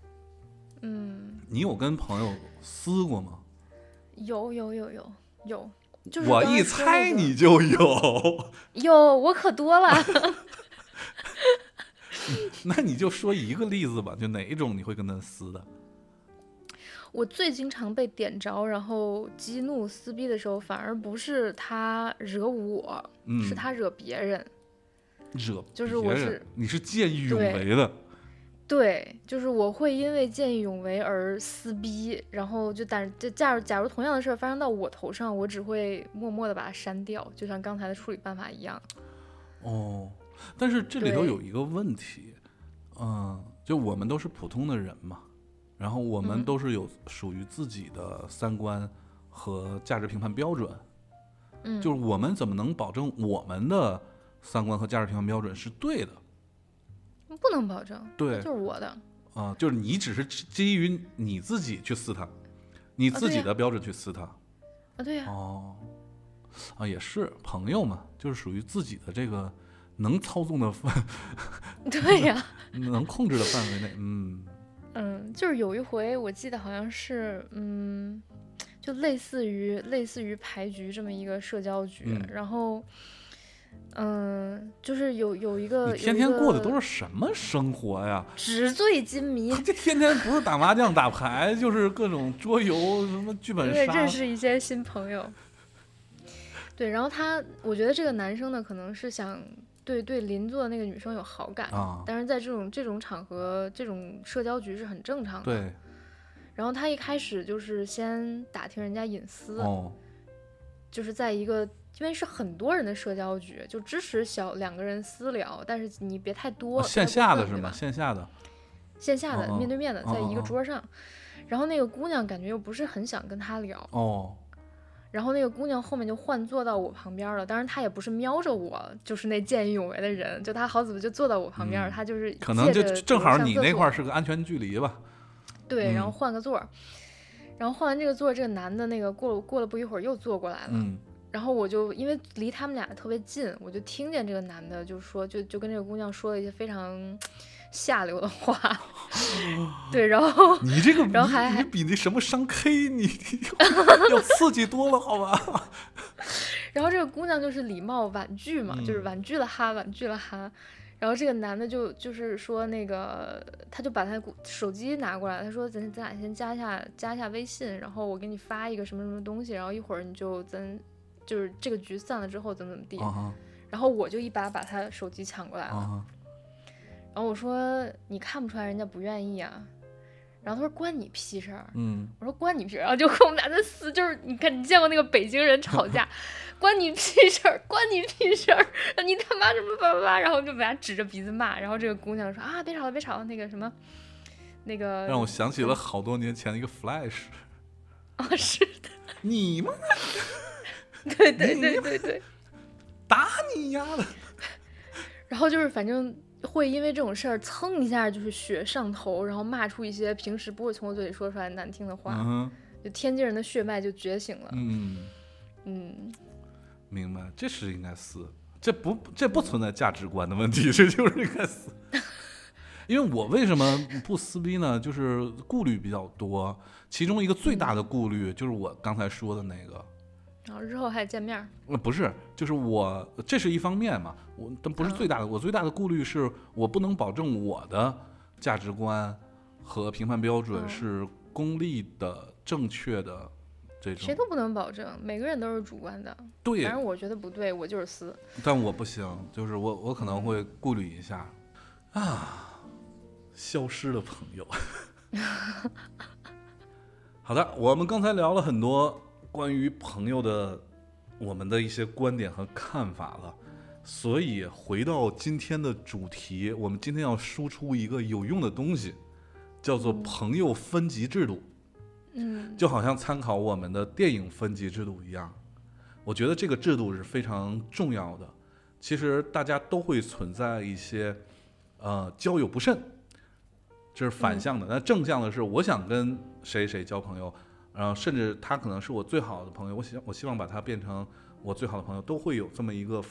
S2: 嗯，你有跟朋友撕过吗？
S3: 有有有有有，就是
S2: 我
S3: 刚刚
S2: 一
S3: 说
S2: 猜
S3: 那个
S2: 你就有， [LAUGHS]
S3: 有，我可多了。
S2: 那你就说一个例子吧，就哪一种你会跟他撕的？
S3: 我最经常被点着，然后激怒撕逼的时候，反而不是他惹我，
S2: 嗯，
S3: 是他惹别人。
S2: 惹
S3: 就是我
S2: 别人
S3: 是
S2: 你是见义勇
S3: 对
S2: 为的，
S3: 对，就是我会因为见义勇为而撕逼，然后就但就假如假如同样的事儿发生到我头上，我只会默默的把它删掉，就像刚才的处理办法一样。
S2: 哦，但是这里头
S3: 对
S2: 有一个问题，嗯、就我们都是普通的人嘛，然后我们
S3: 嗯
S2: 都是有属于自己的三观和价值评判标准，
S3: 嗯，
S2: 就是我们怎么能保证我们的三观和价值评判标准是对的？
S3: 不能保证，
S2: 对
S3: 那就是我的。
S2: 啊、就是你只是基于你自己去撕它，你自
S3: 哦对
S2: 己
S3: 呀
S2: 的标准去撕它。
S3: 啊，对呀、
S2: 哦，啊，也是朋友嘛，就是属于自己的这个能操纵的范，
S3: [LAUGHS] 对呀、
S2: 能控制的范围内，嗯。
S3: 嗯，就是有一回，我记得好像是，嗯，就类似于类似于牌局这么一个社交局，
S2: 嗯
S3: 然后，嗯，就是有呃有一个
S2: 你天天过的都是什么生活呀？
S3: 纸醉金迷
S2: [LAUGHS] ，这天天不是打麻将、打牌，就是各种桌游、什么剧本
S3: 对，
S2: 杀
S3: 认。识一些新朋友。对，然后他，我觉得这个男生呢，可能是想对对邻座那个女生有好感，
S2: 啊
S3: 但是在这种这种场合，这种社交局是很正常的。
S2: 对，
S3: 然后他一开始就是先打听人家隐私，
S2: 哦，
S3: 就是在一个因为是很多人的社交局，就支持小两个人私聊，但是你别太多。
S2: 啊
S3: 太
S2: 线
S3: 过
S2: 下的
S3: 分
S2: 是
S3: 对
S2: 吗？
S3: 吧
S2: 线下的，
S3: 线下的
S2: 哦哦
S3: 面对面的，在一
S2: 哦哦
S3: 个
S2: 哦
S3: 桌上。然后那个姑娘感觉又不是很想跟他聊，
S2: 哦，
S3: 然后那个姑娘后面就换坐到我旁边了。当然她也不是瞄着我，就是那见义勇为的人，就她好怎么就坐到我旁边了，
S2: 嗯
S3: 她就是
S2: 可能就
S3: 借着
S2: 正好
S3: 比如
S2: 你
S3: 上厕
S2: 那
S3: 所
S2: 块儿是个安全距离吧。
S3: 对，然后
S2: 嗯
S3: 换个座儿，然后换完这个座儿，这个男的那个过过了不一会儿又坐过来了， [LAUGHS]
S2: 嗯，
S3: 然后我就因为离他们俩特别近，我就听见这个男的就说，就就跟这个姑娘说了一些非常下流的话， [LAUGHS] 对，然后
S2: 你这个
S3: 然后还
S2: 你你
S3: 还
S2: 比那什么商 K 你 [LAUGHS] 要刺激多了，好吧？
S3: [LAUGHS] 然后这个姑娘就是礼貌婉拒嘛，就是
S2: 嗯
S3: 婉拒了哈，婉拒了哈。然后这个男的就就是说那个，他就把他姑手机拿过来，他说咱咱俩先加一下加一下微信，然后我给你发一个什么什么东西，然后一会儿你就咱就是这个局散了之后怎么怎么地。
S2: 啊哈
S3: 然后我就一把把他手机抢过来
S2: 啊
S3: 了，
S2: 哈，
S3: 然后我说你看不出来人家不愿意啊，然后他说关你屁事儿。
S2: 嗯，
S3: 我说关你屁事儿，然后就跟我们俩在撕，就是你看你见过那个北京人吵
S2: [LAUGHS]
S3: 架，关你屁事儿，关你屁事儿，你他妈什么叭叭叭，然后就把他指着鼻子骂，然后这个姑娘说啊别吵了别吵了，那个什么，那个
S2: 让我想起了好多年前的一个 Flash。
S3: 啊是的，
S2: 你妈
S3: 对对对
S2: [LAUGHS]
S3: 对对，
S2: 打你丫的！
S3: 然后就是反正会因为这种事儿蹭一下就是血上头，然后骂出一些平时不会从我嘴里说出来难听的话，
S2: 嗯哼
S3: 就天津人的血脉就觉醒了，
S2: 嗯。
S3: 嗯
S2: 明白，这是应该撕，这不这不存在价值观的问题， [LAUGHS] 这就是应该撕。因为我为什么不撕逼呢？就是顾虑比较多，其中一个最大的顾虑就是我刚才说的那个，
S3: 然后日后还得见面儿，
S2: 呃，不是，就是我这是一方面嘛，我但不是最大的，我最大的顾虑是我不能保证我的价值观和评判标准
S3: 嗯
S2: 是功利的、正确的这种
S3: 谁。都不能保证，每个人都是主观的。
S2: 嗯对，
S3: 反正我觉得不对，我就是撕。
S2: 但我不行，就是我我可能会顾虑一下，啊，啊消失的朋友。 [LAUGHS] 好的，我们刚才聊了很多关于朋友的我们的一些观点和看法了。所以回到今天的主题，我们今天要输出一个有用的东西，叫做朋友分级制度，
S3: 嗯，
S2: 就好像参考我们的电影分级制度一样。我觉得这个制度是非常重要的。其实大家都会存在一些，呃，交友不慎，这是反向的。那正向的是，我想跟谁谁交朋友，然后甚至他可能是我最好的朋友，我希我希望把他变成我最好的朋友，都会有这么一个分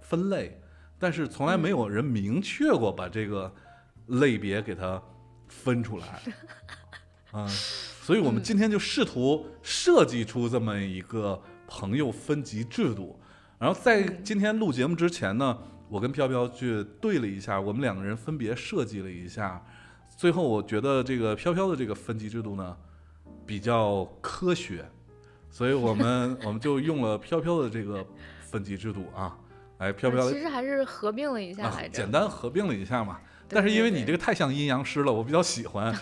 S2: 分类，但是从来没有人明确过把这个类别给它分出来。嗯，所以我们今天就试图设计出这么一个朋友分级制度。然后在今天录节目之前呢，我跟飘飘去对了一下，我们两个人分别设计了一下。最后我觉得这个飘飘的这个分级制度呢比较科学，所以我们 [LAUGHS] 我们就用了飘飘的这个分级制度啊，来飘飘
S3: 啊其实还是合并了一下
S2: 啊
S3: 来，着，
S2: 简单合并了一下嘛。
S3: 对
S2: 但是因为
S3: 对
S2: 你这
S3: 对
S2: 个太像阴阳师了，我比较喜欢。
S3: [LAUGHS]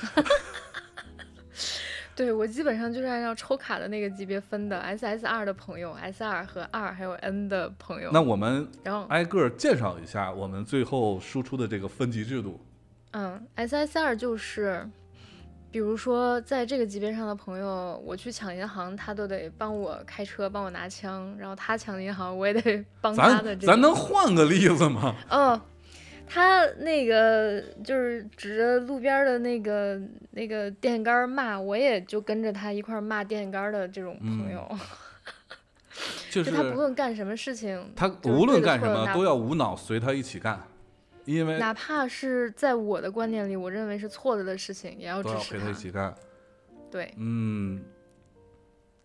S3: 对我基本上就是按照抽卡的那个级别分的，S S R 的朋友，S R 和 R 还有 N 的朋友。
S2: 那我哎们
S3: 然后，
S2: 挨个儿介绍一下我们最后输出的这个分级制度。
S3: 嗯，S S R 就是，比如说在这个级别上的朋友，我去抢银行，他都得帮我开车，帮我拿枪，然后他抢银行，我也得帮他的
S2: 咱
S3: 这种。
S2: 咱能换个例子吗？
S3: 哦，他那个就是指着路边儿的那个那个电杆儿骂，我也就跟着他一块儿骂电杆儿的这种朋友，
S2: 嗯就
S3: 就他不
S2: 是
S3: 论干什么事情，
S2: 他
S3: 就是
S2: 无论
S3: 对
S2: 干什
S3: 错
S2: 么
S3: 哪
S2: 都要无脑随他一起干，因为
S3: 哪怕是在我的观念里我认为是错的的事情，也要支
S2: 都要
S3: 持
S2: 陪他一起干。
S3: 对，
S2: 嗯，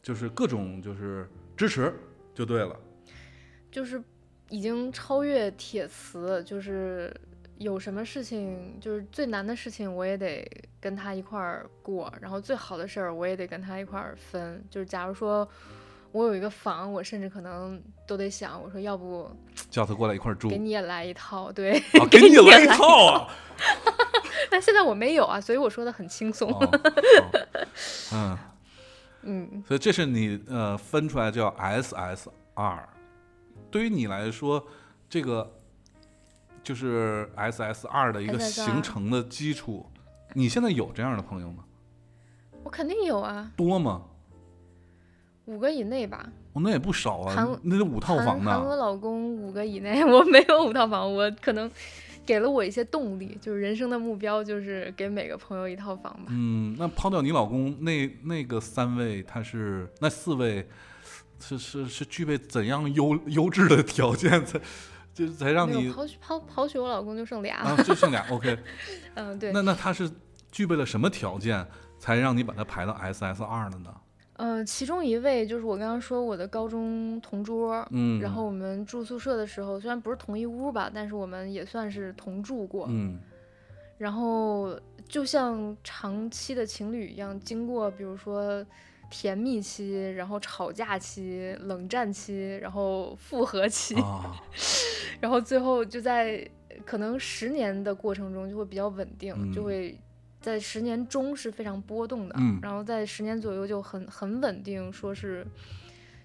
S2: 就是各种就是支持就对了。
S3: 就是已经超越铁磁，就是。有什么事情，就是最难的事情，我也得跟他一块儿过；然后最好的事儿，我也得跟他一块儿分。就是假如说我有一个房，我甚至可能都得想，我说要不
S2: 叫他过来一块儿住
S3: 给，你也来一套，对。
S2: 啊，给你来一套啊！
S3: [LAUGHS] 但现在我没有啊，所以我说的很轻松。
S2: 哦好嗯，
S3: 嗯，
S2: 所以这是你呃分出来叫 SSR。对于你来说，这个就是 SSR 的一个
S3: SSR
S2: 形成的基础。你现在有这样的朋友吗？
S3: 我肯定有啊，
S2: 多吗？
S3: 五个以内吧。
S2: 哦，那也不少啊
S3: 韩，
S2: 那得五套房
S3: 含含我
S2: 呢。
S3: 老公五个以内， [LAUGHS] 我没有五套房，我可能给了我一些动力，就是人生的目标就是给每个朋友一套房吧。
S2: 嗯，那抛掉你老公，那那个三位他是那四位是是是具备怎样优优质的条件才就才让
S3: 没有
S2: 你
S3: 刨去刨刨去我老公就剩俩了。
S2: 啊就剩俩 OK？
S3: 嗯，对，
S2: 那那他是具备了什么条件才让你把他排到 SSR 的呢？
S3: 嗯、其中一位就是我刚刚说我的高中同桌。
S2: 嗯，
S3: 然后我们住宿舍的时候，虽然不是同一屋吧，但是我们也算是同住过。
S2: 嗯
S3: 然后就像长期的情侣一样，经过比如说甜蜜期，然后吵架期、冷战期，然后复合期，
S2: 啊，
S3: 然后最后就在可能十年的过程中就会比较稳定，
S2: 嗯
S3: 就会在十年中是非常波动的，
S2: 嗯
S3: 然后在十年左右就很很稳定，说是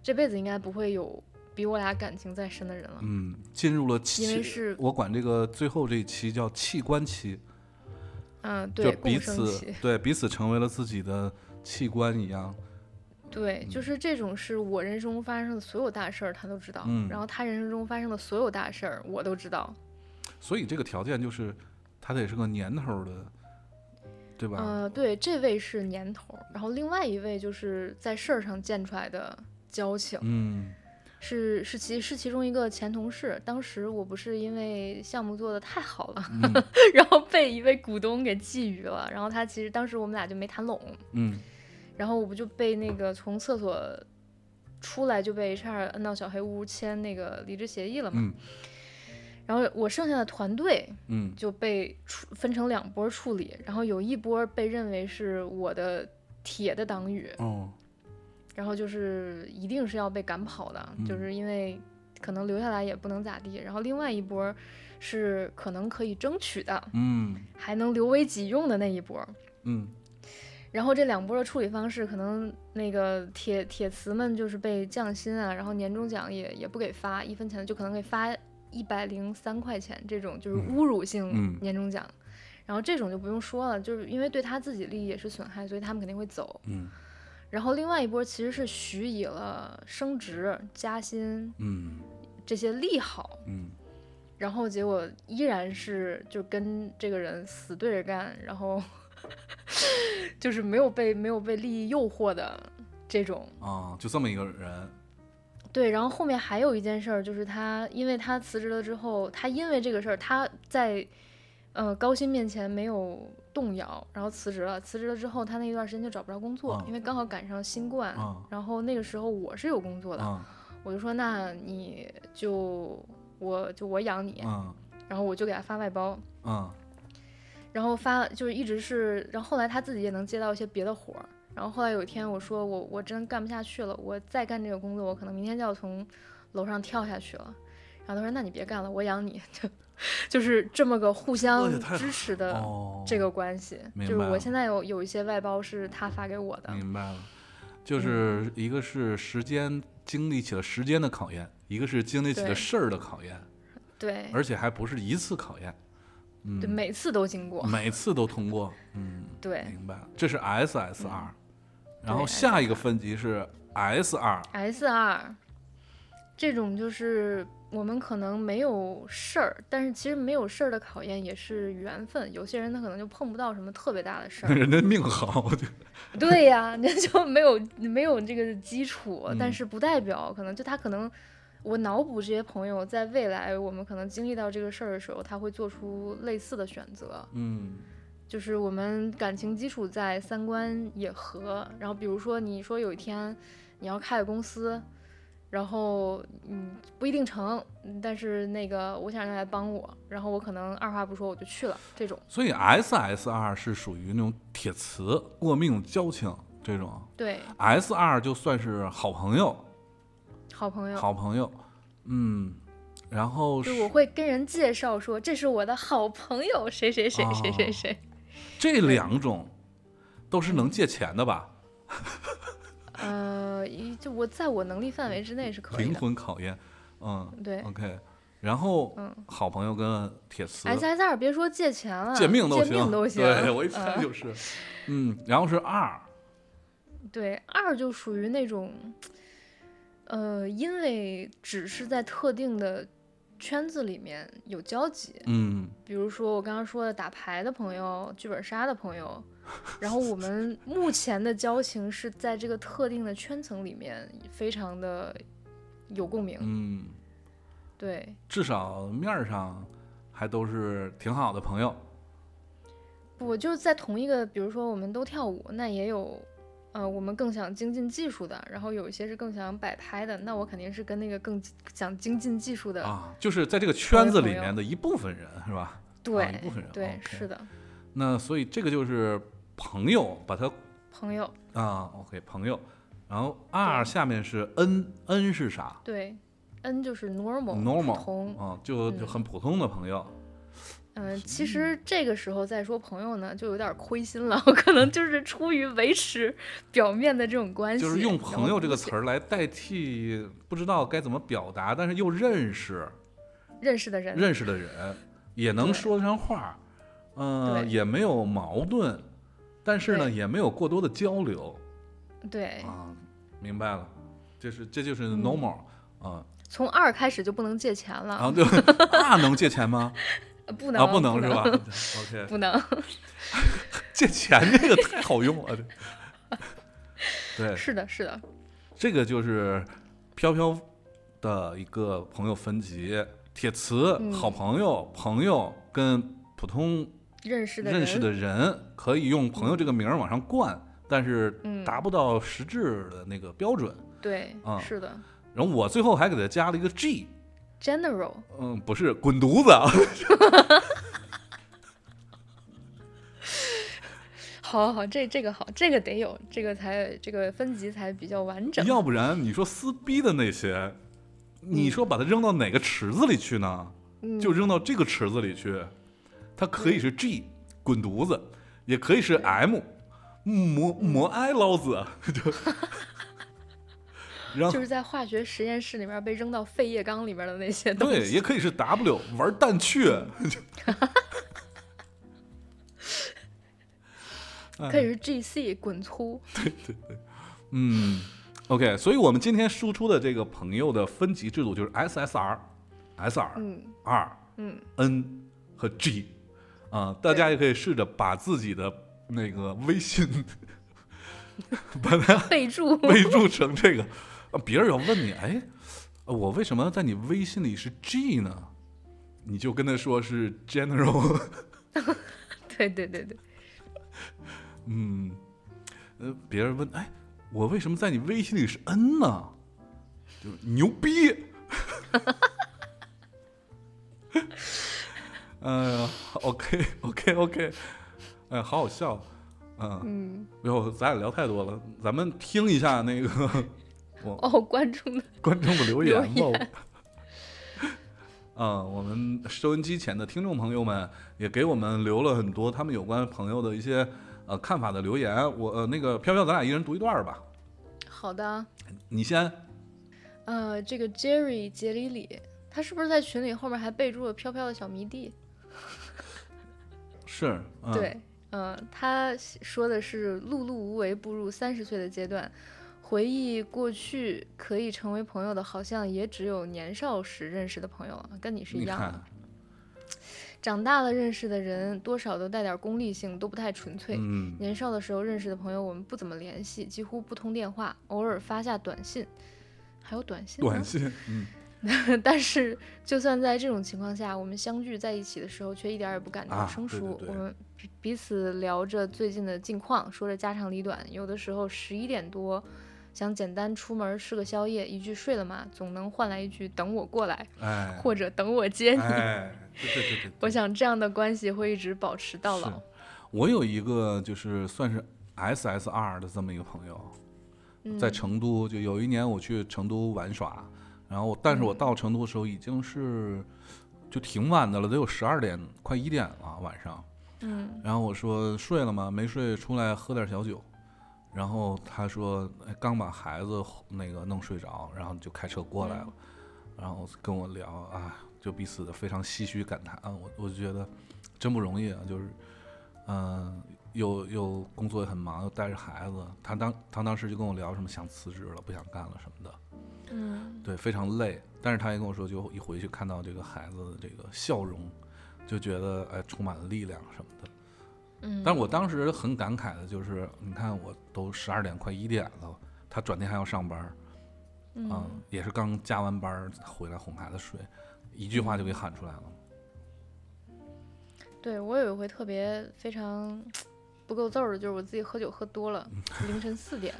S3: 这辈子应该不会有比我俩感情再深的人了。
S2: 嗯，进入了器，
S3: 因为是
S2: 我管这个最后这一期叫器官期，
S3: 嗯，
S2: 就
S3: 对，
S2: 彼
S3: 共生
S2: 此
S3: 期，
S2: 对彼此成为了自己的器官一样。
S3: 对，
S2: 嗯
S3: 就是这种是我人生中发生的所有大事儿，他都知道，
S2: 嗯
S3: 然后他人生中发生的所有大事儿，我都知道。
S2: 所以这个条件就是，他得是个年头的，对吧？
S3: 呃，对，这位是年头儿，然后另外一位就是在事儿上建出来的交情。
S2: 嗯
S3: 是是其是其中一个前同事，当时我不是因为项目做的太好了， [LAUGHS]
S2: 嗯
S3: 然后被一位股东给觊觎了，然后他其实当时我们俩就没谈拢，
S2: 嗯
S3: 然后我不就被那个从厕所出来就被 HR 摁到小黑屋签那个离职协议了嘛，
S2: 嗯
S3: 然后我剩下的团队
S2: 嗯
S3: 就被处分成两波处理，然后有一波被认为是我的铁的党羽，
S2: 哦，
S3: 然后就是一定是要被赶跑的，
S2: 嗯
S3: 就是因为可能留下来也不能咋地。然后另外一波是可能可以争取的，
S2: 嗯
S3: 还能留为己用的那一波。
S2: 嗯
S3: 然后这两波的处理方式，可能那个铁铁磁们就是被降薪啊，然后年终奖也也不给发一分钱，就可能给发一百零三块钱这种，就是
S2: 嗯
S3: 侮
S2: 嗯
S3: 辱性年终奖。然后这种就不用说了，就是因为对他自己利益也是损害，所以他们肯定会走。
S2: 嗯
S3: 然后另外一波其实是许以了升职、加薪
S2: 嗯
S3: 这些利好，
S2: 嗯
S3: 然后结果依然是就跟这个人死对着干，然后 [LAUGHS] 就是没有被没有被利益诱惑的这种。
S2: 啊，就这么一个人，
S3: 对，然后后面还有一件事儿，就是他因为他辞职了之后，他因为这个事儿，他在呃高薪面前没有动摇，然后辞职了。辞职了之后，他那一段时间就找不着工作，
S2: 啊
S3: 因为刚好赶上新冠。
S2: 啊
S3: 然后那个时候我是有工作的，
S2: 啊
S3: 我就说那你就我就我养你，
S2: 啊
S3: 然后我就给他发外包。
S2: 啊
S3: 然后发就是一直是，然后后来他自己也能接到一些别的活儿。然后后来有一天我说我我真干不下去了，我再干这个工作，我可能明天就要从楼上跳下去了。然后他说那你别干了，我养你， [LAUGHS] 就就是这么个互相
S2: 哎呀太
S3: 支持的
S2: 哦，
S3: 这个关系。
S2: 明
S3: 就是
S2: 白了
S3: 我现在有有一些外包是他发给我的，嗯
S2: 明白了，就是一个是时间经历起了时间的考验，一个是经历起了
S3: 对
S2: 事儿的考验，
S3: 对，
S2: 而且还不是一次考验，嗯，
S3: 对，每次都经过，
S2: 每次都通过，嗯，
S3: 对嗯
S2: 明白了，这是 SSR，然后
S3: 对
S2: 下一个分级是 SR，
S3: S 二，这种就是我们可能没有事儿，但是其实没有事儿的考验也是缘分。有些人他可能就碰不到什么特别大的事
S2: [LAUGHS]
S3: 儿。
S2: 人家命好，我觉得
S3: 对呀、那就没有没有这个基础，
S2: 嗯
S3: 但是不代表可能就他可能。我脑补这些朋友在未来，我们可能经历到这个事儿的时候，他会做出类似的选择。
S2: 嗯
S3: 就是我们感情基础在，三观也合。然后比如说，你说有一天你要开个公司，然后嗯不一定成，嗯但是那个我想让他来帮我，然后我可能二话不说我就去了这种。
S2: [LAUGHS] 所以 SSR 是属于那种铁磁过命交情这种
S3: 对，
S2: ，SR 就算是好朋友，
S3: 好朋友，
S2: 好朋友，嗯，然后
S3: 就是我会跟人介绍说这是我的好朋友谁谁谁谁谁
S2: 哦
S3: 谁。
S2: 这两种都是能借钱的吧？
S3: 呃，一就我在我能力范围之内是可以
S2: 灵
S3: 的。
S2: 魂考验，嗯
S3: 对
S2: ，OK，然后
S3: 嗯
S2: 好朋友跟铁丝。
S3: S S R 别说借钱了，
S2: 借命都
S3: 借命
S2: 行，
S3: 都行。
S2: 对我一
S3: 嗯
S2: 猜就是，嗯，然后是二，
S3: 对，二就属于那种，呃，因为只是在特定的圈子里面有交集，
S2: 嗯，
S3: 比如说我刚刚说的打牌的朋友、剧本杀的朋友，然后我们目前的交情是在这个特定的圈层里面非常的有共鸣，
S2: 嗯，
S3: 对，
S2: 至少面儿上还都是挺好的朋友，
S3: 我就在同一个，比如说我们都跳舞，那也有，呃，我们更想精进技术的，然后有一些是更想摆拍的，那我肯定是跟那个更想精进技术的，
S2: 啊，就是在这个圈子里
S3: 朋
S2: 面
S3: 友
S2: 的一部分人是吧？
S3: 对、
S2: 啊一部分人
S3: 对
S2: OK
S3: 是的，
S2: 那所以这个就是朋友，把它
S3: 朋友
S2: 啊，OK，朋
S3: 嗯
S2: 友，然后 R 下面是 N，N 是啥
S3: 对，N 就是 normal
S2: ？normal
S3: 普通，
S2: 啊，就就
S3: 嗯
S2: 很普通的朋友，
S3: 嗯、其实这个时候再说朋友呢，就有点亏心了， [LAUGHS] 我可能就是出于维持表面的这种关系，
S2: 就是用“朋友”这个词
S3: 儿，
S2: 儿来代替不知道该怎么表达，但是又认识
S3: 认识的人，
S2: 认识的人，也能
S3: 对
S2: 说得上话，嗯、
S3: 对
S2: 也没有矛盾，但是呢，
S3: 对
S2: 也没有过多的交流
S3: 对，
S2: 啊，明白了，就是这就是
S3: 嗯
S2: normal 啊，
S3: 从二开始就不能借钱了，
S2: 然后就 [LAUGHS] 那能借钱
S3: [LAUGHS]
S2: 吗？
S3: 呃不能、 [LAUGHS]
S2: 啊，
S3: 不？
S2: 能是吧？OK，
S3: 不能，
S2: 借钱这个太好用了，对，对
S3: 是的，是的，
S2: 这个就是飘飘的一个朋友分级，铁磁、
S3: 嗯
S2: 好朋友、朋友跟普通
S3: 认识的人，
S2: 认识的人，可以用朋友这个名儿往上灌，但是
S3: 嗯
S2: 达不到实质的那个标准。
S3: 对，
S2: 啊
S3: 是的
S2: 然后我最后还给他加了一个 G，
S3: ，general，
S2: 嗯，不是滚犊子啊，
S3: 好好好，这这个好，这个得有，这个才这个分级才比较完整，
S2: 要不然你说撕逼的那些，你说把它扔到哪个池子里去呢？
S3: 嗯
S2: 就扔到这个池子里去，它可以是 G 滚犊子，也可以是 M，摩摩埃老子， [LAUGHS] 就然后
S3: 就是在化学实验室里面被扔到废液缸里面的那些东
S2: 对，
S3: 西。
S2: 也可以是 W 玩蛋雀，
S3: 可以是 GC 滚粗，
S2: [LAUGHS] 嗯，OK，所以我们今天输出的这个朋友的分级制度就是 SSR、SR、
S3: 嗯
S2: R、
S3: 嗯，
S2: N 和 G 啊、大家也可以试着把自己的那个微信 [LAUGHS] 把它
S3: 备注 [LAUGHS]
S2: 备注成这个，啊别人要问你，哎，呃我为什么在你微信里是 G 呢？你就跟他说是 General， [LAUGHS]
S3: 对对对对，
S2: 嗯，呃，别人问，哎，我为什么在你微信里是 N 呢？就是牛逼。 [LAUGHS] 嗯、o k OK OK，哎，好好笑，嗯，
S3: 嗯，
S2: 哟，咱俩聊太多了，咱们听一下那个
S3: 哦，观众的
S2: 观众的留言吧。 [LAUGHS]
S3: 留
S2: 啊、我们收音机前的听众朋友们也给我们留了很多他们有关朋友的一些呃看法的留言。我、呃、那个飘飘，咱俩一人读一段儿吧。
S3: 好的，啊
S2: 你先，
S3: 呃，这个 Jerry 杰里里，他是不是在群里后面还备注了飘飘的小迷弟？
S2: 是，嗯、
S3: 对，呃，他说的是碌碌无为步入三十岁的阶段，回忆过去可以成为朋友的，好像也只有年少时认识的朋友了，跟你是一
S2: 你
S3: 样的。
S2: 看，
S3: 长大了认识的人，多少都带点功利性，都不太纯粹。
S2: 嗯，
S3: 年少的时候认识的朋友，我们不怎么联系，几乎不通电话，偶尔发下短信，还有短信
S2: [LAUGHS]
S3: 呢。
S2: 短信，嗯，
S3: [LAUGHS] 但是，就算在这种情况下，我们相聚在一起的时候，却一点儿也不感到
S2: 啊
S3: 生
S2: 对
S3: 疏。
S2: 对对
S3: 我们彼彼此聊着最近的近况，说着家长里短。有的时候十一点多，想简单出门吃个宵夜，一句睡了吗，总能换来一句等我过来， [LAUGHS]
S2: 哎，
S3: 或者等我接你。
S2: 哎，对对对对，
S3: 我想这样的关系会一直保持到
S2: 是
S3: 老。
S2: 我有一个就是算是 SSR 的这么一个朋友，
S3: 嗯
S2: 在成都，就有一年我去成都玩耍，然后我但是我到成都的时候已经是就挺晚的了，得有十二点快一点了晚上。
S3: 嗯，
S2: 然后我说睡了吗？没睡，出来喝点小酒。然后他说、哎、刚把孩子那个弄睡着，然后就开车过来了，然后跟我聊啊，就彼此的非常唏嘘感叹啊，我我就觉得真不容易啊，就是嗯、又又工作也很忙，又带着孩子，他当他当时就跟我聊什么想辞职了，不想干了什么的，
S3: 嗯，
S2: 对，非常累。但是他也跟我说，就一回去看到这个孩子的这个笑容，就觉得哎充满了力量什么的。
S3: 嗯，
S2: 但我当时很感慨的就是，你看我都十二点快一点了，他转天还要上班儿，
S3: 嗯
S2: 啊也是刚加完班儿回来哄孩子睡，一句话就给喊出来了。
S3: 对我有一回特别非常不够揍的，就是我自己喝酒喝多了，凌晨
S2: [LAUGHS]
S3: 四点，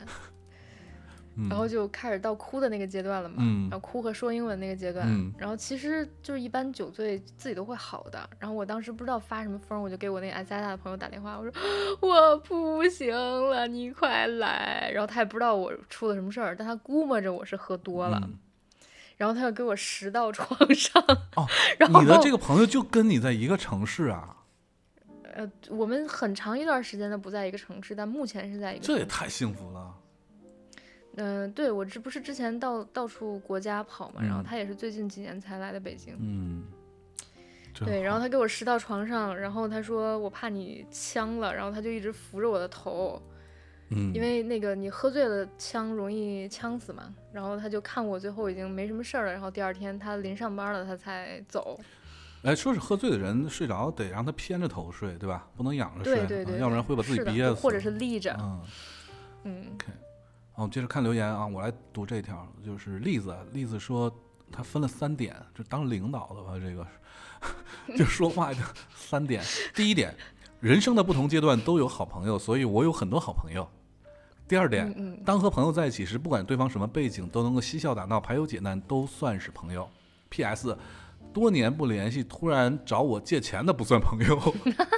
S2: 嗯
S3: 然后就开始到哭的那个阶段了嘛，
S2: 嗯
S3: 然后哭和说英文那个阶段，
S2: 嗯
S3: 然后其实就是一般酒醉自己都会好的，然后我当时不知道发什么疯，我就给我那个 S I 大的朋友打电话，我说我不行了，你快来，然后他也不知道我出了什么事儿，但他估摸着我是喝多了，
S2: 嗯
S3: 然后他就给我拾到床上，
S2: 哦
S3: [LAUGHS] 然后
S2: 你的这个朋友就跟你在一个城市
S3: [LAUGHS]
S2: 啊，
S3: 呃，我们很长一段时间都不在一个城市，但目前是在一个城
S2: 这
S3: 市。
S2: 也太幸福了。
S3: 嗯、对我这不是之前到到处国家跑嘛，然后
S2: 嗯
S3: 他也是最近几年才来的北京。
S2: 嗯，真
S3: 对，
S2: 好
S3: 然后他给我拾到床上，然后他说我怕你呛了，然后他就一直扶着我的头，
S2: 嗯，
S3: 因为那个你喝醉了呛容易呛死嘛。然后他就看我最后已经没什么事儿了，然后第二天他临上班了他才走。
S2: 哎，说是喝醉的人睡着得让他偏着头睡，对吧？不能仰着睡，
S3: 对
S2: 啊
S3: 对对，
S2: 要不然会把自己
S3: 是的
S2: 憋死。
S3: 或者是立着。
S2: 嗯。
S3: 嗯
S2: OK，哦，接着看留言啊，我来读这条，就是栗子，栗子说他分了三点，就当领导的吧，这个 [LAUGHS] 就说话就三点。第一点，人生的不同阶段都有好朋友，所以我有很多好朋友。第二点，
S3: 嗯嗯
S2: 当和朋友在一起时，不管对方什么背景，都能够嬉笑打闹、排忧解难，都算是朋友。P.S. 多年不联系，突然找我借钱的不算朋友， [LAUGHS]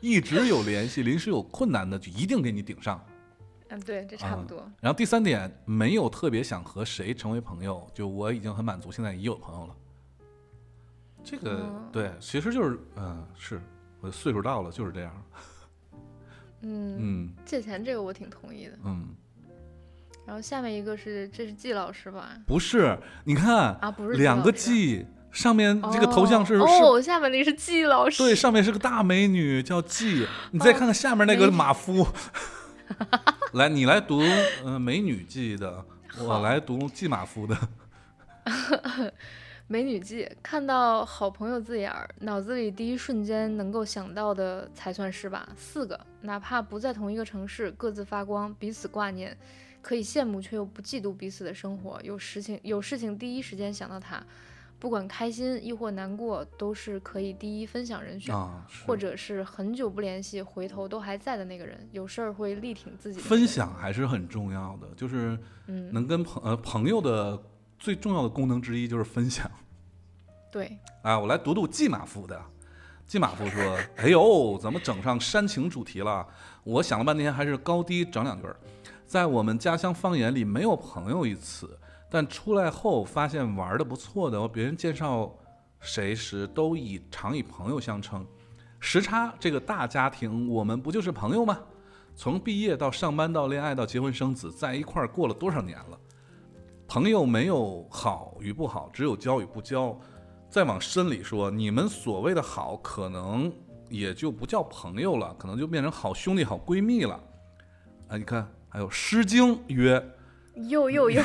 S2: 一直有联系，临时有困难的就一定给你顶上。
S3: 嗯，对，这差不多。
S2: 然后第三点，没有特别想和谁成为朋友，就我已经很满足，现在已有朋友了。这个、
S3: 嗯
S2: 呃对，其实就是，嗯、是我岁数到了就是这样。
S3: 嗯，
S2: 嗯
S3: 借钱这个我挺同意的。
S2: 嗯，
S3: 然后下面一个是这是季老师吧？
S2: 不是，你看
S3: 啊，不是季
S2: 两个
S3: 老师，
S2: 季，上面这个头像是
S3: 哦
S2: 是。
S3: 哦，下面那个是季老师，
S2: 对，上面是个大美女，叫季。你再看看下面那个
S3: 美
S2: 马夫， [LAUGHS] 来，你来读，嗯、美女季的，我
S3: 好
S2: 来读季马夫的。
S3: 美女计，看到好朋友字眼儿，脑子里第一瞬间能够想到的才算是吧。四个，哪怕不在同一个城市，各自发光，彼此挂念，可以羡慕却又不嫉妒彼此的生活。有事情有事情第一时间想到他，不管开心亦或难过，都是可以第一分享人选，
S2: 啊，是
S3: 或者是很久不联系，回头都还在的那个人。有事儿会力挺自己的那个
S2: 分
S3: 人，
S2: 享还是很重要的，就是
S3: 嗯，
S2: 能跟朋呃朋友的最重要的功能之一就是分享。
S3: 对，
S2: 啊，我来读读季马夫的。季马夫说：“哎呦，怎么整上煽情主题了？我想了半天，还是高低整两句儿。在我们家乡方言里没有朋友一词，但出来后发现玩的不错的，别人介绍谁时都以常以朋友相称。时差这个大家庭，我们不就是朋友吗？从毕业到上班到恋爱到结婚生子，在一块儿过了多少年了？朋友没有好与不好，只有交与不交。再往深里说，你们所谓的好，可能也就不叫朋友了，可能就变成好兄弟、好闺蜜了。啊，你看，还有《诗经》曰
S3: 又
S2: [LAUGHS]
S3: 又又，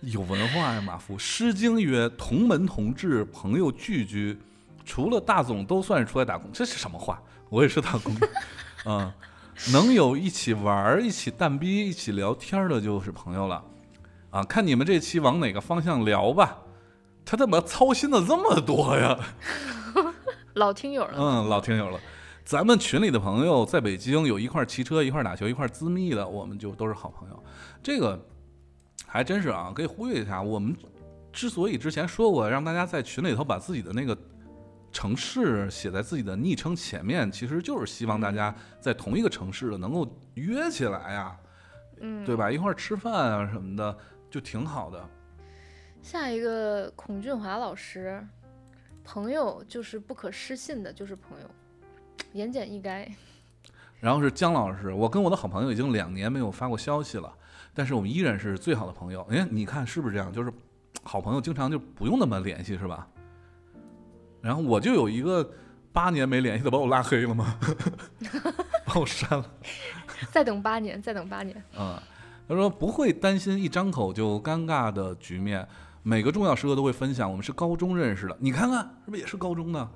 S2: 有文化呀，马夫。《诗经》曰：“同门同志，朋友聚居。”除了大总，都算是出来打工。这是什么话？我也是打工的。 [LAUGHS] 嗯，能有一起玩儿、一起蛋逼、一起聊天儿的，就是朋友了。啊，看你们这期往哪个方向聊吧。他怎么操心的这么多呀？
S3: 老听友了，
S2: 嗯，老听友了。咱们群里的朋友在北京有一块儿骑车、一块儿打球、一块儿自密的，我们就都是好朋友。这个还真是啊，可以忽略一下。我们之所以之前说过让大家在群里头把自己的那个城市写在自己的昵称前面，其实就是希望大家在同一个城市的能够约起来呀、
S3: 嗯，
S2: 对吧？一块儿吃饭啊什么的，就挺好的。
S3: 下一个孔俊华老师，朋友就是不可失信的，就是朋友，言简意赅。
S2: 然后是姜老师，我跟我的好朋友已经两年没有发过消息了，但是我们依然是最好的朋友。哎，你看是不是这样？就是好朋友经常就不用那么联系，是吧？然后我就有一个八年没联系的，把我拉黑了吗？ [LAUGHS] 把我删了。
S3: 再等八年，再等八年。
S2: 嗯，他说不会担心一张口就尴尬的局面，每个重要时刻都会分享。我们是高中认识的，你看看是不是也是高中呢？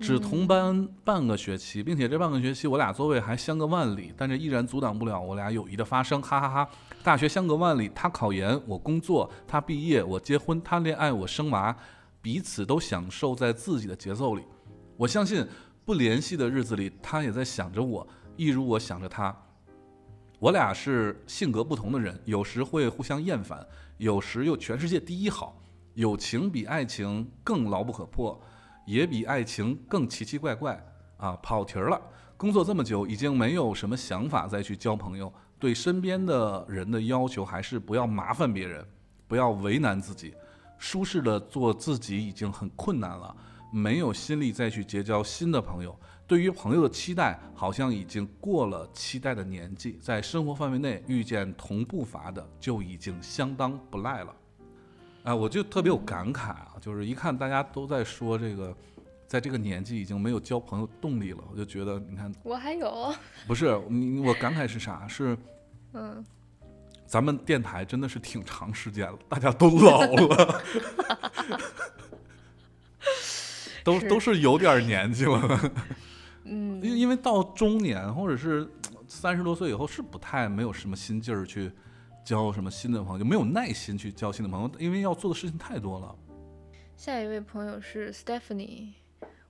S2: 只同班半个学期，并且这半个学期我俩座位还相隔万里，但这依然阻挡不了我俩友谊的发生，哈哈哈大学相隔万里，他考研，我工作，他毕业，我结婚，他恋爱，我生娃，彼此都享受在自己的节奏里。我相信不联系的日子里，他也在想着我，一如我想着他。我俩是性格不同的人，有时会互相厌烦，有时又全世界第一好。友情比爱情更牢不可破，也比爱情更奇奇怪怪啊！跑题儿了，工作这么久，已经没有什么想法再去交朋友。对身边的人的要求还是不要麻烦别人，不要为难自己，舒适的做自己已经很困难了，没有心力再去结交新的朋友。对于朋友的期待，好像已经过了期待的年纪，在生活范围内遇见同步伐的，就已经相当不赖了。啊，我就特别有感慨啊，就是一看大家都在说这个，在这个年纪已经没有交朋友动力了，我就觉得，你看，
S3: 我还有，
S2: 不是你，我感慨是啥？是
S3: 嗯，
S2: 咱们电台真的是挺长时间了，大家都老了，都
S3: 是
S2: 都是有点儿年纪了。
S3: 嗯，
S2: [LAUGHS] 因因为到中年或者是三十多岁以后，是不太没有什么心劲儿去交什么新的朋友，就没有耐心去交新的朋友，因为要做的事情太多了。
S3: 下一位朋友是 Stephanie，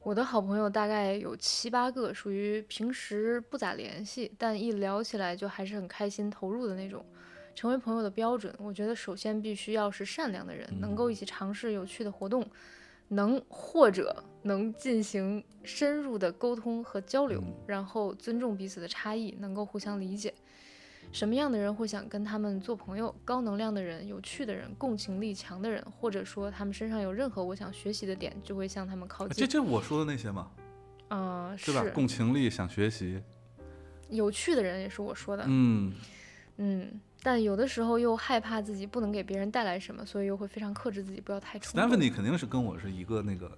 S3: 我的好朋友大概有七八个，属于平时不咋联系，但一聊起来就还是很开心投入的那种。成为朋友的标准，我觉得首先必须要是善良的人，能够一起尝试有趣的活动，能或者能进行深入的沟通和交流，然后尊重彼此的差异，能够互相理解。什么样的人会想跟他们做朋友？高能量的人、有趣的人、共情力强的人，或者说他们身上有任何我想学习的点，就会向他们靠
S2: 哎啊这
S3: 近。
S2: 这我说的那些嘛，
S3: 嗯、
S2: 对吧？
S3: 是 [CLEARS THROAT]
S2: 共情力，想学习，
S3: 有趣的人也是我说的，
S2: 嗯，
S3: 嗯，但有的时候又害怕自己不能给别人带来什么，所以又会非常克制自己，不要太冲动。
S2: Stephanie 肯定是跟我是一个那个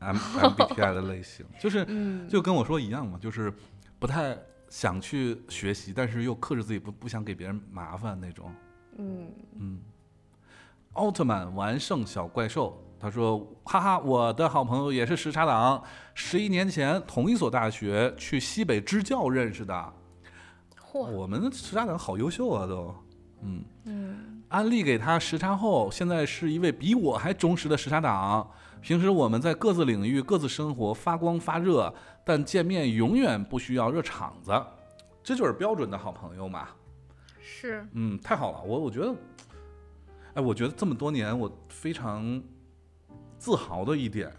S2: M MBTI 的类型，就是
S3: 嗯，
S2: 就跟我说一样嘛，就是不太想去学习，但是又克制自己不不想给别人麻烦那种。
S3: 嗯，
S2: 嗯，奥特曼完胜小怪兽。他说：“哈哈，我的好朋友也是时差党，十一年前同一所大学去西北支教认识的。
S3: 嚯，
S2: 我们时差党好优秀啊，都。嗯，
S3: 嗯，
S2: 安利给他时差后，现在是一位比我还忠实的时差党。平时我们在各自领域各自生活，发光发热，但见面永远不需要热场子，这就是标准的好朋友嘛。 [LAUGHS]
S3: 是，
S2: 嗯，太好了，我我觉得，哎，我觉得这么多年我非常自豪的一点，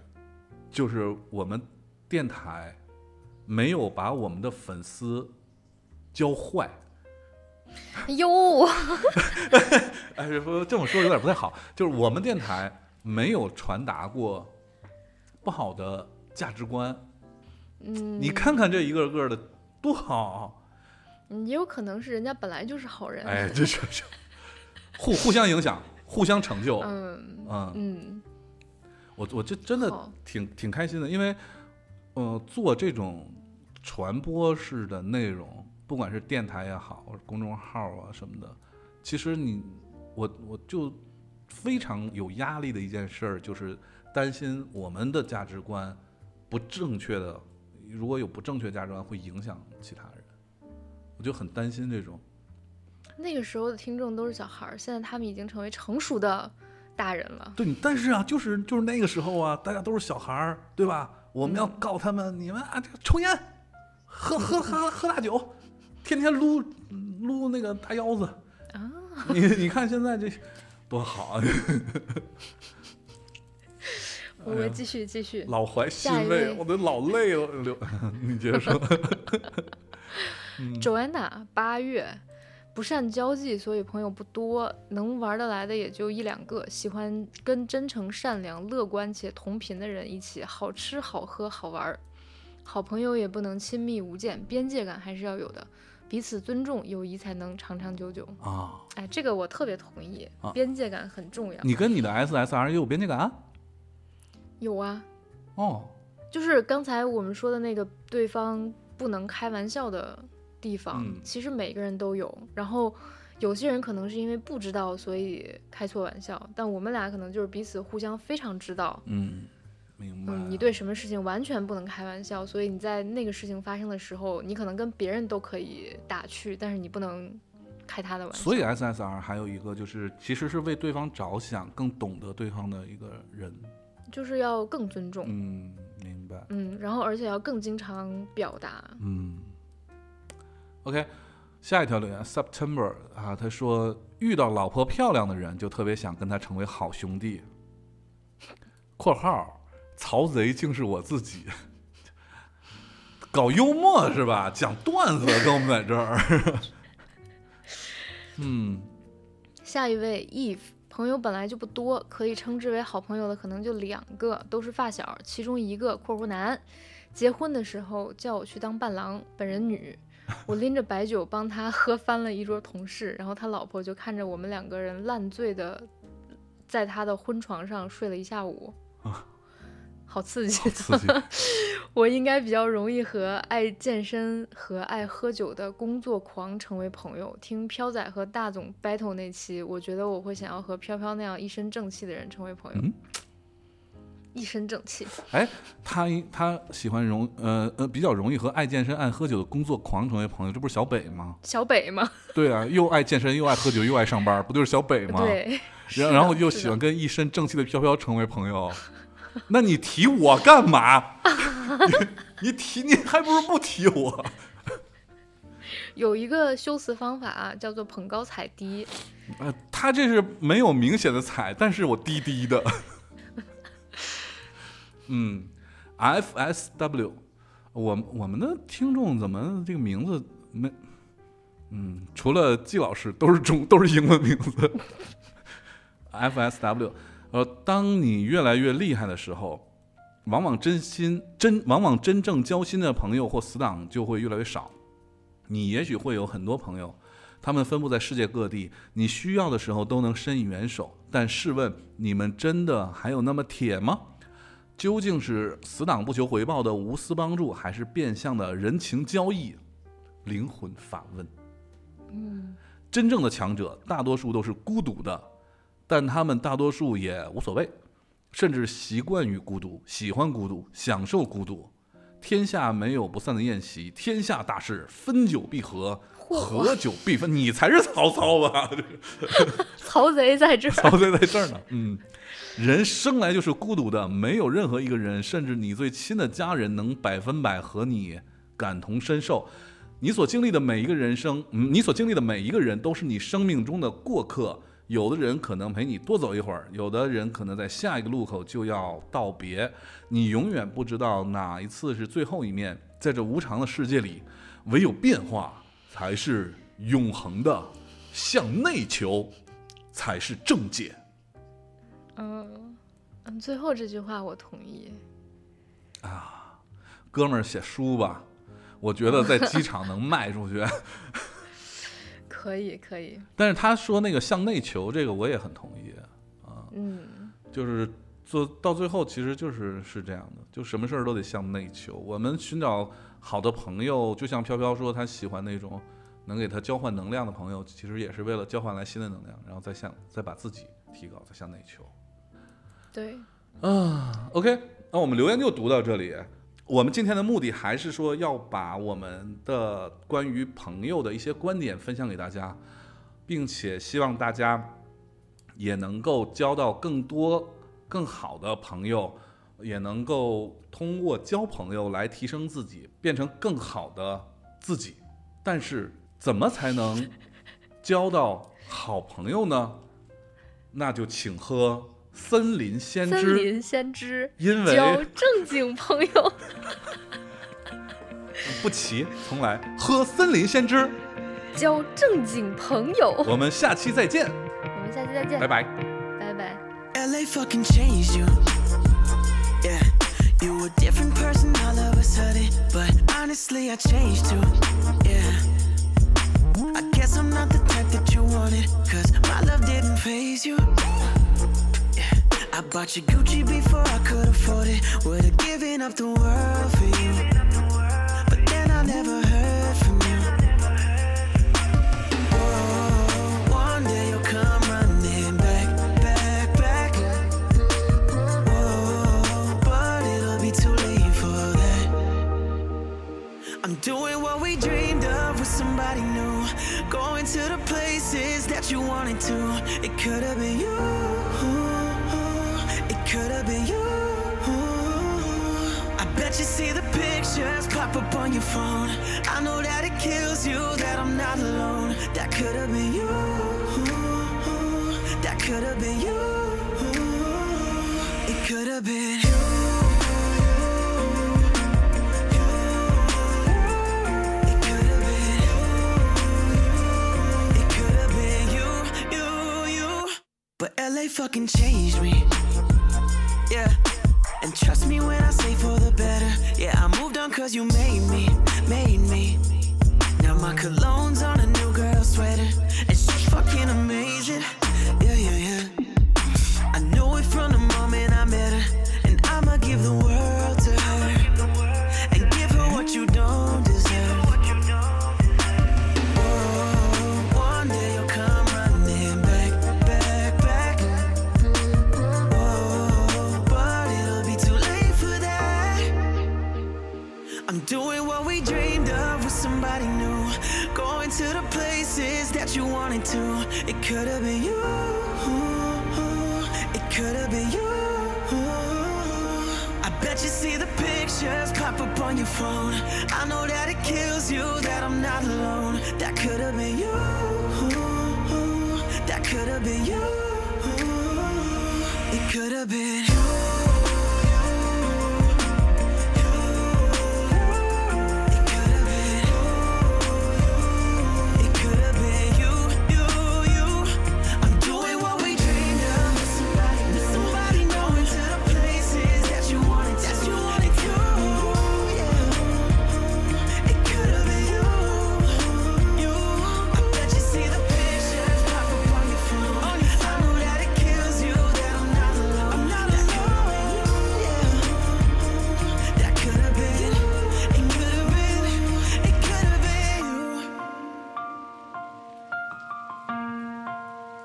S2: 就是我们电台没有把我们的粉丝教坏。
S3: 哟，
S2: 哎，说这么说有点不太好，就是我们电台没有传达过不好的价值观。
S3: 嗯，
S2: 你看看这一个个的多好，啊
S3: 嗯，也有可能是人家本来就是好人，
S2: 哎，这是是互互相影响，互相成就。
S3: 嗯
S2: 嗯，
S3: 嗯，
S2: 我我这真的
S3: 好
S2: 挺挺开心的，因为，嗯、做这种传播式的内容，不管是电台也好，公众号啊什么的，其实你我我就非常有压力的一件事儿，就是担心我们的价值观不正确的，如果有不正确价值观会影响其他人，我就很担心这种。
S3: 那个时候的听众都是小孩儿，现在他们已经成为成熟的大人了。
S2: 对，但是啊，就是就是那个时候啊，大家都是小孩儿，对吧？我们要
S3: 嗯
S2: 告他们，你们啊，这个抽烟，喝喝喝喝大酒，天天撸撸那个大腰子
S3: 啊！
S2: 你你看现在这 [LAUGHS] 多好啊， [LAUGHS]
S3: 我
S2: 哎呀
S3: 们继续继续，
S2: 老怀
S3: 下
S2: 欣
S3: 一
S2: 慰，
S3: 位
S2: 我都老累了。刘， [LAUGHS] 你接着说。嗯
S3: Joanna 八月不善交际，所以朋友不多，能玩得来的也就一两个。喜欢跟真诚、善良、乐观且同频的人一起，好吃、好喝、好玩儿。好朋友也不能亲密无间，边界感还是要有的，彼此尊重，友谊才能长长久久。
S2: [LAUGHS] 啊，
S3: 哎，这个我特别同意
S2: 啊，
S3: 边界感很重要。
S2: 你跟你的 SSR 也有边界感
S3: 有啊，
S2: 哦，
S3: 就是刚才我们说的那个对方不能开玩笑的地方，
S2: 嗯
S3: 其实每个人都有。然后有些人可能是因为不知道，所以开错玩笑，但我们俩可能就是彼此互相非常知道。
S2: 嗯，明白。
S3: 嗯，你对什么事情完全不能开玩笑，所以你在那个事情发生的时候，你可能跟别人都可以打趣，但是你不能开他的玩笑。
S2: 所以 SSR 还有一个就是，其实是为对方着想，更懂得对方的一个人。
S3: 就是要更尊重，
S2: 嗯，明白。
S3: 嗯，然后而且要更经常表达。
S2: 嗯，OK，下一条留言 September 啊，他说遇到老婆漂亮的人，就特别想跟他成为好兄弟。（括号曹贼竟是我自己）搞幽默是吧？讲段子跟我们在这儿。 [LAUGHS] 嗯，
S3: 下一位 Eve，朋友本来就不多，可以称之为好朋友的可能就两个，都是发小，其中一个（括弧男）结婚的时候叫我去当伴郎，本人女。我拎着白酒帮他喝翻了一桌同事，然后他老婆就看着我们两个人烂醉的，在他的婚床上睡了一下午，好刺激！
S2: 刺激。
S3: 我应该比较容易和爱健身和爱喝酒的工作狂成为朋友。听飘仔和大总 battle 那期，我觉得我会想要和飘飘那样一身正气的人成为朋友。
S2: 嗯
S3: 一身正气，
S2: 哎，他一他喜欢容呃呃比较容易和爱健身、爱喝酒的工作狂成为朋友，这不是小北吗？
S3: 小北吗？
S2: [LAUGHS] 对啊，又爱健身，又爱喝酒，又爱上班，不就是小北吗？
S3: 对，
S2: [LAUGHS]
S3: 是
S2: 然
S3: 的
S2: 然后又
S3: 是的
S2: 喜欢跟一身正气的飘飘成为朋友，那你提我干嘛？ [LAUGHS] 你你提你还不如不提我。
S3: 有一个修辞方法、啊叫做捧高踩低，
S2: 呃，他这是没有明显的踩，但是我滴滴的。 [LAUGHS] 嗯，FSW，我们我们的听众怎么这个名字没？嗯，除了季老师都是中都是英文名字。FSW，呃，当你越来越厉害的时候，往往真心真往往真正交心的朋友或死党就会越来越少。你也许会有很多朋友，他们分布在世界各地，你需要的时候都能伸以援手。但试问，你们真的还有那么铁吗？究竟是死党不求回报的无私帮助，还是变相的人情交易？灵魂反问。
S3: 嗯，
S2: 真正的强者大多数都是孤独的，但他们大多数也无所谓，甚至习惯于孤独，喜欢孤独，享受孤独。天下没有不散的宴席，天下大事，分久必合，
S3: 嚯
S2: 合久必分。你才是曹操吧？
S3: 曹贼在这
S2: [LAUGHS] 曹
S3: 儿，
S2: 贼在这儿呢。嗯，人生来就是孤独的，没有任何一个人，甚至你最亲的家人，能百分百和你感同身受。你所经历的每一个人生，嗯，你所经历的每一个人都是你生命中的过客。有的人可能陪你多走一会儿，有的人可能在下一个路口就要道别。你永远不知道哪一次是最后一面。在这无常的世界里，唯有变化才是永恒的。向内求，才是正解。
S3: 嗯嗯，最后这句话我同意。
S2: 哥们儿写书吧，我觉得在机场能卖出去。 [LAUGHS]
S3: 可以，可以，
S2: 但是他说那个向内求，这个我也很同意，啊
S3: 嗯，
S2: 就是做到最后其实就是是这样的，就什么事儿都得向内求。我们寻找好的朋友，就像飘飘说他喜欢那种能给他交换能量的朋友，其实也是为了交换来新的能量，然后再向再把自己提高，再向内求。
S3: 对，
S2: 啊，OK，那我们留言就读到这里。我们今天的目的还是说要把我们的关于朋友的一些观点分享给大家，并且希望大家也能够交到更多更好的朋友，也能够通过交朋友来提升自己，变成更好的自己。但是，怎么才能交到好朋友呢？那就请喝森林先知。
S3: 森林先知
S2: 因为
S3: 交正经朋友，
S2: 不齐，重来，喝森林先知。
S3: 交正经朋友。
S2: 我们下期再见，
S3: 我们下期再见，
S2: 拜，拜。
S3: 拜拜。
S1: LA fucking changed you. Yeah, you a different person all of a sudden. But honestly, I changed too. Yeah, I guess I'm not the type that you wanted. Cause my love didn't phase you. Yeah, I bought you Gucci before I could afford it. Would've given up the world for you. But then I never heard from you. Oh, one day you'll come running back, back, back. Oh, but it'll be too late for that. I'm doing what we dreamed of with somebody new. Going to the places that you wanted to. It could have been you. It could have been you. I bet you see the pictures pop up on your phone. I know that it kills you that I'm not alone. That could have been you. That could have been you. It could have been you. It could have been you. It could have been you, you, you. But LA fucking changed me. Yeah. And trust me when I say for the better. Yeah, I moved on cause you made me, made me. Now my cologne's on a new girl sweater. And she's fucking amazing. Yeah, yeah, yeah. I knew it from the moment I met her. And I'ma give the world to her. And give her what you don't deserve. Oh, one day you'll come running back, back, back. Oh, but it'll be too late for that. I'm doing what we dreamed of with somebody new. Going to the places that you wanted to. It could have been you. It could have been you. I bet you see the pictures pop up on your phone. I know that it kills you that I'm not alone. That could have been you. That could have been you. It could have been you. It could have been it could have been you, you, you. I'm doing what we dreamed of. Somebody knowing to the places that you wanted, that you wanted to. It could have been you.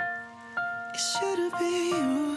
S1: It should have been you.